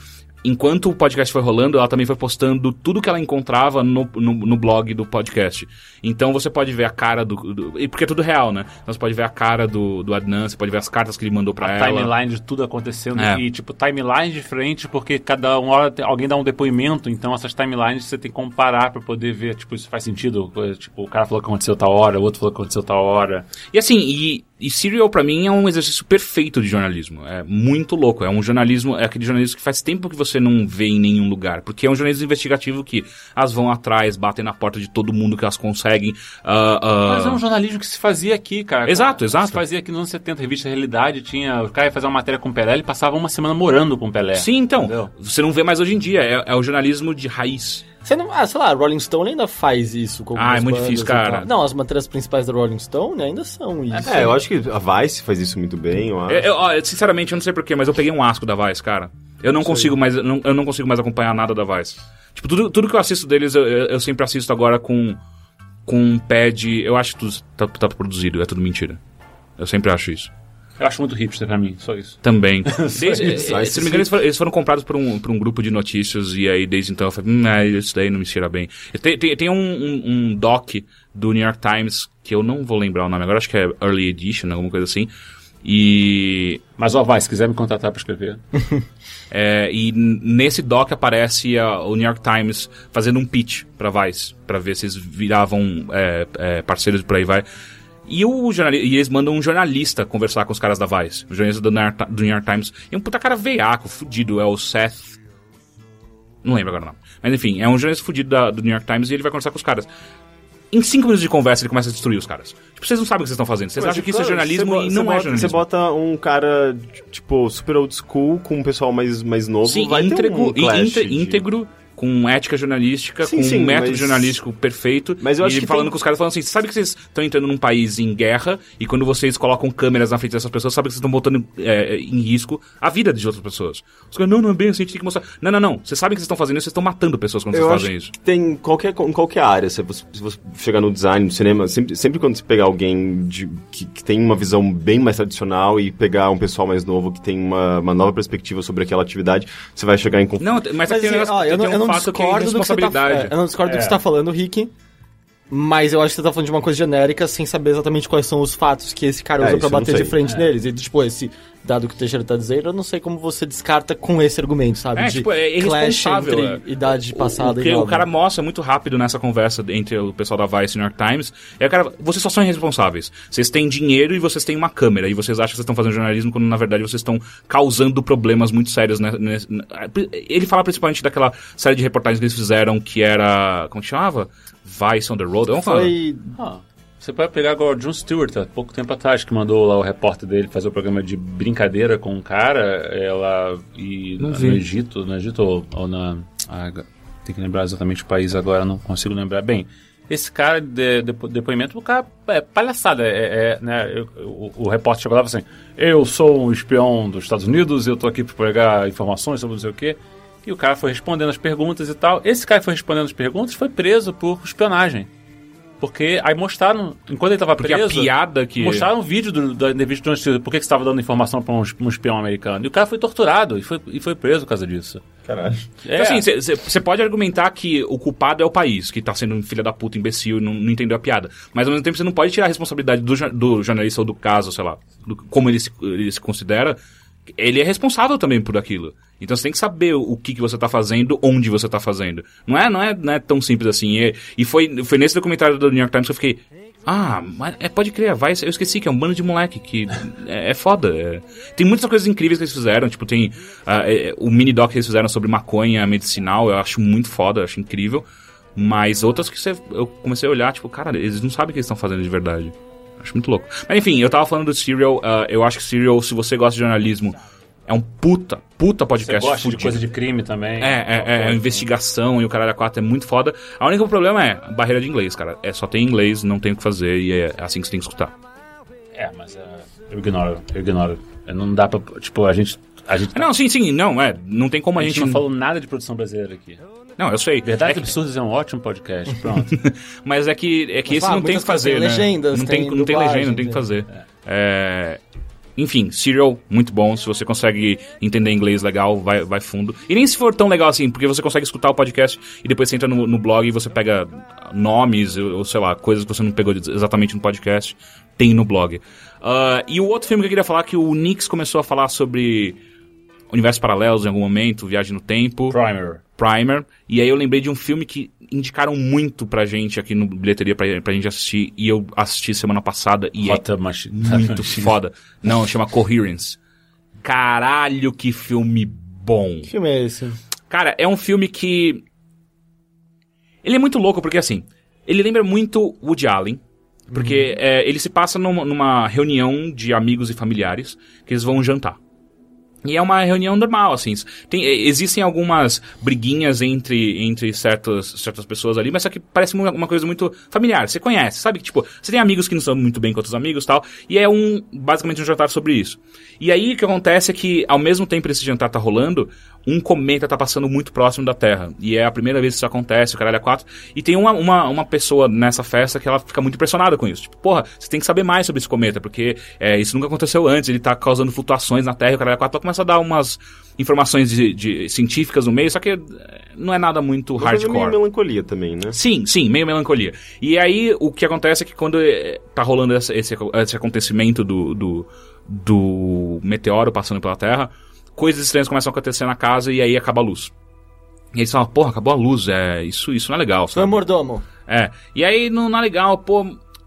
enquanto o podcast foi rolando, ela também foi postando tudo que ela encontrava no, no, no blog do podcast. Então você pode ver a cara do. do- e porque é tudo real, né? Então você pode ver a cara do, do Adnan, você pode ver as cartas que ele mandou pra
A
ela.
timeline de tudo acontecendo
É.
e, tipo, timelines diferentes, porque cada uma hora tem- alguém dá um depoimento, então essas timelines você tem que comparar pra poder ver, tipo, isso faz sentido? Coisa, Tipo, o cara falou que aconteceu tal hora, o outro falou que aconteceu tal hora.
E assim, e, e Serial pra mim é um exercício perfeito de jornalismo. É muito louco. É um jornalismo, é aquele jornalismo que faz tempo que você não vê em nenhum lugar. Porque é um jornalismo investigativo que elas vão atrás, batem na porta de todo mundo que elas conseguem. ah, ah,
Mas é um jornalismo que se fazia aqui, cara.
Exato, exato.
Se fazia aqui nos anos 70, revista Realidade, tinha... O cara ia fazer uma matéria com o Pelé, ele passava uma semana morando com o Pelé.
Sim, então.
Entendeu?
Você não vê mais hoje em dia. É, é o jornalismo de raiz.
Você não, ah, sei lá, a Rolling Stone ainda faz isso. Com
Ah,
algumas
é muito
bandas
difícil,
e
cara.
tal. Não, as matérias principais da Rolling
né,
Stone ainda são isso.
É, eu acho que a Vice faz isso muito bem. Eu acho.
Eu, eu- ó, eu, sinceramente, eu não sei porquê, mas eu peguei um asco da Vice, cara. Eu não consigo mais, eu não, eu não consigo mais acompanhar nada da Vice. Tipo, tudo, tudo que eu assisto deles, eu, eu- eu sempre assisto agora com, com um pad. Eu acho que tudo tá, tá produzido, é tudo mentira. Eu sempre acho isso.
Eu acho muito hipster pra mim, só isso.
Também. Desde- eh, se
isso
não me engano, eles foram, eles foram comprados por um, por um grupo de notícias e aí desde então eu falei, hum, é, isso daí não me cheira bem. E Tem, tem, tem um, um, um doc do New York Times, que eu não vou lembrar o nome agora, acho que é Early Edition, alguma coisa assim. E,
Mas, ó, vai, se quiser me contratar pra escrever...
é, e n- nesse doc aparece a- o New York Times fazendo um pitch pra Vice, pra ver se eles viravam é, é, parceiros e por aí vai. E, o jornali- e eles mandam um jornalista conversar com os caras da Vice, o jornalista do New York, Ti- do New York Times. E é um puta cara veiaco, fudido, é o Seth não lembro agora o nome. Mas enfim, é um jornalista fudido da- do New York Times e ele vai conversar com os caras. Em cinco minutos de conversa, ele começa a destruir os caras. Tipo, vocês não sabem o que vocês estão fazendo. Vocês
Mas,
acham que isso
claro,
é jornalismo
você
e
bo- você
não é
bota-
jornalismo.
Você bota um cara, tipo, super old school com um pessoal mais, mais novo,
Sim,
vai ter
íntegro,
um clash
inte-
de-
íntegro, com ética jornalística,
Sim,
com
sim,
um método
mas-
jornalístico perfeito.
Mas eu acho
e
que
falando
tem-
com os caras, falando assim, "Você sabe que vocês estão entrando num país em guerra e quando vocês colocam câmeras na frente dessas pessoas, sabe que vocês estão botando é, em risco a vida de outras pessoas. Os caras, não, não é bem assim, a gente tem que mostrar. Não, não, não. Vocês sabem que vocês estão fazendo isso, vocês estão matando pessoas quando
Eu
vocês
acho
fazem
que
isso.
tem em qualquer, em qualquer área, se você, se você chegar no design, no cinema, sempre, sempre quando você pegar alguém de- que, que tem uma visão bem mais tradicional e pegar um pessoal mais novo que tem uma, uma nova perspectiva sobre aquela atividade, você vai chegar em conflito.
Não, mas, aqui tem um
assim,
negócio,
ó,
tem
eu não,
um
eu não
fato que é
discordo do que você tá,
responsabilidade.
é, eu não discordo do que você tá falando, Rick. Mas eu acho que você tá falando de uma coisa genérica sem saber exatamente quais são os fatos que esse cara
É,
usa
isso
pra
eu não
bater de
sei.
frente neles. E, tipo, esse dado que o Teixeira tá dizendo, eu não sei como você descarta com esse argumento, sabe?
É,
de
tipo, é
clash
irresponsável.
entre
é.
idade
O-
passada
o, que
e
o
nova.
cara mostra muito rápido nessa conversa entre o pessoal da Vice e o New York Times. É o cara, vocês só são irresponsáveis. Vocês têm dinheiro e vocês têm uma câmera. E vocês acham que vocês estão fazendo jornalismo quando na verdade vocês estão causando problemas muito sérios. né- nesse- Ele fala principalmente daquela série de reportagens que eles fizeram que era. Como que chamava? Vice on the Road. Vamos falar.
Foi...
Ah, você pode pegar agora o John Stewart, há pouco tempo atrás, que mandou lá o repórter dele fazer o programa de brincadeira com um cara, ela e na- no Egito, no Egito ou, ou na ah, agora- tem que lembrar exatamente o país agora, não consigo lembrar bem. Esse cara, de, depo- depoimento, o cara é palhaçada. É, é, né, eu- eu- o, repórter chegou lá e falou assim: Eu sou um espião dos Estados Unidos, eu tô aqui para pegar informações sobre não sei o quê. E o cara foi respondendo as perguntas e tal. Esse cara que foi respondendo as perguntas foi preso por espionagem. Porque aí mostraram, enquanto ele tava
Porque a
preso.
piada que.
Mostraram um vídeo do, da entrevista do John Stewart, por que que você estava dando informação para um, es- um espião americano. E o cara foi torturado e foi, e foi preso por causa disso.
Caralho.
Então, assim, você pode argumentar que o culpado é o país, que tá sendo um filho da puta imbecil e não, não entendeu a piada. Mas ao mesmo tempo você não pode tirar a responsabilidade do, jo- do jornalista ou do caso, sei lá, do- como ele se, ele se considera. Ele é responsável também por aquilo. Então você tem que saber o, o que, que você tá fazendo, onde você tá fazendo. Não é, não é, não é tão simples assim. E, e foi, foi nesse documentário do New York Times que eu fiquei. Ah, mas é, pode crer, vai. Eu esqueci que é um bando de moleque que é, é foda. é. Tem muitas coisas incríveis que eles fizeram. Tipo, tem ah, é, é, o mini doc que eles fizeram sobre maconha medicinal. Eu acho muito foda, eu acho incrível. Mas outras que você, eu comecei a olhar, tipo, cara, eles não sabem o que eles estão fazendo de verdade. Acho muito louco. Mas enfim, eu tava falando do Serial. ah, eu acho que Serial, se você gosta de jornalismo, é um puta, puta
Você
podcast
gosta
fudido.
de coisa de crime também.
É, é,
né?
é, a investigação e o caralho a quatro é muito foda. A única problema é a barreira de inglês, cara. É só tem inglês, não tem o que fazer e é assim que você tem que escutar.
É, mas é, eu ignoro, eu ignoro. Eu não dá pra. Tipo, a gente. A gente,
É, Não, sim, sim, não, é, não tem como
a
a,
gente não falou nada de produção brasileira aqui.
Não, eu sei.
Verdades
É que-
Absurdas é um ótimo podcast, pronto.
mas é que é que
Mas,
esse
ah,
não tem o
muitas
que fazer,
coisas,
né?
tem legendas,
não tem,
tem
não tem
dublagem, né?
legenda, não tem o que fazer. É, Enfim, Serial, muito bom. Se você consegue entender inglês legal, vai, vai fundo. E nem se for tão legal assim, porque você consegue escutar o podcast e depois você entra no, no blog e você pega nomes, ou ou sei lá, coisas que você não pegou de- exatamente no podcast, tem no blog. Ah, e o outro filme que eu queria falar, que o Nix começou a falar sobre universos paralelos em algum momento, viagem no tempo.
Primer.
Primer. E aí eu lembrei de um filme que indicaram muito pra gente aqui no bilheteria pra, pra gente assistir. E eu assisti semana passada e é
Rota Machi-
muito foda. Não, chama Coherence. Caralho, que filme bom.
Que filme é esse?
Cara, é um filme que. Ele é muito louco, porque assim. Ele lembra muito Woody Allen. Porque é, ele se passa numa, numa reunião de amigos e familiares que eles vão jantar. E é uma reunião normal, assim. Tem, eh, existem algumas briguinhas entre, entre certas, certas pessoas ali, mas só que parece uma, uma coisa muito familiar. Você conhece, sabe? que Tipo, você tem amigos que não são muito bem com outros amigos e tal. E é um, basicamente um jantar sobre isso. E aí o que acontece é que, ao mesmo tempo que esse jantar tá rolando, um cometa tá passando muito próximo da Terra. E é a primeira vez que isso acontece, o caralho é quatro. E tem uma, uma, uma pessoa nessa festa que ela fica muito impressionada com isso. Tipo, porra, você tem que saber mais sobre esse cometa, porque eh, isso nunca aconteceu antes, ele tá causando flutuações na Terra, e o caralho é quatro. Ela começa a dar umas informações de, de científicas no meio, só que eh, não é nada muito
Uma coisa meio
hardcore.
melancolia também, né?
Sim, sim, meio melancolia. E aí, o que acontece é que quando eh, tá rolando essa- esse, aco- esse acontecimento do, do, do meteoro passando pela Terra, coisas estranhas começam a acontecer na casa e aí acaba a luz. E eles falam, porra, acabou a luz, é, isso, isso não é legal.
Tu é
sabe?
mordomo.
É. E aí não, não é legal, pô.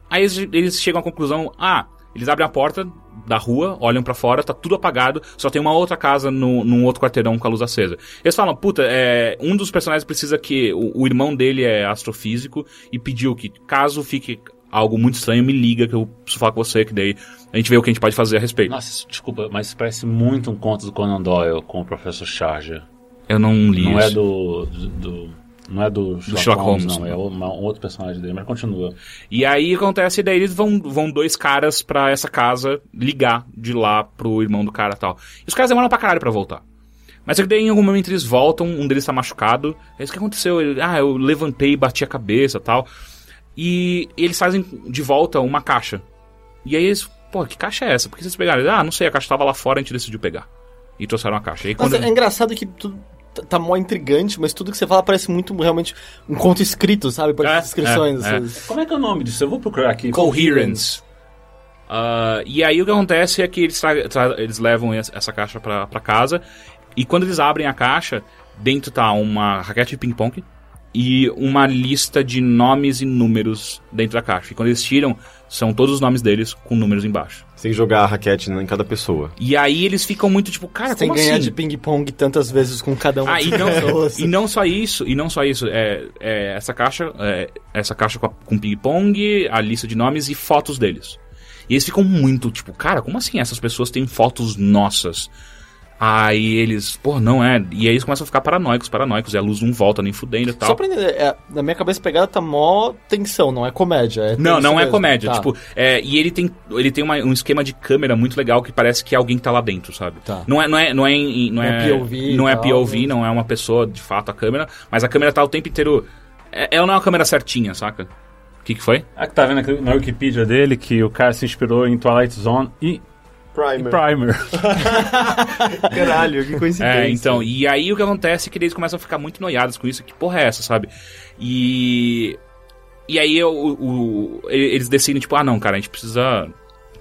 Aí eles, eles chegam à conclusão: ah, eles abrem a porta da rua, olham pra fora, tá tudo apagado, só tem uma outra casa no, num outro quarteirão com a luz acesa. Eles falam: puta, é, um dos personagens precisa que. O, o irmão dele é astrofísico e pediu que, caso fique algo muito estranho, me liga que eu preciso falar com você, que daí a gente vê o que a gente pode fazer a respeito.
Nossa, isso- desculpa, mas isso parece muito um conto do Conan Doyle com o Professor Charger.
Eu não li
Não
isso.
é do. do, do- não é do Sherlock,
Sherlock
Holmes,
Holmes,
não.
né?
É uma- um outro personagem dele, mas continua.
E aí acontece, daí eles vão, vão dois caras pra essa casa ligar de lá pro irmão do cara e tal. E os caras demoram pra caralho pra voltar. Mas é que daí em algum momento eles voltam, um deles tá machucado. É isso que aconteceu. Ele, ah, eu levantei, bati a cabeça e tal. E eles trazem de volta uma caixa. E aí eles, pô, que caixa é essa? Por que vocês pegaram? Eles, ah, não sei, a caixa tava lá fora, a gente decidiu pegar. E trouxeram a caixa. E aí
Mas
quando...
é engraçado que tudo tá- tá mó intrigante, mas tudo que você fala parece muito realmente um conto escrito, sabe? Parece
É,
inscrições.
é, é.
essas-
Como é que é o nome disso? Eu vou procurar aqui.
Coherence. Ah, e aí o que acontece é que eles, tra- tra- eles levam es- essa caixa pra, pra casa e quando eles abrem a caixa, dentro tá uma raquete de ping-pong e uma lista de nomes e números dentro da caixa. E quando eles tiram, são todos os nomes deles com números embaixo.
Você tem que jogar a raquete em cada pessoa.
E aí eles ficam muito tipo,
Ah,
cara,
Sem
como
ganhar
assim?
de ping-pong tantas vezes com cada um.
Ah, e
das
não,
pessoas.
e não só isso, e não só isso. É, é essa caixa, é, essa caixa com, a- com ping-pong, a lista de nomes e fotos deles. E eles ficam muito, tipo, cara, como assim essas pessoas têm fotos nossas? Aí eles, pô, não é. E aí eles começam a ficar paranoicos, paranoicos, e a luz não volta nem fudendo e tal.
Só pra entender, é, na minha cabeça pegada tá mó tensão, não é comédia. é
Não,
tenso
não é
mesmo.
comédia.
Tá.
Tipo, é, e ele tem, ele tem uma- um esquema de câmera muito legal que parece que alguém tá lá dentro, sabe?
Tá.
Não é, não é, não é, em- não
Não
é,
é POV e
não é
tal,
POV,
né?
não é uma pessoa de fato a câmera, mas a câmera tá o tempo inteiro. é- Ela não é uma câmera certinha, saca? O que, que foi?
É Ah, que tá vendo aqui na Wikipedia dele que o cara se inspirou em Twilight Zone e E
Primer.
Primer.
Caralho, que coincidência.
É, então, e aí o que acontece é que eles começam a ficar muito noiados com isso, que porra é essa, sabe? E. E aí eu- o- o- e- eles decidem, tipo, ah não, cara, a gente precisa.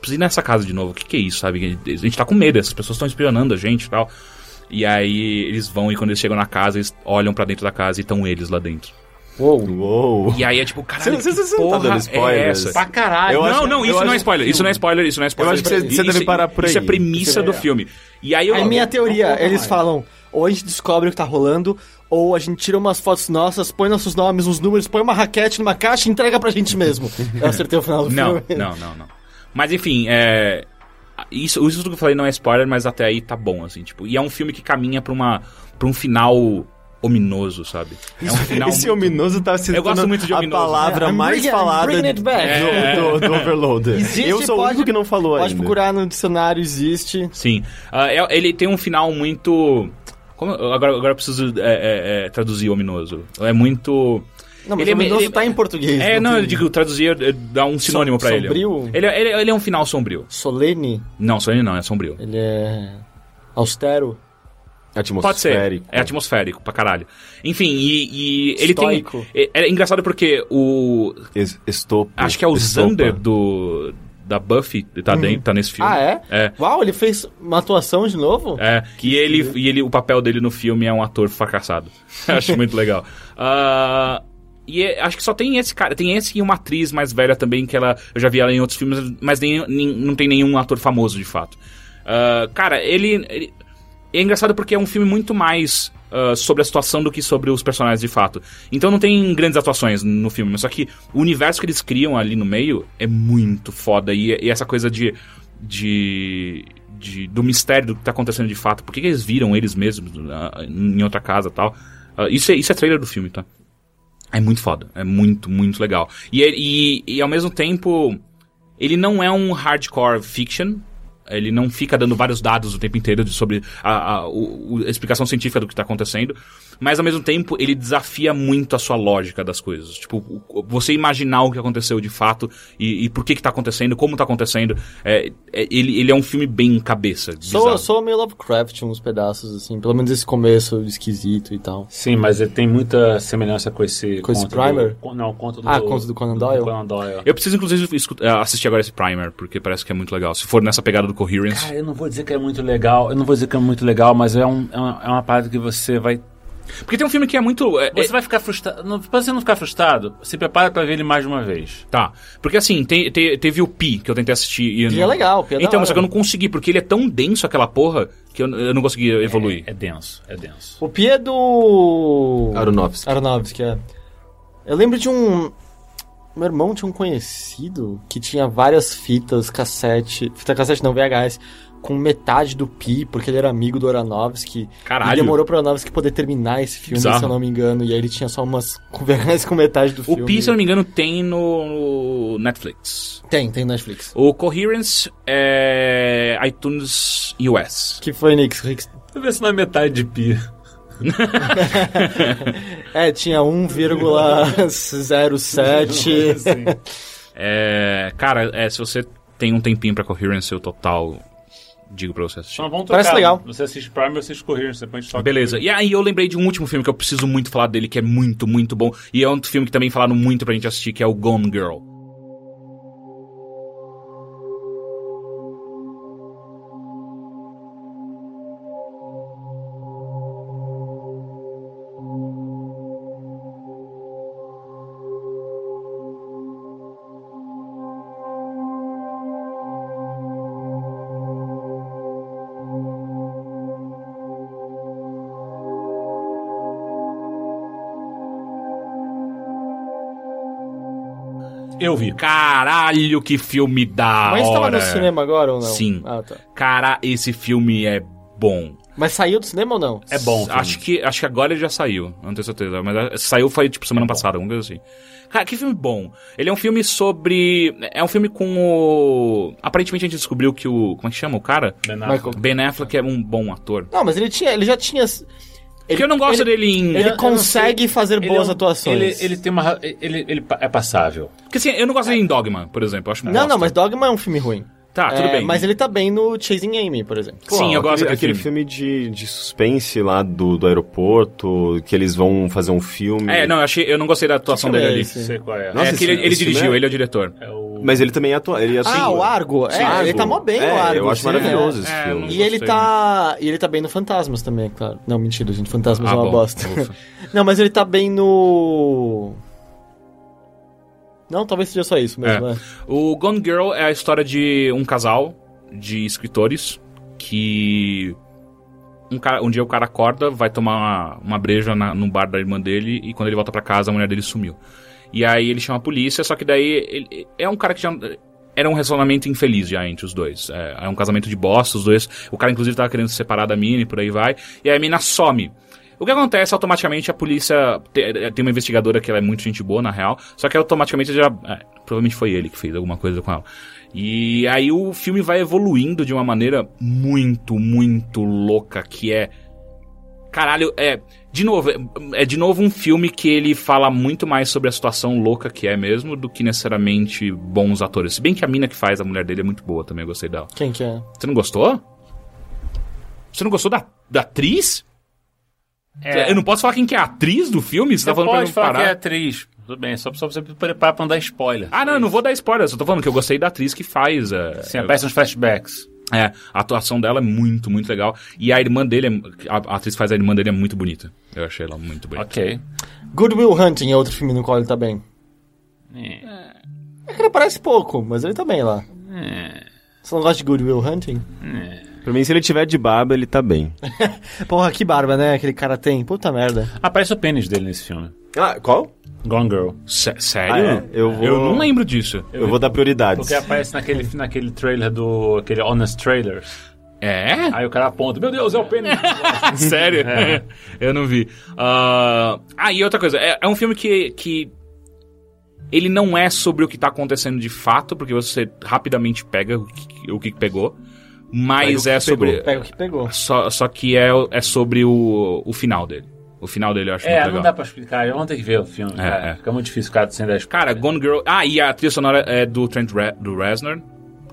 Precisa ir nessa casa de novo. O que, que é isso, sabe? A gente tá com medo, essas pessoas estão espionando a gente e tal. E aí eles vão e quando eles chegam na casa, eles olham pra dentro da casa e estão eles lá dentro. tipo,
Uou.
E aí é tipo, caralho,
Você- você-
que
você não tá
porra
dando
é
spoilers?
essa?
pra caralho.
Eu
não,
acho-
não,
eu
isso não é
acho-
spoiler, isso não é spoiler, isso não é spoiler.
acho que você-
Isso-
você deve parar por
Isso é
aí.
premissa do filme. E aí eu...
A minha teoria, eles falam, ou a gente descobre o que tá rolando, ou a gente tira umas fotos nossas, põe nossos nomes, uns números, põe uma raquete numa caixa e entrega pra gente mesmo. Eu acertei o final do
Não,
filme.
não, não, não. Mas enfim, é. Isso, isso tudo que eu falei não é spoiler, mas até aí tá bom, assim, tipo. E é um filme que caminha pra, uma, pra um final ominoso, sabe? É um final.
Esse ominoso tá se
Eu gosto
tornando
muito de
a
ominoso.
palavra
I'm
mais
bringing- I'm
falada
bringing it
do,
back.
do, do Overloader.
É.
Existe,
eu sou o
pode-
único que não falou
Pode
ainda.
procurar no dicionário, existe.
Sim. Ah, é- ele tem um final muito. Como, agora, agora eu preciso é, é, é, traduzir ominoso. É muito.
Não, mas
Ele é
o Mendonça
ele-
tá em português.
É, não, eu
tem-
digo, traduzir é, dá um sinônimo pra ele.
sombrio?
Ele, é- ele é- ele é um final sombrio.
Solene,
Não, sombrio não, é sombrio.
ele é austero.
Pode ser.
Atmosférico.
É atmosférico pra caralho. Enfim, e, e ele
Estoico.
tem. É, é engraçado porque o.
Es- Estopo.
Acho que é o
Estopa.
Xander do. Da Buffy tá, dentro, tá nesse filme.
Ah, é?
É.
Uau, ele fez uma atuação de novo?
É, e ele, e ele, o papel dele no filme é um ator fracassado. acho muito legal. Ah, e é- acho que só tem esse cara, tem esse e uma atriz mais velha também, que ela. Eu já vi ela em outros filmes, mas nem, nem- não tem nenhum ator famoso de fato. Ah, cara, ele, ele- É engraçado porque é um filme muito mais. ah, sobre a situação do que sobre os personagens de fato. Então não tem grandes atuações no filme, mas só que o universo que eles criam ali no meio é muito foda. E, e essa coisa de, de, de- do mistério do que tá acontecendo de fato. Por que, que eles viram eles mesmos ah, em outra casa e tal? Ah, isso, é, isso é trailer do filme, tá? É muito foda. É muito, muito legal. E, é- e, e ao mesmo tempo, ele não é um hardcore fiction. Ele não fica dando vários dados o tempo inteiro de- sobre a, a- o- o- a explicação científica do que está acontecendo. Mas ao mesmo tempo, ele desafia muito a sua lógica das coisas. Tipo, o- você imaginar o que aconteceu de fato e, e por que que tá acontecendo, como tá acontecendo. É, é- ele, ele é um filme bem cabeça.
Sou,
bizarro.
sou meio Lovecraft uns pedaços, assim. Pelo menos esse começo esquisito e tal.
Sim, mas ele tem muita semelhança com esse.
Com esse
conto do-
Primer?
con- não, conto do.
Ah, conto do Conan Doyle?
Conan Doyle.
Eu preciso, inclusive, escu- eh, assistir agora esse Primer, porque parece que é muito legal. Se for nessa pegada do Coherence.
Cara, eu não vou dizer que é muito legal, eu não vou dizer que é muito legal, mas é, um, é, uma, é uma parada que você vai.
Porque tem um filme que é muito. eh, eh,
Você vai ficar frustrado. Não, pra você não ficar frustrado, se prepara pra ver ele mais de uma vez.
Tá. Porque assim, te- te- teve o Pi que eu tentei assistir. E eu
Pi
não-
é legal, Pi é da
Então,
hora.
mas só que eu não consegui, porque ele é tão denso aquela porra que eu, eu não consegui evoluir.
É, é denso, é denso.
O Pia é do...
Aronofsky.
Aronofsky, é. Eu lembro de um... Meu irmão tinha um conhecido que tinha várias fitas, cassete... Fita cassete não, VHS, com metade do Pi, porque ele era amigo do Aronofsky.
Caralho.
E demorou pro Aronofsky poder terminar esse filme,
Bizarro.
se eu não me engano. E aí ele tinha só umas com VHS com metade do
O
filme.
Pi, se eu não me engano, tem no, no Netflix.
Tem, tem Netflix.
O Coherence é iTunes US.
Que foi, Nix? Rix?
Deixa eu ver se não é metade de pi.
É, tinha 1,07.
É, cara, é, se você tem um tempinho pra Coherence, eu total digo pra você assistir.
Então vamos
Parece
trocar.
legal.
Você assiste Primer, você assiste Coherence, depois a gente toca.
Beleza. E aí eu lembrei de um último filme que eu preciso muito falar dele, que é muito, muito bom. E é um filme que também falaram muito pra gente assistir, que é o Gone Girl.
Eu vi.
Caralho, que filme da
Mas
hora. é.
tava no cinema agora ou não?
Sim.
Ah, tá.
Cara, esse filme é bom.
Mas saiu do cinema ou não?
É bom. o filme.
Acho que, acho que agora ele já saiu, não tenho certeza, mas é, saiu foi tipo semana passada, alguma coisa assim. Cara, que filme bom. Ele é um filme sobre. É um filme com o. Aparentemente a gente descobriu que o. Como é que chama o cara?
Ben Affleck.
Michael.
Ben Affleck é um bom ator.
Não, mas ele tinha, ele já tinha.
Porque eu não gosto
ele-
dele em.
Ele
eu não
consegue fazer
Ele
boas
é um-
atuações.
Ele, ele tem uma. ra- Ele, ele pa- é passável.
Porque assim, eu não gosto dele em Dogma, por exemplo. Eu acho
Não, não, mas Dogma é um filme ruim.
Tá, tudo
É,
bem.
Mas ele tá bem no Chasing Amy, por exemplo.
Sim, eu gosto
aquele,
daquele
aquele filme, de, de suspense lá do, do aeroporto, que eles vão fazer um filme.
É, não, eu, achei, eu não gostei da atuação
filme
dele
é
ali.
esse?
Não sei qual é.
Nossa,
é que ele,
esse-
ele
esse filme
dirigiu,
é-
ele é o diretor.
É o-
Mas ele também atua. Ele atua
Ah, o Argo. É,
Argo.
ele tá mó bem,
É,
o Argo.
Eu acho
sim,
maravilhoso
é.
esse
É,
filme.
não-
E ele,
Gostei.
tá, e ele tá bem no Fantasmas também, é claro. Não, mentira, gente. Fantasmas
Ah,
é uma
bom.
bosta.
Ufa.
Não, mas ele tá bem no... Não, talvez seja só isso mesmo.
É.
É.
O Gone Girl é a história de um casal de escritores que. Um, cara, um dia o cara acorda, vai tomar uma, uma breja na, num bar da irmã dele e quando ele volta pra casa a mulher dele sumiu. E aí ele chama a polícia, só que daí ele, é um cara que já. Era um relacionamento infeliz já entre os dois. É, é um casamento de bosta, os dois. O cara, inclusive, tava querendo se separar da mina e por aí vai. E aí a mina some. O que acontece, automaticamente, a polícia. te- Tem uma investigadora que ela é muito gente boa, na real. Só que automaticamente já. é, provavelmente foi ele que fez alguma coisa com ela. E aí o filme vai evoluindo de uma maneira muito, muito louca, que é. Caralho, é. De novo, é- é de novo um filme que ele fala muito mais sobre a situação louca que é mesmo do que necessariamente bons atores. Se bem que a mina que faz a mulher dele é muito boa também, eu gostei dela.
Quem que é?
Você não gostou? Você não gostou da, da atriz? Eu não posso falar quem que é a atriz do filme? Você,
Você
tá falando pra eu
pode
não
falar
parar?
que é atriz. Tudo bem, só pra só pra você preparar pra não dar spoiler.
Ah, não, eu não vou dar spoiler, eu só tô falando que eu gostei da atriz que faz. É,
Sim, aparece uns flashbacks.
é, a atuação dela é muito, muito legal. E a irmã dele, é- a, a atriz que faz a irmã dele é muito bonita. Eu achei ela muito bonita.
Ok.
Good Will Hunting é outro filme no qual ele tá bem.
É.
Ele parece pouco, mas ele tá bem lá.
É.
Você não gosta de Good Will Hunting?
Pra mim, se ele tiver de barba, ele tá bem.
Porra, que barba, né? Aquele cara tem. Puta merda.
Aparece o pênis dele nesse filme.
Ah, qual?
Gone Girl.
Sé-
Ah,
sério?
é. Eu vou.
Eu não lembro disso.
Eu vou dar prioridades.
Porque aparece naquele, naquele trailer do. aquele Honest Trailer.
É?
Aí o cara aponta: Meu Deus, é o pênis! É,
Sério? É, Eu não vi. Ah, ah, e outra coisa. É, é um filme que, que... Ele não é sobre o que tá acontecendo de fato, porque você rapidamente pega o que, o que pegou. Mas é sobre...
Pega o que pegou.
Só, só que é, é sobre o, o final dele. O final dele eu acho
é,
muito
não
legal.
dá pra explicar. Vamos ter que ver o filme. cara.
é.
Fica muito difícil ficar sem dar spoiler.
Cara, Gone Girl. Ah, e a trilha sonora é do Trent Re do Reznor,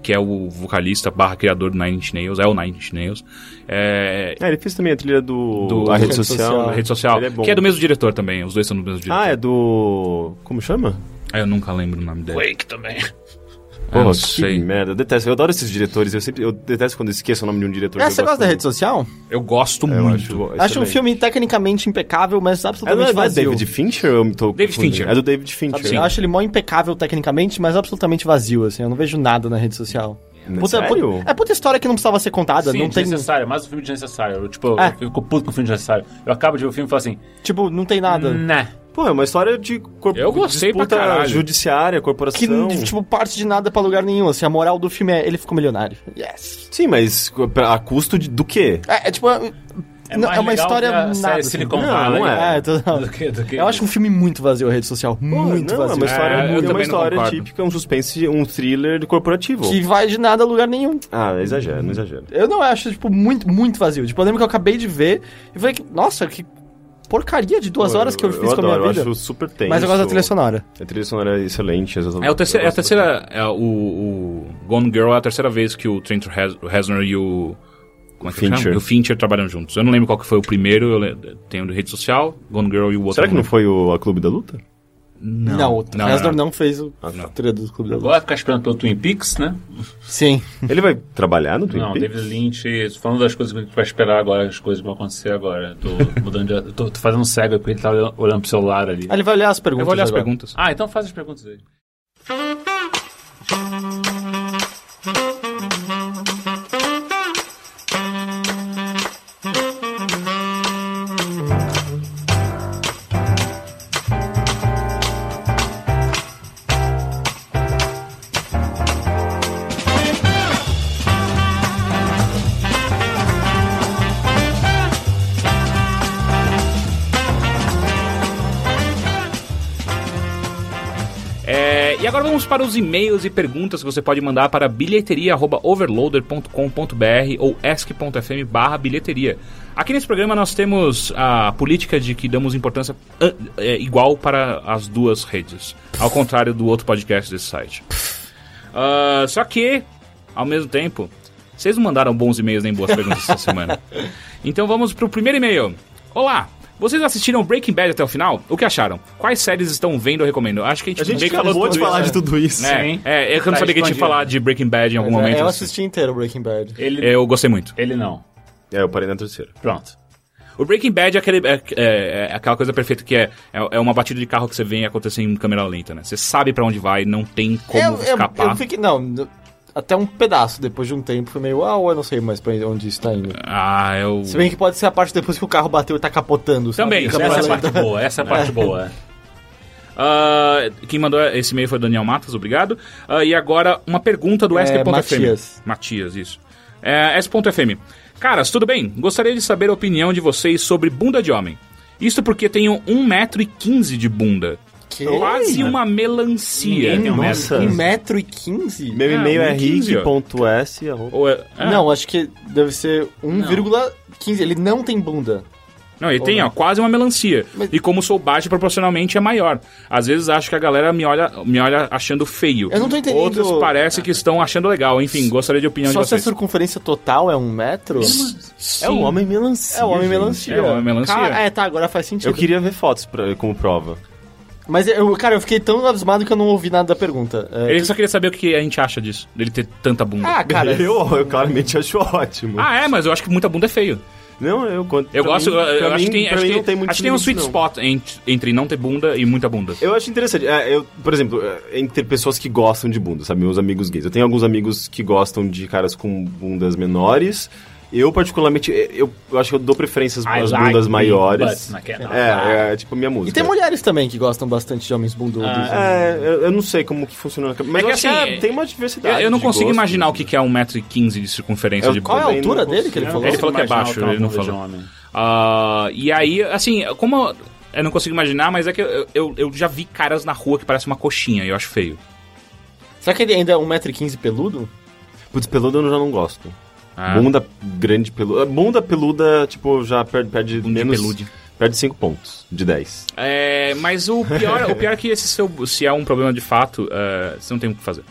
que é o vocalista barra criador do Nine Inch Nails. É o Nine Inch Nails. É,
É, ele fez também a trilha do.
Do-
a
do-
rede social.
social.
da
né?
rede social.
Ele é bom.
Que é do mesmo diretor também. Os dois são do mesmo diretor.
Ah, é do. Como chama?
Ah, eu nunca lembro o nome dele.
Wake também.
Eu
Porra,
Ah, não
que
sei.
merda. Eu detesto. Eu adoro esses diretores. Eu sempre eu detesto quando esqueço o nome de um diretor.
Ah, você gosta da rede social?
É, Eu gosto
Eu
muito.
acho,
Acho um filme tecnicamente impecável, mas
É, não
absolutamente
é, não é
vazio.
David Fincher? Eu me tô
David
confundindo.
Fincher.
É do David Fincher.
Eu acho ele mó impecável tecnicamente, mas absolutamente vazio, assim. Eu não vejo nada na rede social.
sério?
é puta história que não precisava ser contada.
Sim,
não tem,
desnecessário. Mais um filme desnecessário. Eu, tipo,
É.
eu fico puto com filme desnecessário. Eu acabo de ver o filme e falo assim:
tipo, não tem nada.
Né.
Pô, é uma história de corpo.
Eu gostei pra
disputa
caralho.
judiciária, corporação.
Que, tipo, parte de nada pra lugar nenhum, assim. A moral do filme é ele ficou milionário. Yes.
Sim, mas pra- a custo de- do quê?
É, é tipo... É, não-
mais
é uma
legal
história
que a
nada.
série
assim.
Silicon
Não,
Valley.
não
É, total.
Do que- do que
Eu acho um filme muito vazio a rede social. muito
não, é
vazio.
uma história,
É, eu
é,
também não
uma história
concordo.
típica, um suspense, um thriller corporativo.
Que vai de nada a lugar nenhum.
Ah, exagero, não exagero.
Eu não acho, tipo, muito, muito vazio. Tipo, eu lembro que eu acabei de ver e falei que, nossa, que porcaria de duas horas que eu fiz com a minha
adoro,
vida.
Eu acho super tenso.
Mas eu gosto da trilha sonora.
A trilha sonora é excelente. eu-
É, o terceiro,
eu
é a
gosto
terceira. é o, o Gone Girl é a terceira vez que o Trent Rez- Reznor e o. Como é que
Fincher.
chama? O Fincher trabalham juntos. Eu não lembro qual que foi o primeiro. Eu le- tem o de rede social, Gone Girl e o outro.
Será que não
foi?
foi o A Clube da Luta?
Não, não, o
não,
Reznor
não.
não fez o
não.
trilha do Clube da Luta.
Agora ficar esperando pelo Twin Peaks, né?
Sim.
Ele vai trabalhar no Twin
Não,
Peaks?
David Lynch, falando das coisas que a gente vai esperar agora, as coisas que vão acontecer agora. Tô mudando de. Tô, tô fazendo um cego porque ele tá olhando, olhando pro celular ali.
Aí Ele vai olhar as perguntas
Eu vou olhar as
agora.
perguntas.
Ah, então faz as perguntas aí.
É, e agora vamos para os e-mails e perguntas que você pode mandar para bilheteria.overloader.com.br ou ask.fm barra bilheteria. Aqui nesse programa nós temos a política de que damos importância ah, é, igual para as duas redes, ao contrário do outro podcast desse site. Ah, só que Ao mesmo tempo, vocês não mandaram bons e-mails nem boas perguntas essa semana. Então vamos pro primeiro e-mail. Olá! Vocês assistiram Breaking Bad até o final? O que acharam? Quais séries estão vendo ou recomendo? Acho que a gente,
A gente
meio que
acabou de falar de tudo isso.
É,
Sim.
é, é que eu não
Tá
sabia que a gente ia
escondido.
falar de Breaking Bad em algum momento.
É,
É,
eu
assim.
assisti inteiro Breaking Bad.
Ele,
Eu gostei muito.
ele não.
É, eu parei na terceira.
Pronto.
O Breaking Bad é, aquele- é- é- é aquela coisa perfeita que é, é, é uma batida de carro que você vê acontecer em câmera lenta, né? Você sabe pra onde vai, não tem como
É, eu, eu,
escapar.
eu fiquei, não, n- até um pedaço, depois de um tempo, foi meio, ah, eu não sei mais pra onde isso tá indo.
Ah, eu.
Se bem que pode ser a parte depois que o carro bateu e tá capotando, sabe?
Também,
Fica
essa
mais
Essa é a
lento.
parte boa, essa é a parte boa.
Ah, quem mandou esse e-mail foi o Daniel Matos, obrigado. Ah, e agora, uma pergunta do
É,
SP.fm.
Matias.
Matias, isso. É, S.fm. Caras, tudo bem? Gostaria de saber a opinião de vocês sobre bunda de homem. Isso porque tenho 1,15m de bunda. Quase uma melancia.
Ninguém tem um metro.
é.
Nossa.
Um metro e quinze?
Meu
Ah,
e-mail é
1,15,
rick.s. arroba-
Ou é- é.
Não, acho que deve ser 1,15. Ele não tem bunda.
Não, ele tem, ó, quase uma melancia.
Mas-
E como sou baixo, proporcionalmente é maior. Às vezes acho que a galera me olha, me olha achando feio.
Eu não tô entendendo.
Outros parece que estão achando legal. Enfim, gostaria de opinião
Só
de
se a
vocês.
circunferência total é um metro?
É o homem melancia.
É o homem
gente.
melancia.
É o homem melancia.
Cara, é, tá, agora faz sentido.
Eu queria ver fotos pra- como prova.
Mas, eu, cara, eu fiquei tão abismado que eu não ouvi nada da pergunta. É,
Ele só queria saber o que a gente acha disso, dele ter tanta bunda.
Ah, cara.
eu, eu claramente acho ótimo.
Ah, é, mas eu acho que muita bunda é feio.
Não, eu conto.
Eu
pra
gosto,
mim-
eu,
pra
eu acho
mim-
que tem,
pra
acho
mim
que,
não tem muito
acho que tem um
limite,
sweet
não.
spot ent- entre não ter bunda e muita bunda.
Eu acho interessante. É, eu, por exemplo, é, entre pessoas que gostam de bunda, sabe? Meus amigos gays. Eu tenho alguns amigos que gostam de caras com bundas menores. Eu, particularmente, é, eu, eu acho que eu dou preferência às às bundas maiores. É, é tipo a minha
E
música.
tem mulheres também que gostam bastante de homens bundudos.
É, eu, eu não sei como que funciona na cabeça. Mas
É que
eu acho
assim,
que é- tem uma diversidade.
Eu, eu não
de
consigo
gosto.
imaginar o que, que é 1,15m de circunferência
Eu-
de
Qual
bunda.
é a
Também não
altura dele que ele
consigo.
falou?
Ele falou que é baixo, ele não falou. Ah, e aí, assim, como eu- eu não consigo imaginar, mas é que eu, eu, eu já vi caras na rua que parecem uma coxinha e eu acho feio.
Será que ele ainda é 1,15m peludo?
Putz, peludo eu já não gosto.
Ah,
Bunda grande peluda. Bunda peluda, tipo, já perde, perde
bunda de
menos.
pelude.
Perde 5 pontos de 10.
É, mas o pior, o pior é que esse seu, se é um problema de fato, é, você não tem o que fazer.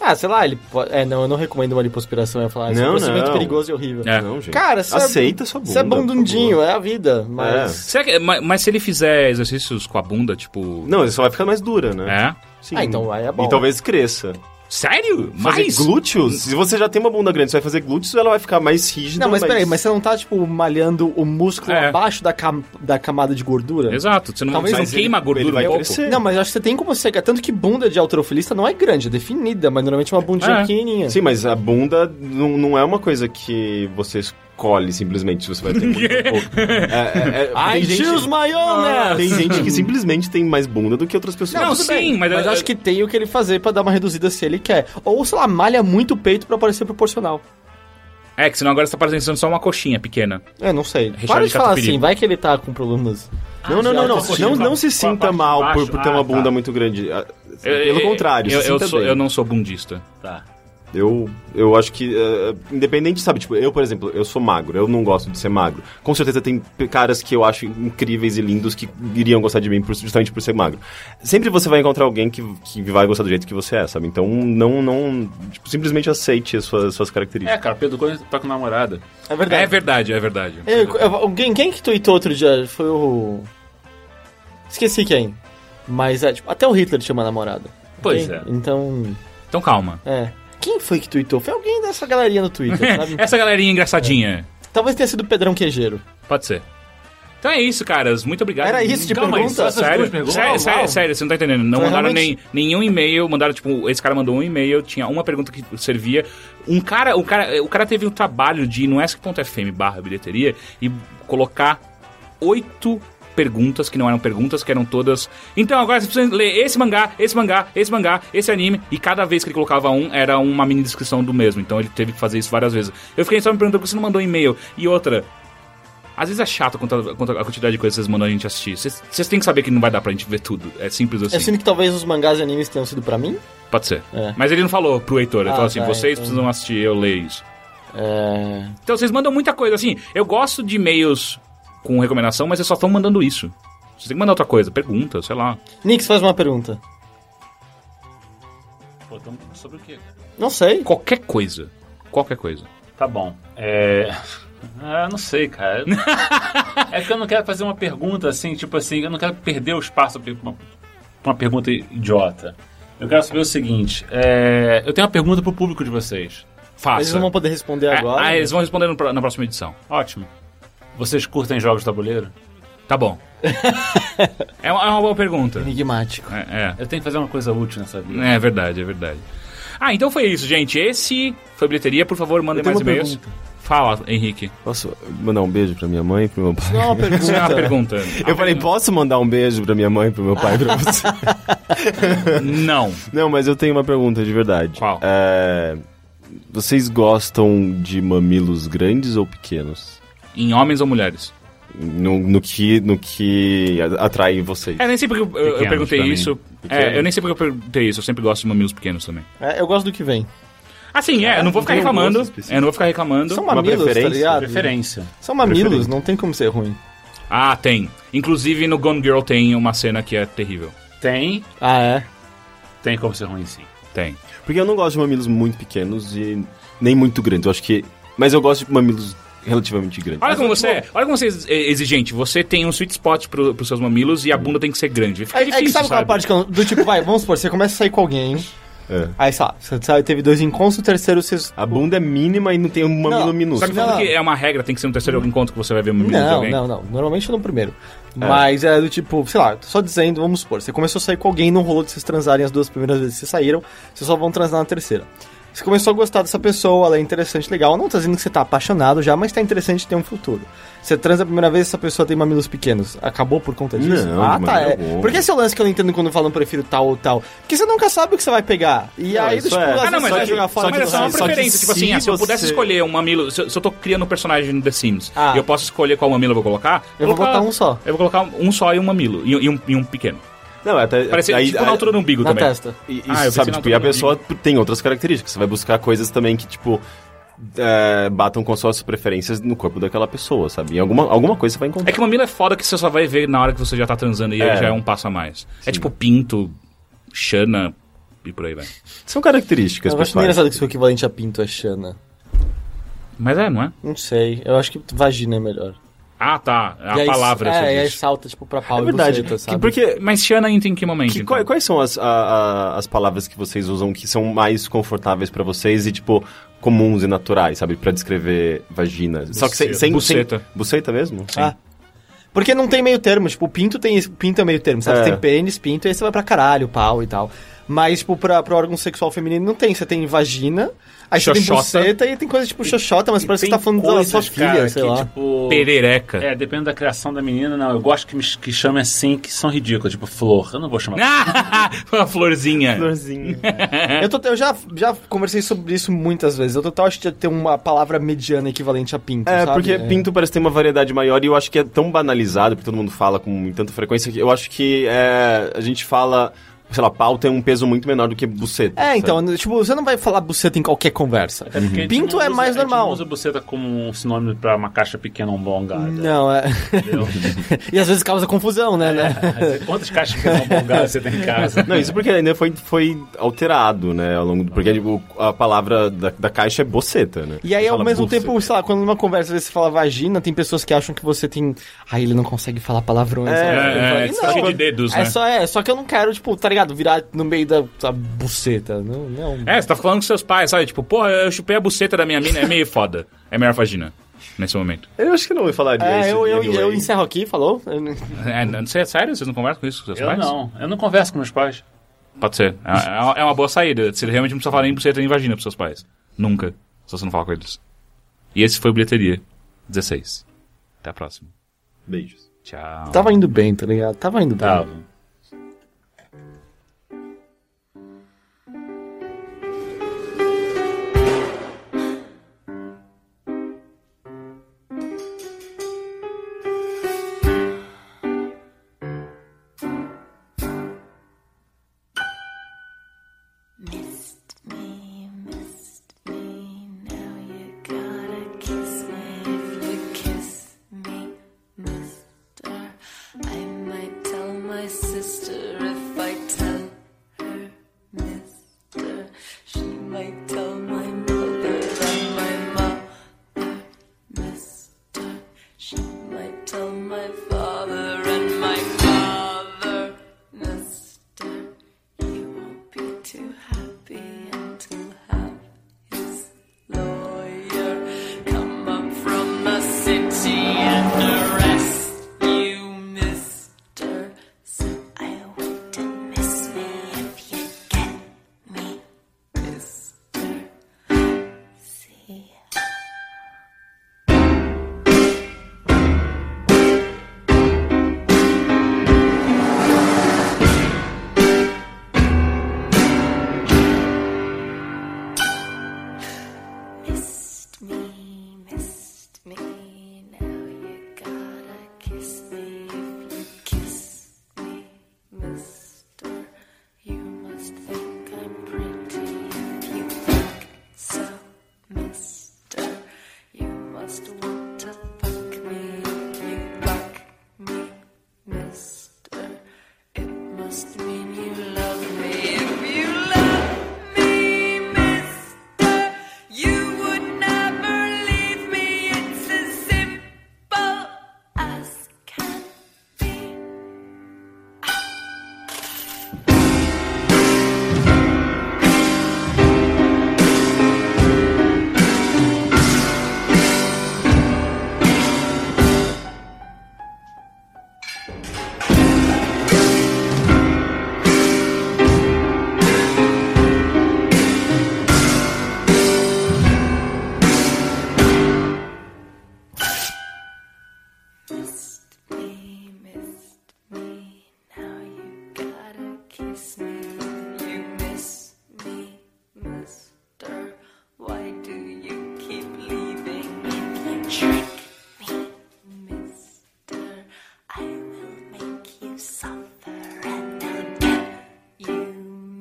Ah, sei lá, ele pode... É, não, eu não recomendo uma lipoaspiração. Eu ia falar, esse
Não,
procedimento
não.
perigoso e horrível.
É.
Não, gente.
Cara, isso é-
Aceita sua bunda.
Isso é
por É.
bundundinho, é a vida, mas...
mas-
Será que- mas, mas se ele fizer exercícios com a bunda, tipo.
favor. Não, isso só vai ficar mais dura, né?
É?
Sim.
Ah, então aí é bom.
E talvez cresça.
Sério?
Fazer
Mas.
glúteos? Se você já tem uma bunda grande, você vai fazer glúteos, ela vai ficar mais rígida.
Não, mas peraí, mas você não tá, tipo, malhando o músculo
É.
abaixo da, cam- da camada de gordura?
Exato, você não,
Talvez
você não
mas ele-
queima a gordura
ele vai
um pouco.
crescer.
Não, mas eu acho que você tem como você... Tanto que bunda de alterofilista não é grande, é definida, mas normalmente é uma bundinha
É.
pequenininha.
Sim, mas a bunda não, não é uma coisa que você escolhe simplesmente se você vai ter muito ou pouco. É, é, é,
I
tem gente- Ah.
choose my own
Tem
ass!
gente que simplesmente tem mais bunda do que outras pessoas.
Não,
Tudo
sim,
bem.
mas,
Mas eu acho que tem o que ele fazer pra dar uma reduzida se ele quer. Ou, sei lá, malha muito o peito pra parecer proporcional.
É, que senão agora você tá parecendo só uma coxinha pequena.
É, não sei.
Richard
Para de falar
Catupiry.
assim, vai que ele tá com problemas.
Não, não, não, não.
tá
Não,
corrigindo.
não se
Com a
sinta
parte de
mal por,
baixo.
por ter uma
Ah,
bunda
tá.
muito grande. Ah,
Eu-
Pelo contrário,
eu,
se
eu,
sinta
sou,
bem.
eu não sou bundista.
Tá.
Eu, eu acho que, eh, independente, sabe, tipo, eu, por exemplo, eu sou magro, eu não gosto de ser magro. Com certeza tem p- caras que eu acho incríveis e lindos que iriam gostar de mim por- justamente por ser magro. Sempre você vai encontrar alguém que, que vai gostar do jeito que você é, sabe? Então, não, não, tipo, simplesmente aceite as suas, suas
É,
características.
cara, Pedro Cunha tá com namorada.
É
É
verdade.
verdade, é verdade.
É, eu- alguém, quem que tweetou outro dia? Foi o... Esqueci quem. Mas, é, tipo, até o Hitler tinha uma namorada.
Pois
Quem-
é.
Então,
Então calma.
é... Quem foi que tweetou? Foi alguém dessa galeria no Twitter, sabe?
Essa galerinha engraçadinha.
Talvez tenha sido o Pedrão Quejeiro.
Pode ser. Então é isso, caras. Muito obrigado.
Era isso de
Calma
pergunta?
aí,
Essas
sério,
duas perguntas?
sério,
Uau,
sério,
uau.
sério, você não tá entendendo. Não
Então,
mandaram
realmente-
nem, nenhum e-mail, mandaram, tipo, esse cara mandou um e-mail, tinha uma pergunta que servia. Um cara, o cara, o cara teve o trabalho de ir no ask.fm barra bilheteria e colocar oito perguntas que não eram perguntas, que eram todas. Então agora vocês precisam ler esse mangá, esse mangá, esse mangá, esse anime, e cada vez que ele colocava um era uma mini descrição do mesmo. Então ele teve que fazer isso várias vezes. Eu fiquei só me perguntando por que você não mandou um e-mail. E outra, às vezes é chato quanto a, quanto a quantidade de coisas que vocês mandam a gente assistir. Vocês vocês têm que saber que não vai dar pra gente ver tudo. É simples assim.
Eu sinto que talvez os mangás e animes tenham sido pra mim.
Pode ser.
É.
Mas ele não falou pro Heitor. Ele
Ah,
falou assim:
tá,
vocês
então.
precisam assistir, eu leio isso.
É...
Então vocês mandam muita coisa. Assim, eu gosto de e-mails com recomendação, mas vocês só estão mandando isso. Vocês têm que mandar outra coisa, pergunta, sei lá.
Nix, faz uma pergunta.
Então, sobre o quê?
Não sei.
Qualquer coisa. Qualquer coisa.
Tá bom. É. Ah, não sei, cara. é que eu não quero fazer uma pergunta assim, tipo assim, eu não quero perder o espaço pra uma, pra uma pergunta idiota. Eu quero saber o seguinte: é, eu tenho uma pergunta pro público de vocês.
Faça.
Eles não vão poder responder
É,
agora. né?
ah, eles vão responder no pro- na próxima edição.
Ótimo. Vocês curtem jogos de tabuleiro?
Tá bom. é, uma, é uma boa pergunta.
Enigmático.
É, é.
Eu tenho que fazer uma coisa útil nessa vida.
É verdade, é verdade. Ah, então foi isso, gente. Esse foi bilheteria. Por favor, mandem mais e-mails. Fala, Henrique.
Posso mandar um beijo pra minha mãe e pro meu pai?
Não é uma
Isso é uma
pergunta.
pergunta.
Eu falei, posso mandar um beijo pra minha mãe e pro meu pai e pra você?
Não.
Não, mas eu tenho uma pergunta de verdade.
Qual?
É, Vocês gostam de mamilos grandes ou pequenos?
Em homens ou mulheres?
No, no que, no que a- atrai vocês?
É, nem sempre que eu, eu- eu
Pequenos
perguntei
pra mim.
isso. É, eu nem sempre que eu perguntei isso. Eu sempre gosto de mamilos pequenos também.
É, eu gosto do que vem.
Assim, é, eu não vou ficar
tem um gosto
reclamando.
específico.
É, eu não vou ficar reclamando.
São mamilos, tá
preferência?
ligado?
Preferência.
São mamilos,
Preferência.
não tem como ser ruim.
Ah, tem. Inclusive no Gone Girl tem uma cena que é terrível.
Tem,
Ah, é?
tem como ser ruim sim.
Tem.
Porque eu não gosto de mamilos muito pequenos e nem muito grandes. Eu acho que. Mas eu gosto de mamilos relativamente grandes.
Olha como você é. Olha como você é exigente. Você tem um sweet spot pro, pros seus mamilos e a bunda tem que ser grande. Fica
É,
difícil,
é que sabe qual é a parte que eu, do tipo, vai, vamos supor, você começa a sair com alguém.
É.
Aí, sabe, você sabe, teve dois encontros, o terceiro vocês.
A bunda é mínima e não tem um mamilo
Não,
Só que
minúsculo.
Não.
falando que é uma regra, tem que ser no terceiro encontro que você vai ver o mamilo de
Não,
alguém.
não, não. Normalmente no primeiro. Mas é do tipo, sei lá, tô só dizendo, vamos supor, você começou a sair com alguém, não rolou de vocês transarem as duas primeiras vezes que vocês saíram, vocês só vão transar na terceira. Você começou a gostar dessa pessoa, ela é interessante, legal. Não tá dizendo que você tá apaixonado já, mas tá interessante tem um futuro. Você transa a primeira vez essa pessoa tem mamilos pequenos. Acabou por conta disso?
Não,
ah,
de
tá.
maneira
É.
alguma.
Porque esse é o lance que eu não entendo quando falam prefiro tal ou tal. Porque você nunca sabe o que você vai pegar. E
Não,
aí,
isso
tipo,
é.
às
Ah, não,
vezes
mas,
você vai
é,
jogar
só
fora
mas é
do
só uma
raio.
preferência. Tipo assim,
se
ah, se eu pudesse
você-
escolher um mamilo. Se, eu- se eu tô criando um personagem no The Sims
Ah.
e eu posso escolher qual mamilo eu vou colocar.
Eu vou
colocar-
botar um só.
Eu vou colocar um só e um mamilo. E, e um, e um pequeno.
Não, é até.
Parece
aí-
tipo na
aí-
altura do umbigo
Na
também.
testa.
E, e
Ah, eu pensei
sabe,
na
tipo, e a
altura do
pessoa tem outras características. Você vai buscar coisas também que, tipo, é, batam com suas preferências no corpo daquela pessoa, sabe? Em alguma, alguma coisa você vai
É
encontrar.
que o mamilo é foda que você só vai ver na hora que você já tá transando e aí
É.
já é um passo a mais. É tipo pinto, chana e por aí vai.
São características
Eu acho
pessoais.
engraçado que isso é o equivalente a pinto é Xana.
Mas é, não é?
Não sei, eu acho que vagina é melhor.
Ah, tá. A
E aí-
palavra.
É,
você
e aí
diz.
salta, tipo, pra pau
É
e
verdade.
buceta,
Que-
sabe? é-
porque.
Mas Xana entra em que momento?
que-
então?
quais, quais são as, a- a- as palavras que vocês usam que são mais confortáveis pra vocês e, tipo, comuns e naturais, sabe? Pra descrever vagina. Só que sem. sem
Buceta.
sem- buceta mesmo?
Ah. Porque não tem meio termo, tipo, pinto tem pinto é meio termo, sabe?
É.
Você tem pênis, pinto, aí você vai pra caralho, pau e tal. Mas, tipo, pra, pra órgão sexual feminino não tem. Você tem vagina, aí você tem
Xoxota.
buceta e tem coisa tipo xoxota, mas parece que
Tem
você tá falando da
coisas,
sua filha,
cara,
sei
que,
lá.
Tipo,
Perereca.
é, depende da criação da menina, não. Eu gosto que, me, que chame assim, que são ridículas, tipo flor. Eu não vou chamar.
Ah, uma florzinha.
Florzinha.
é.
Eu, tô- eu já, já conversei sobre isso muitas vezes. Eu total acho que tem uma palavra mediana equivalente a pinto,
É,
sabe?
porque Pinto parece ter uma variedade maior e eu acho que é tão banalizado, porque todo mundo fala com tanta frequência, que eu acho que é, a gente fala, sei lá, pau tem um peso muito menor do que buceta.
É,
sabe?
então, tipo, você não vai falar buceta em qualquer conversa.
Até porque a gente
Pinto
não
é
usa-
mais
a gente não
normal.
usa buceta como um sinônimo pra uma caixa pequena um alongada.
Não, é.
Entendeu?
E às vezes causa confusão, né? né?
É.
Quantas caixas pequenas alongadas você tem em casa?
Não, isso porque ainda foi, foi alterado, né, ao longo do... Porque tipo, a palavra da, da caixa é boceta, né?
E aí,
Você
ao
fala
mesmo
buceta.
tempo, sei lá, quando numa conversa às vezes, você fala vagina, tem pessoas que acham que você tem. Ai, ele não consegue falar palavrões.
É,
né? Eu
é,
falei,
é,
não,
cheio de dedos,
é
né?
só, é, só que eu não quero, tipo, tá ligado? Virar no meio da, da buceta. Não, não.
É, você tá falando com seus pais, sabe? Tipo, porra, eu chupei a buceta da minha mina, é meio foda. É melhor vagina, nesse momento.
Eu acho que não falaria
É,
isso.
eu, eu,
anyway.
eu encerro aqui, falou?
É, não sei, é sério? Vocês não conversam com isso com seus
Eu
pais?
não. Eu não converso com meus pais.
Pode ser. É, é uma- é uma boa saída. Você realmente não precisa falar nem buceta nem vagina pros seus pais. Nunca. Se você não falar com eles. E esse foi o Bilheteria 16. Até a próxima.
Beijos.
Tchau.
Tava indo bem, tá ligado? Tava indo bem.
Tava.
Missed me, missed me. Now you gotta kiss me. If you kiss me, mister, I might tell my sister. If I tell her, mister,
the rest, you mister. So I want to miss me if you get me, mister. See. Missed me, missed me. Now you gotta kiss me. If you kiss me, mister, you must think I'm pretty. If you think so, mister, you must want to fuck me. If you fuck me, mister, it must mean you love me. If you love me, mister. You would never leave me. It's as simple as can be. Missed me, missed me. Now you gotta kiss me. You miss me, mister. Why do you keep leaving? If you trick me, mister, I will make you suffer and I'll get you,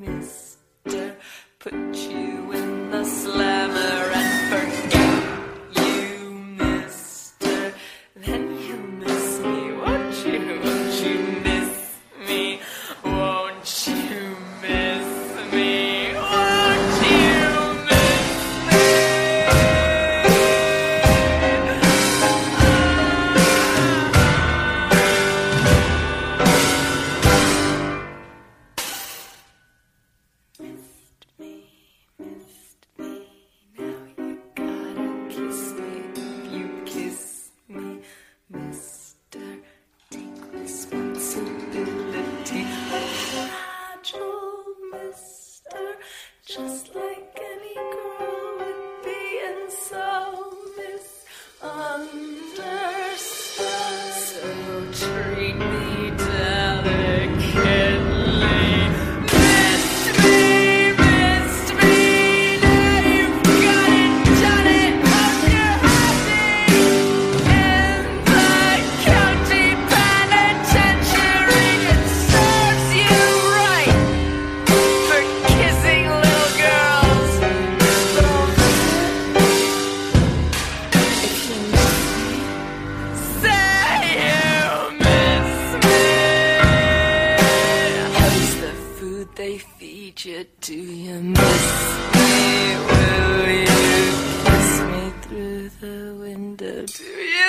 mister. Put you in the slammer and forget you, mister. Then you miss me, won't you? Won't you miss me? Won't you miss me? Won't you miss me? Missed me, missed me. Now you gotta kiss me. If you kiss me, mister, take responsibility. I'm fragile, mister, just like any girl would be, and so um, misunderstood. So treat me delicately. Missed me, missed me. Now you've got it, done it. Hope you're happy in the county penitentiary. It serves you right for kissing little girls. If you miss me, say you miss me. How's the food they feed you? Do you miss me? Will you kiss me through the window? Do you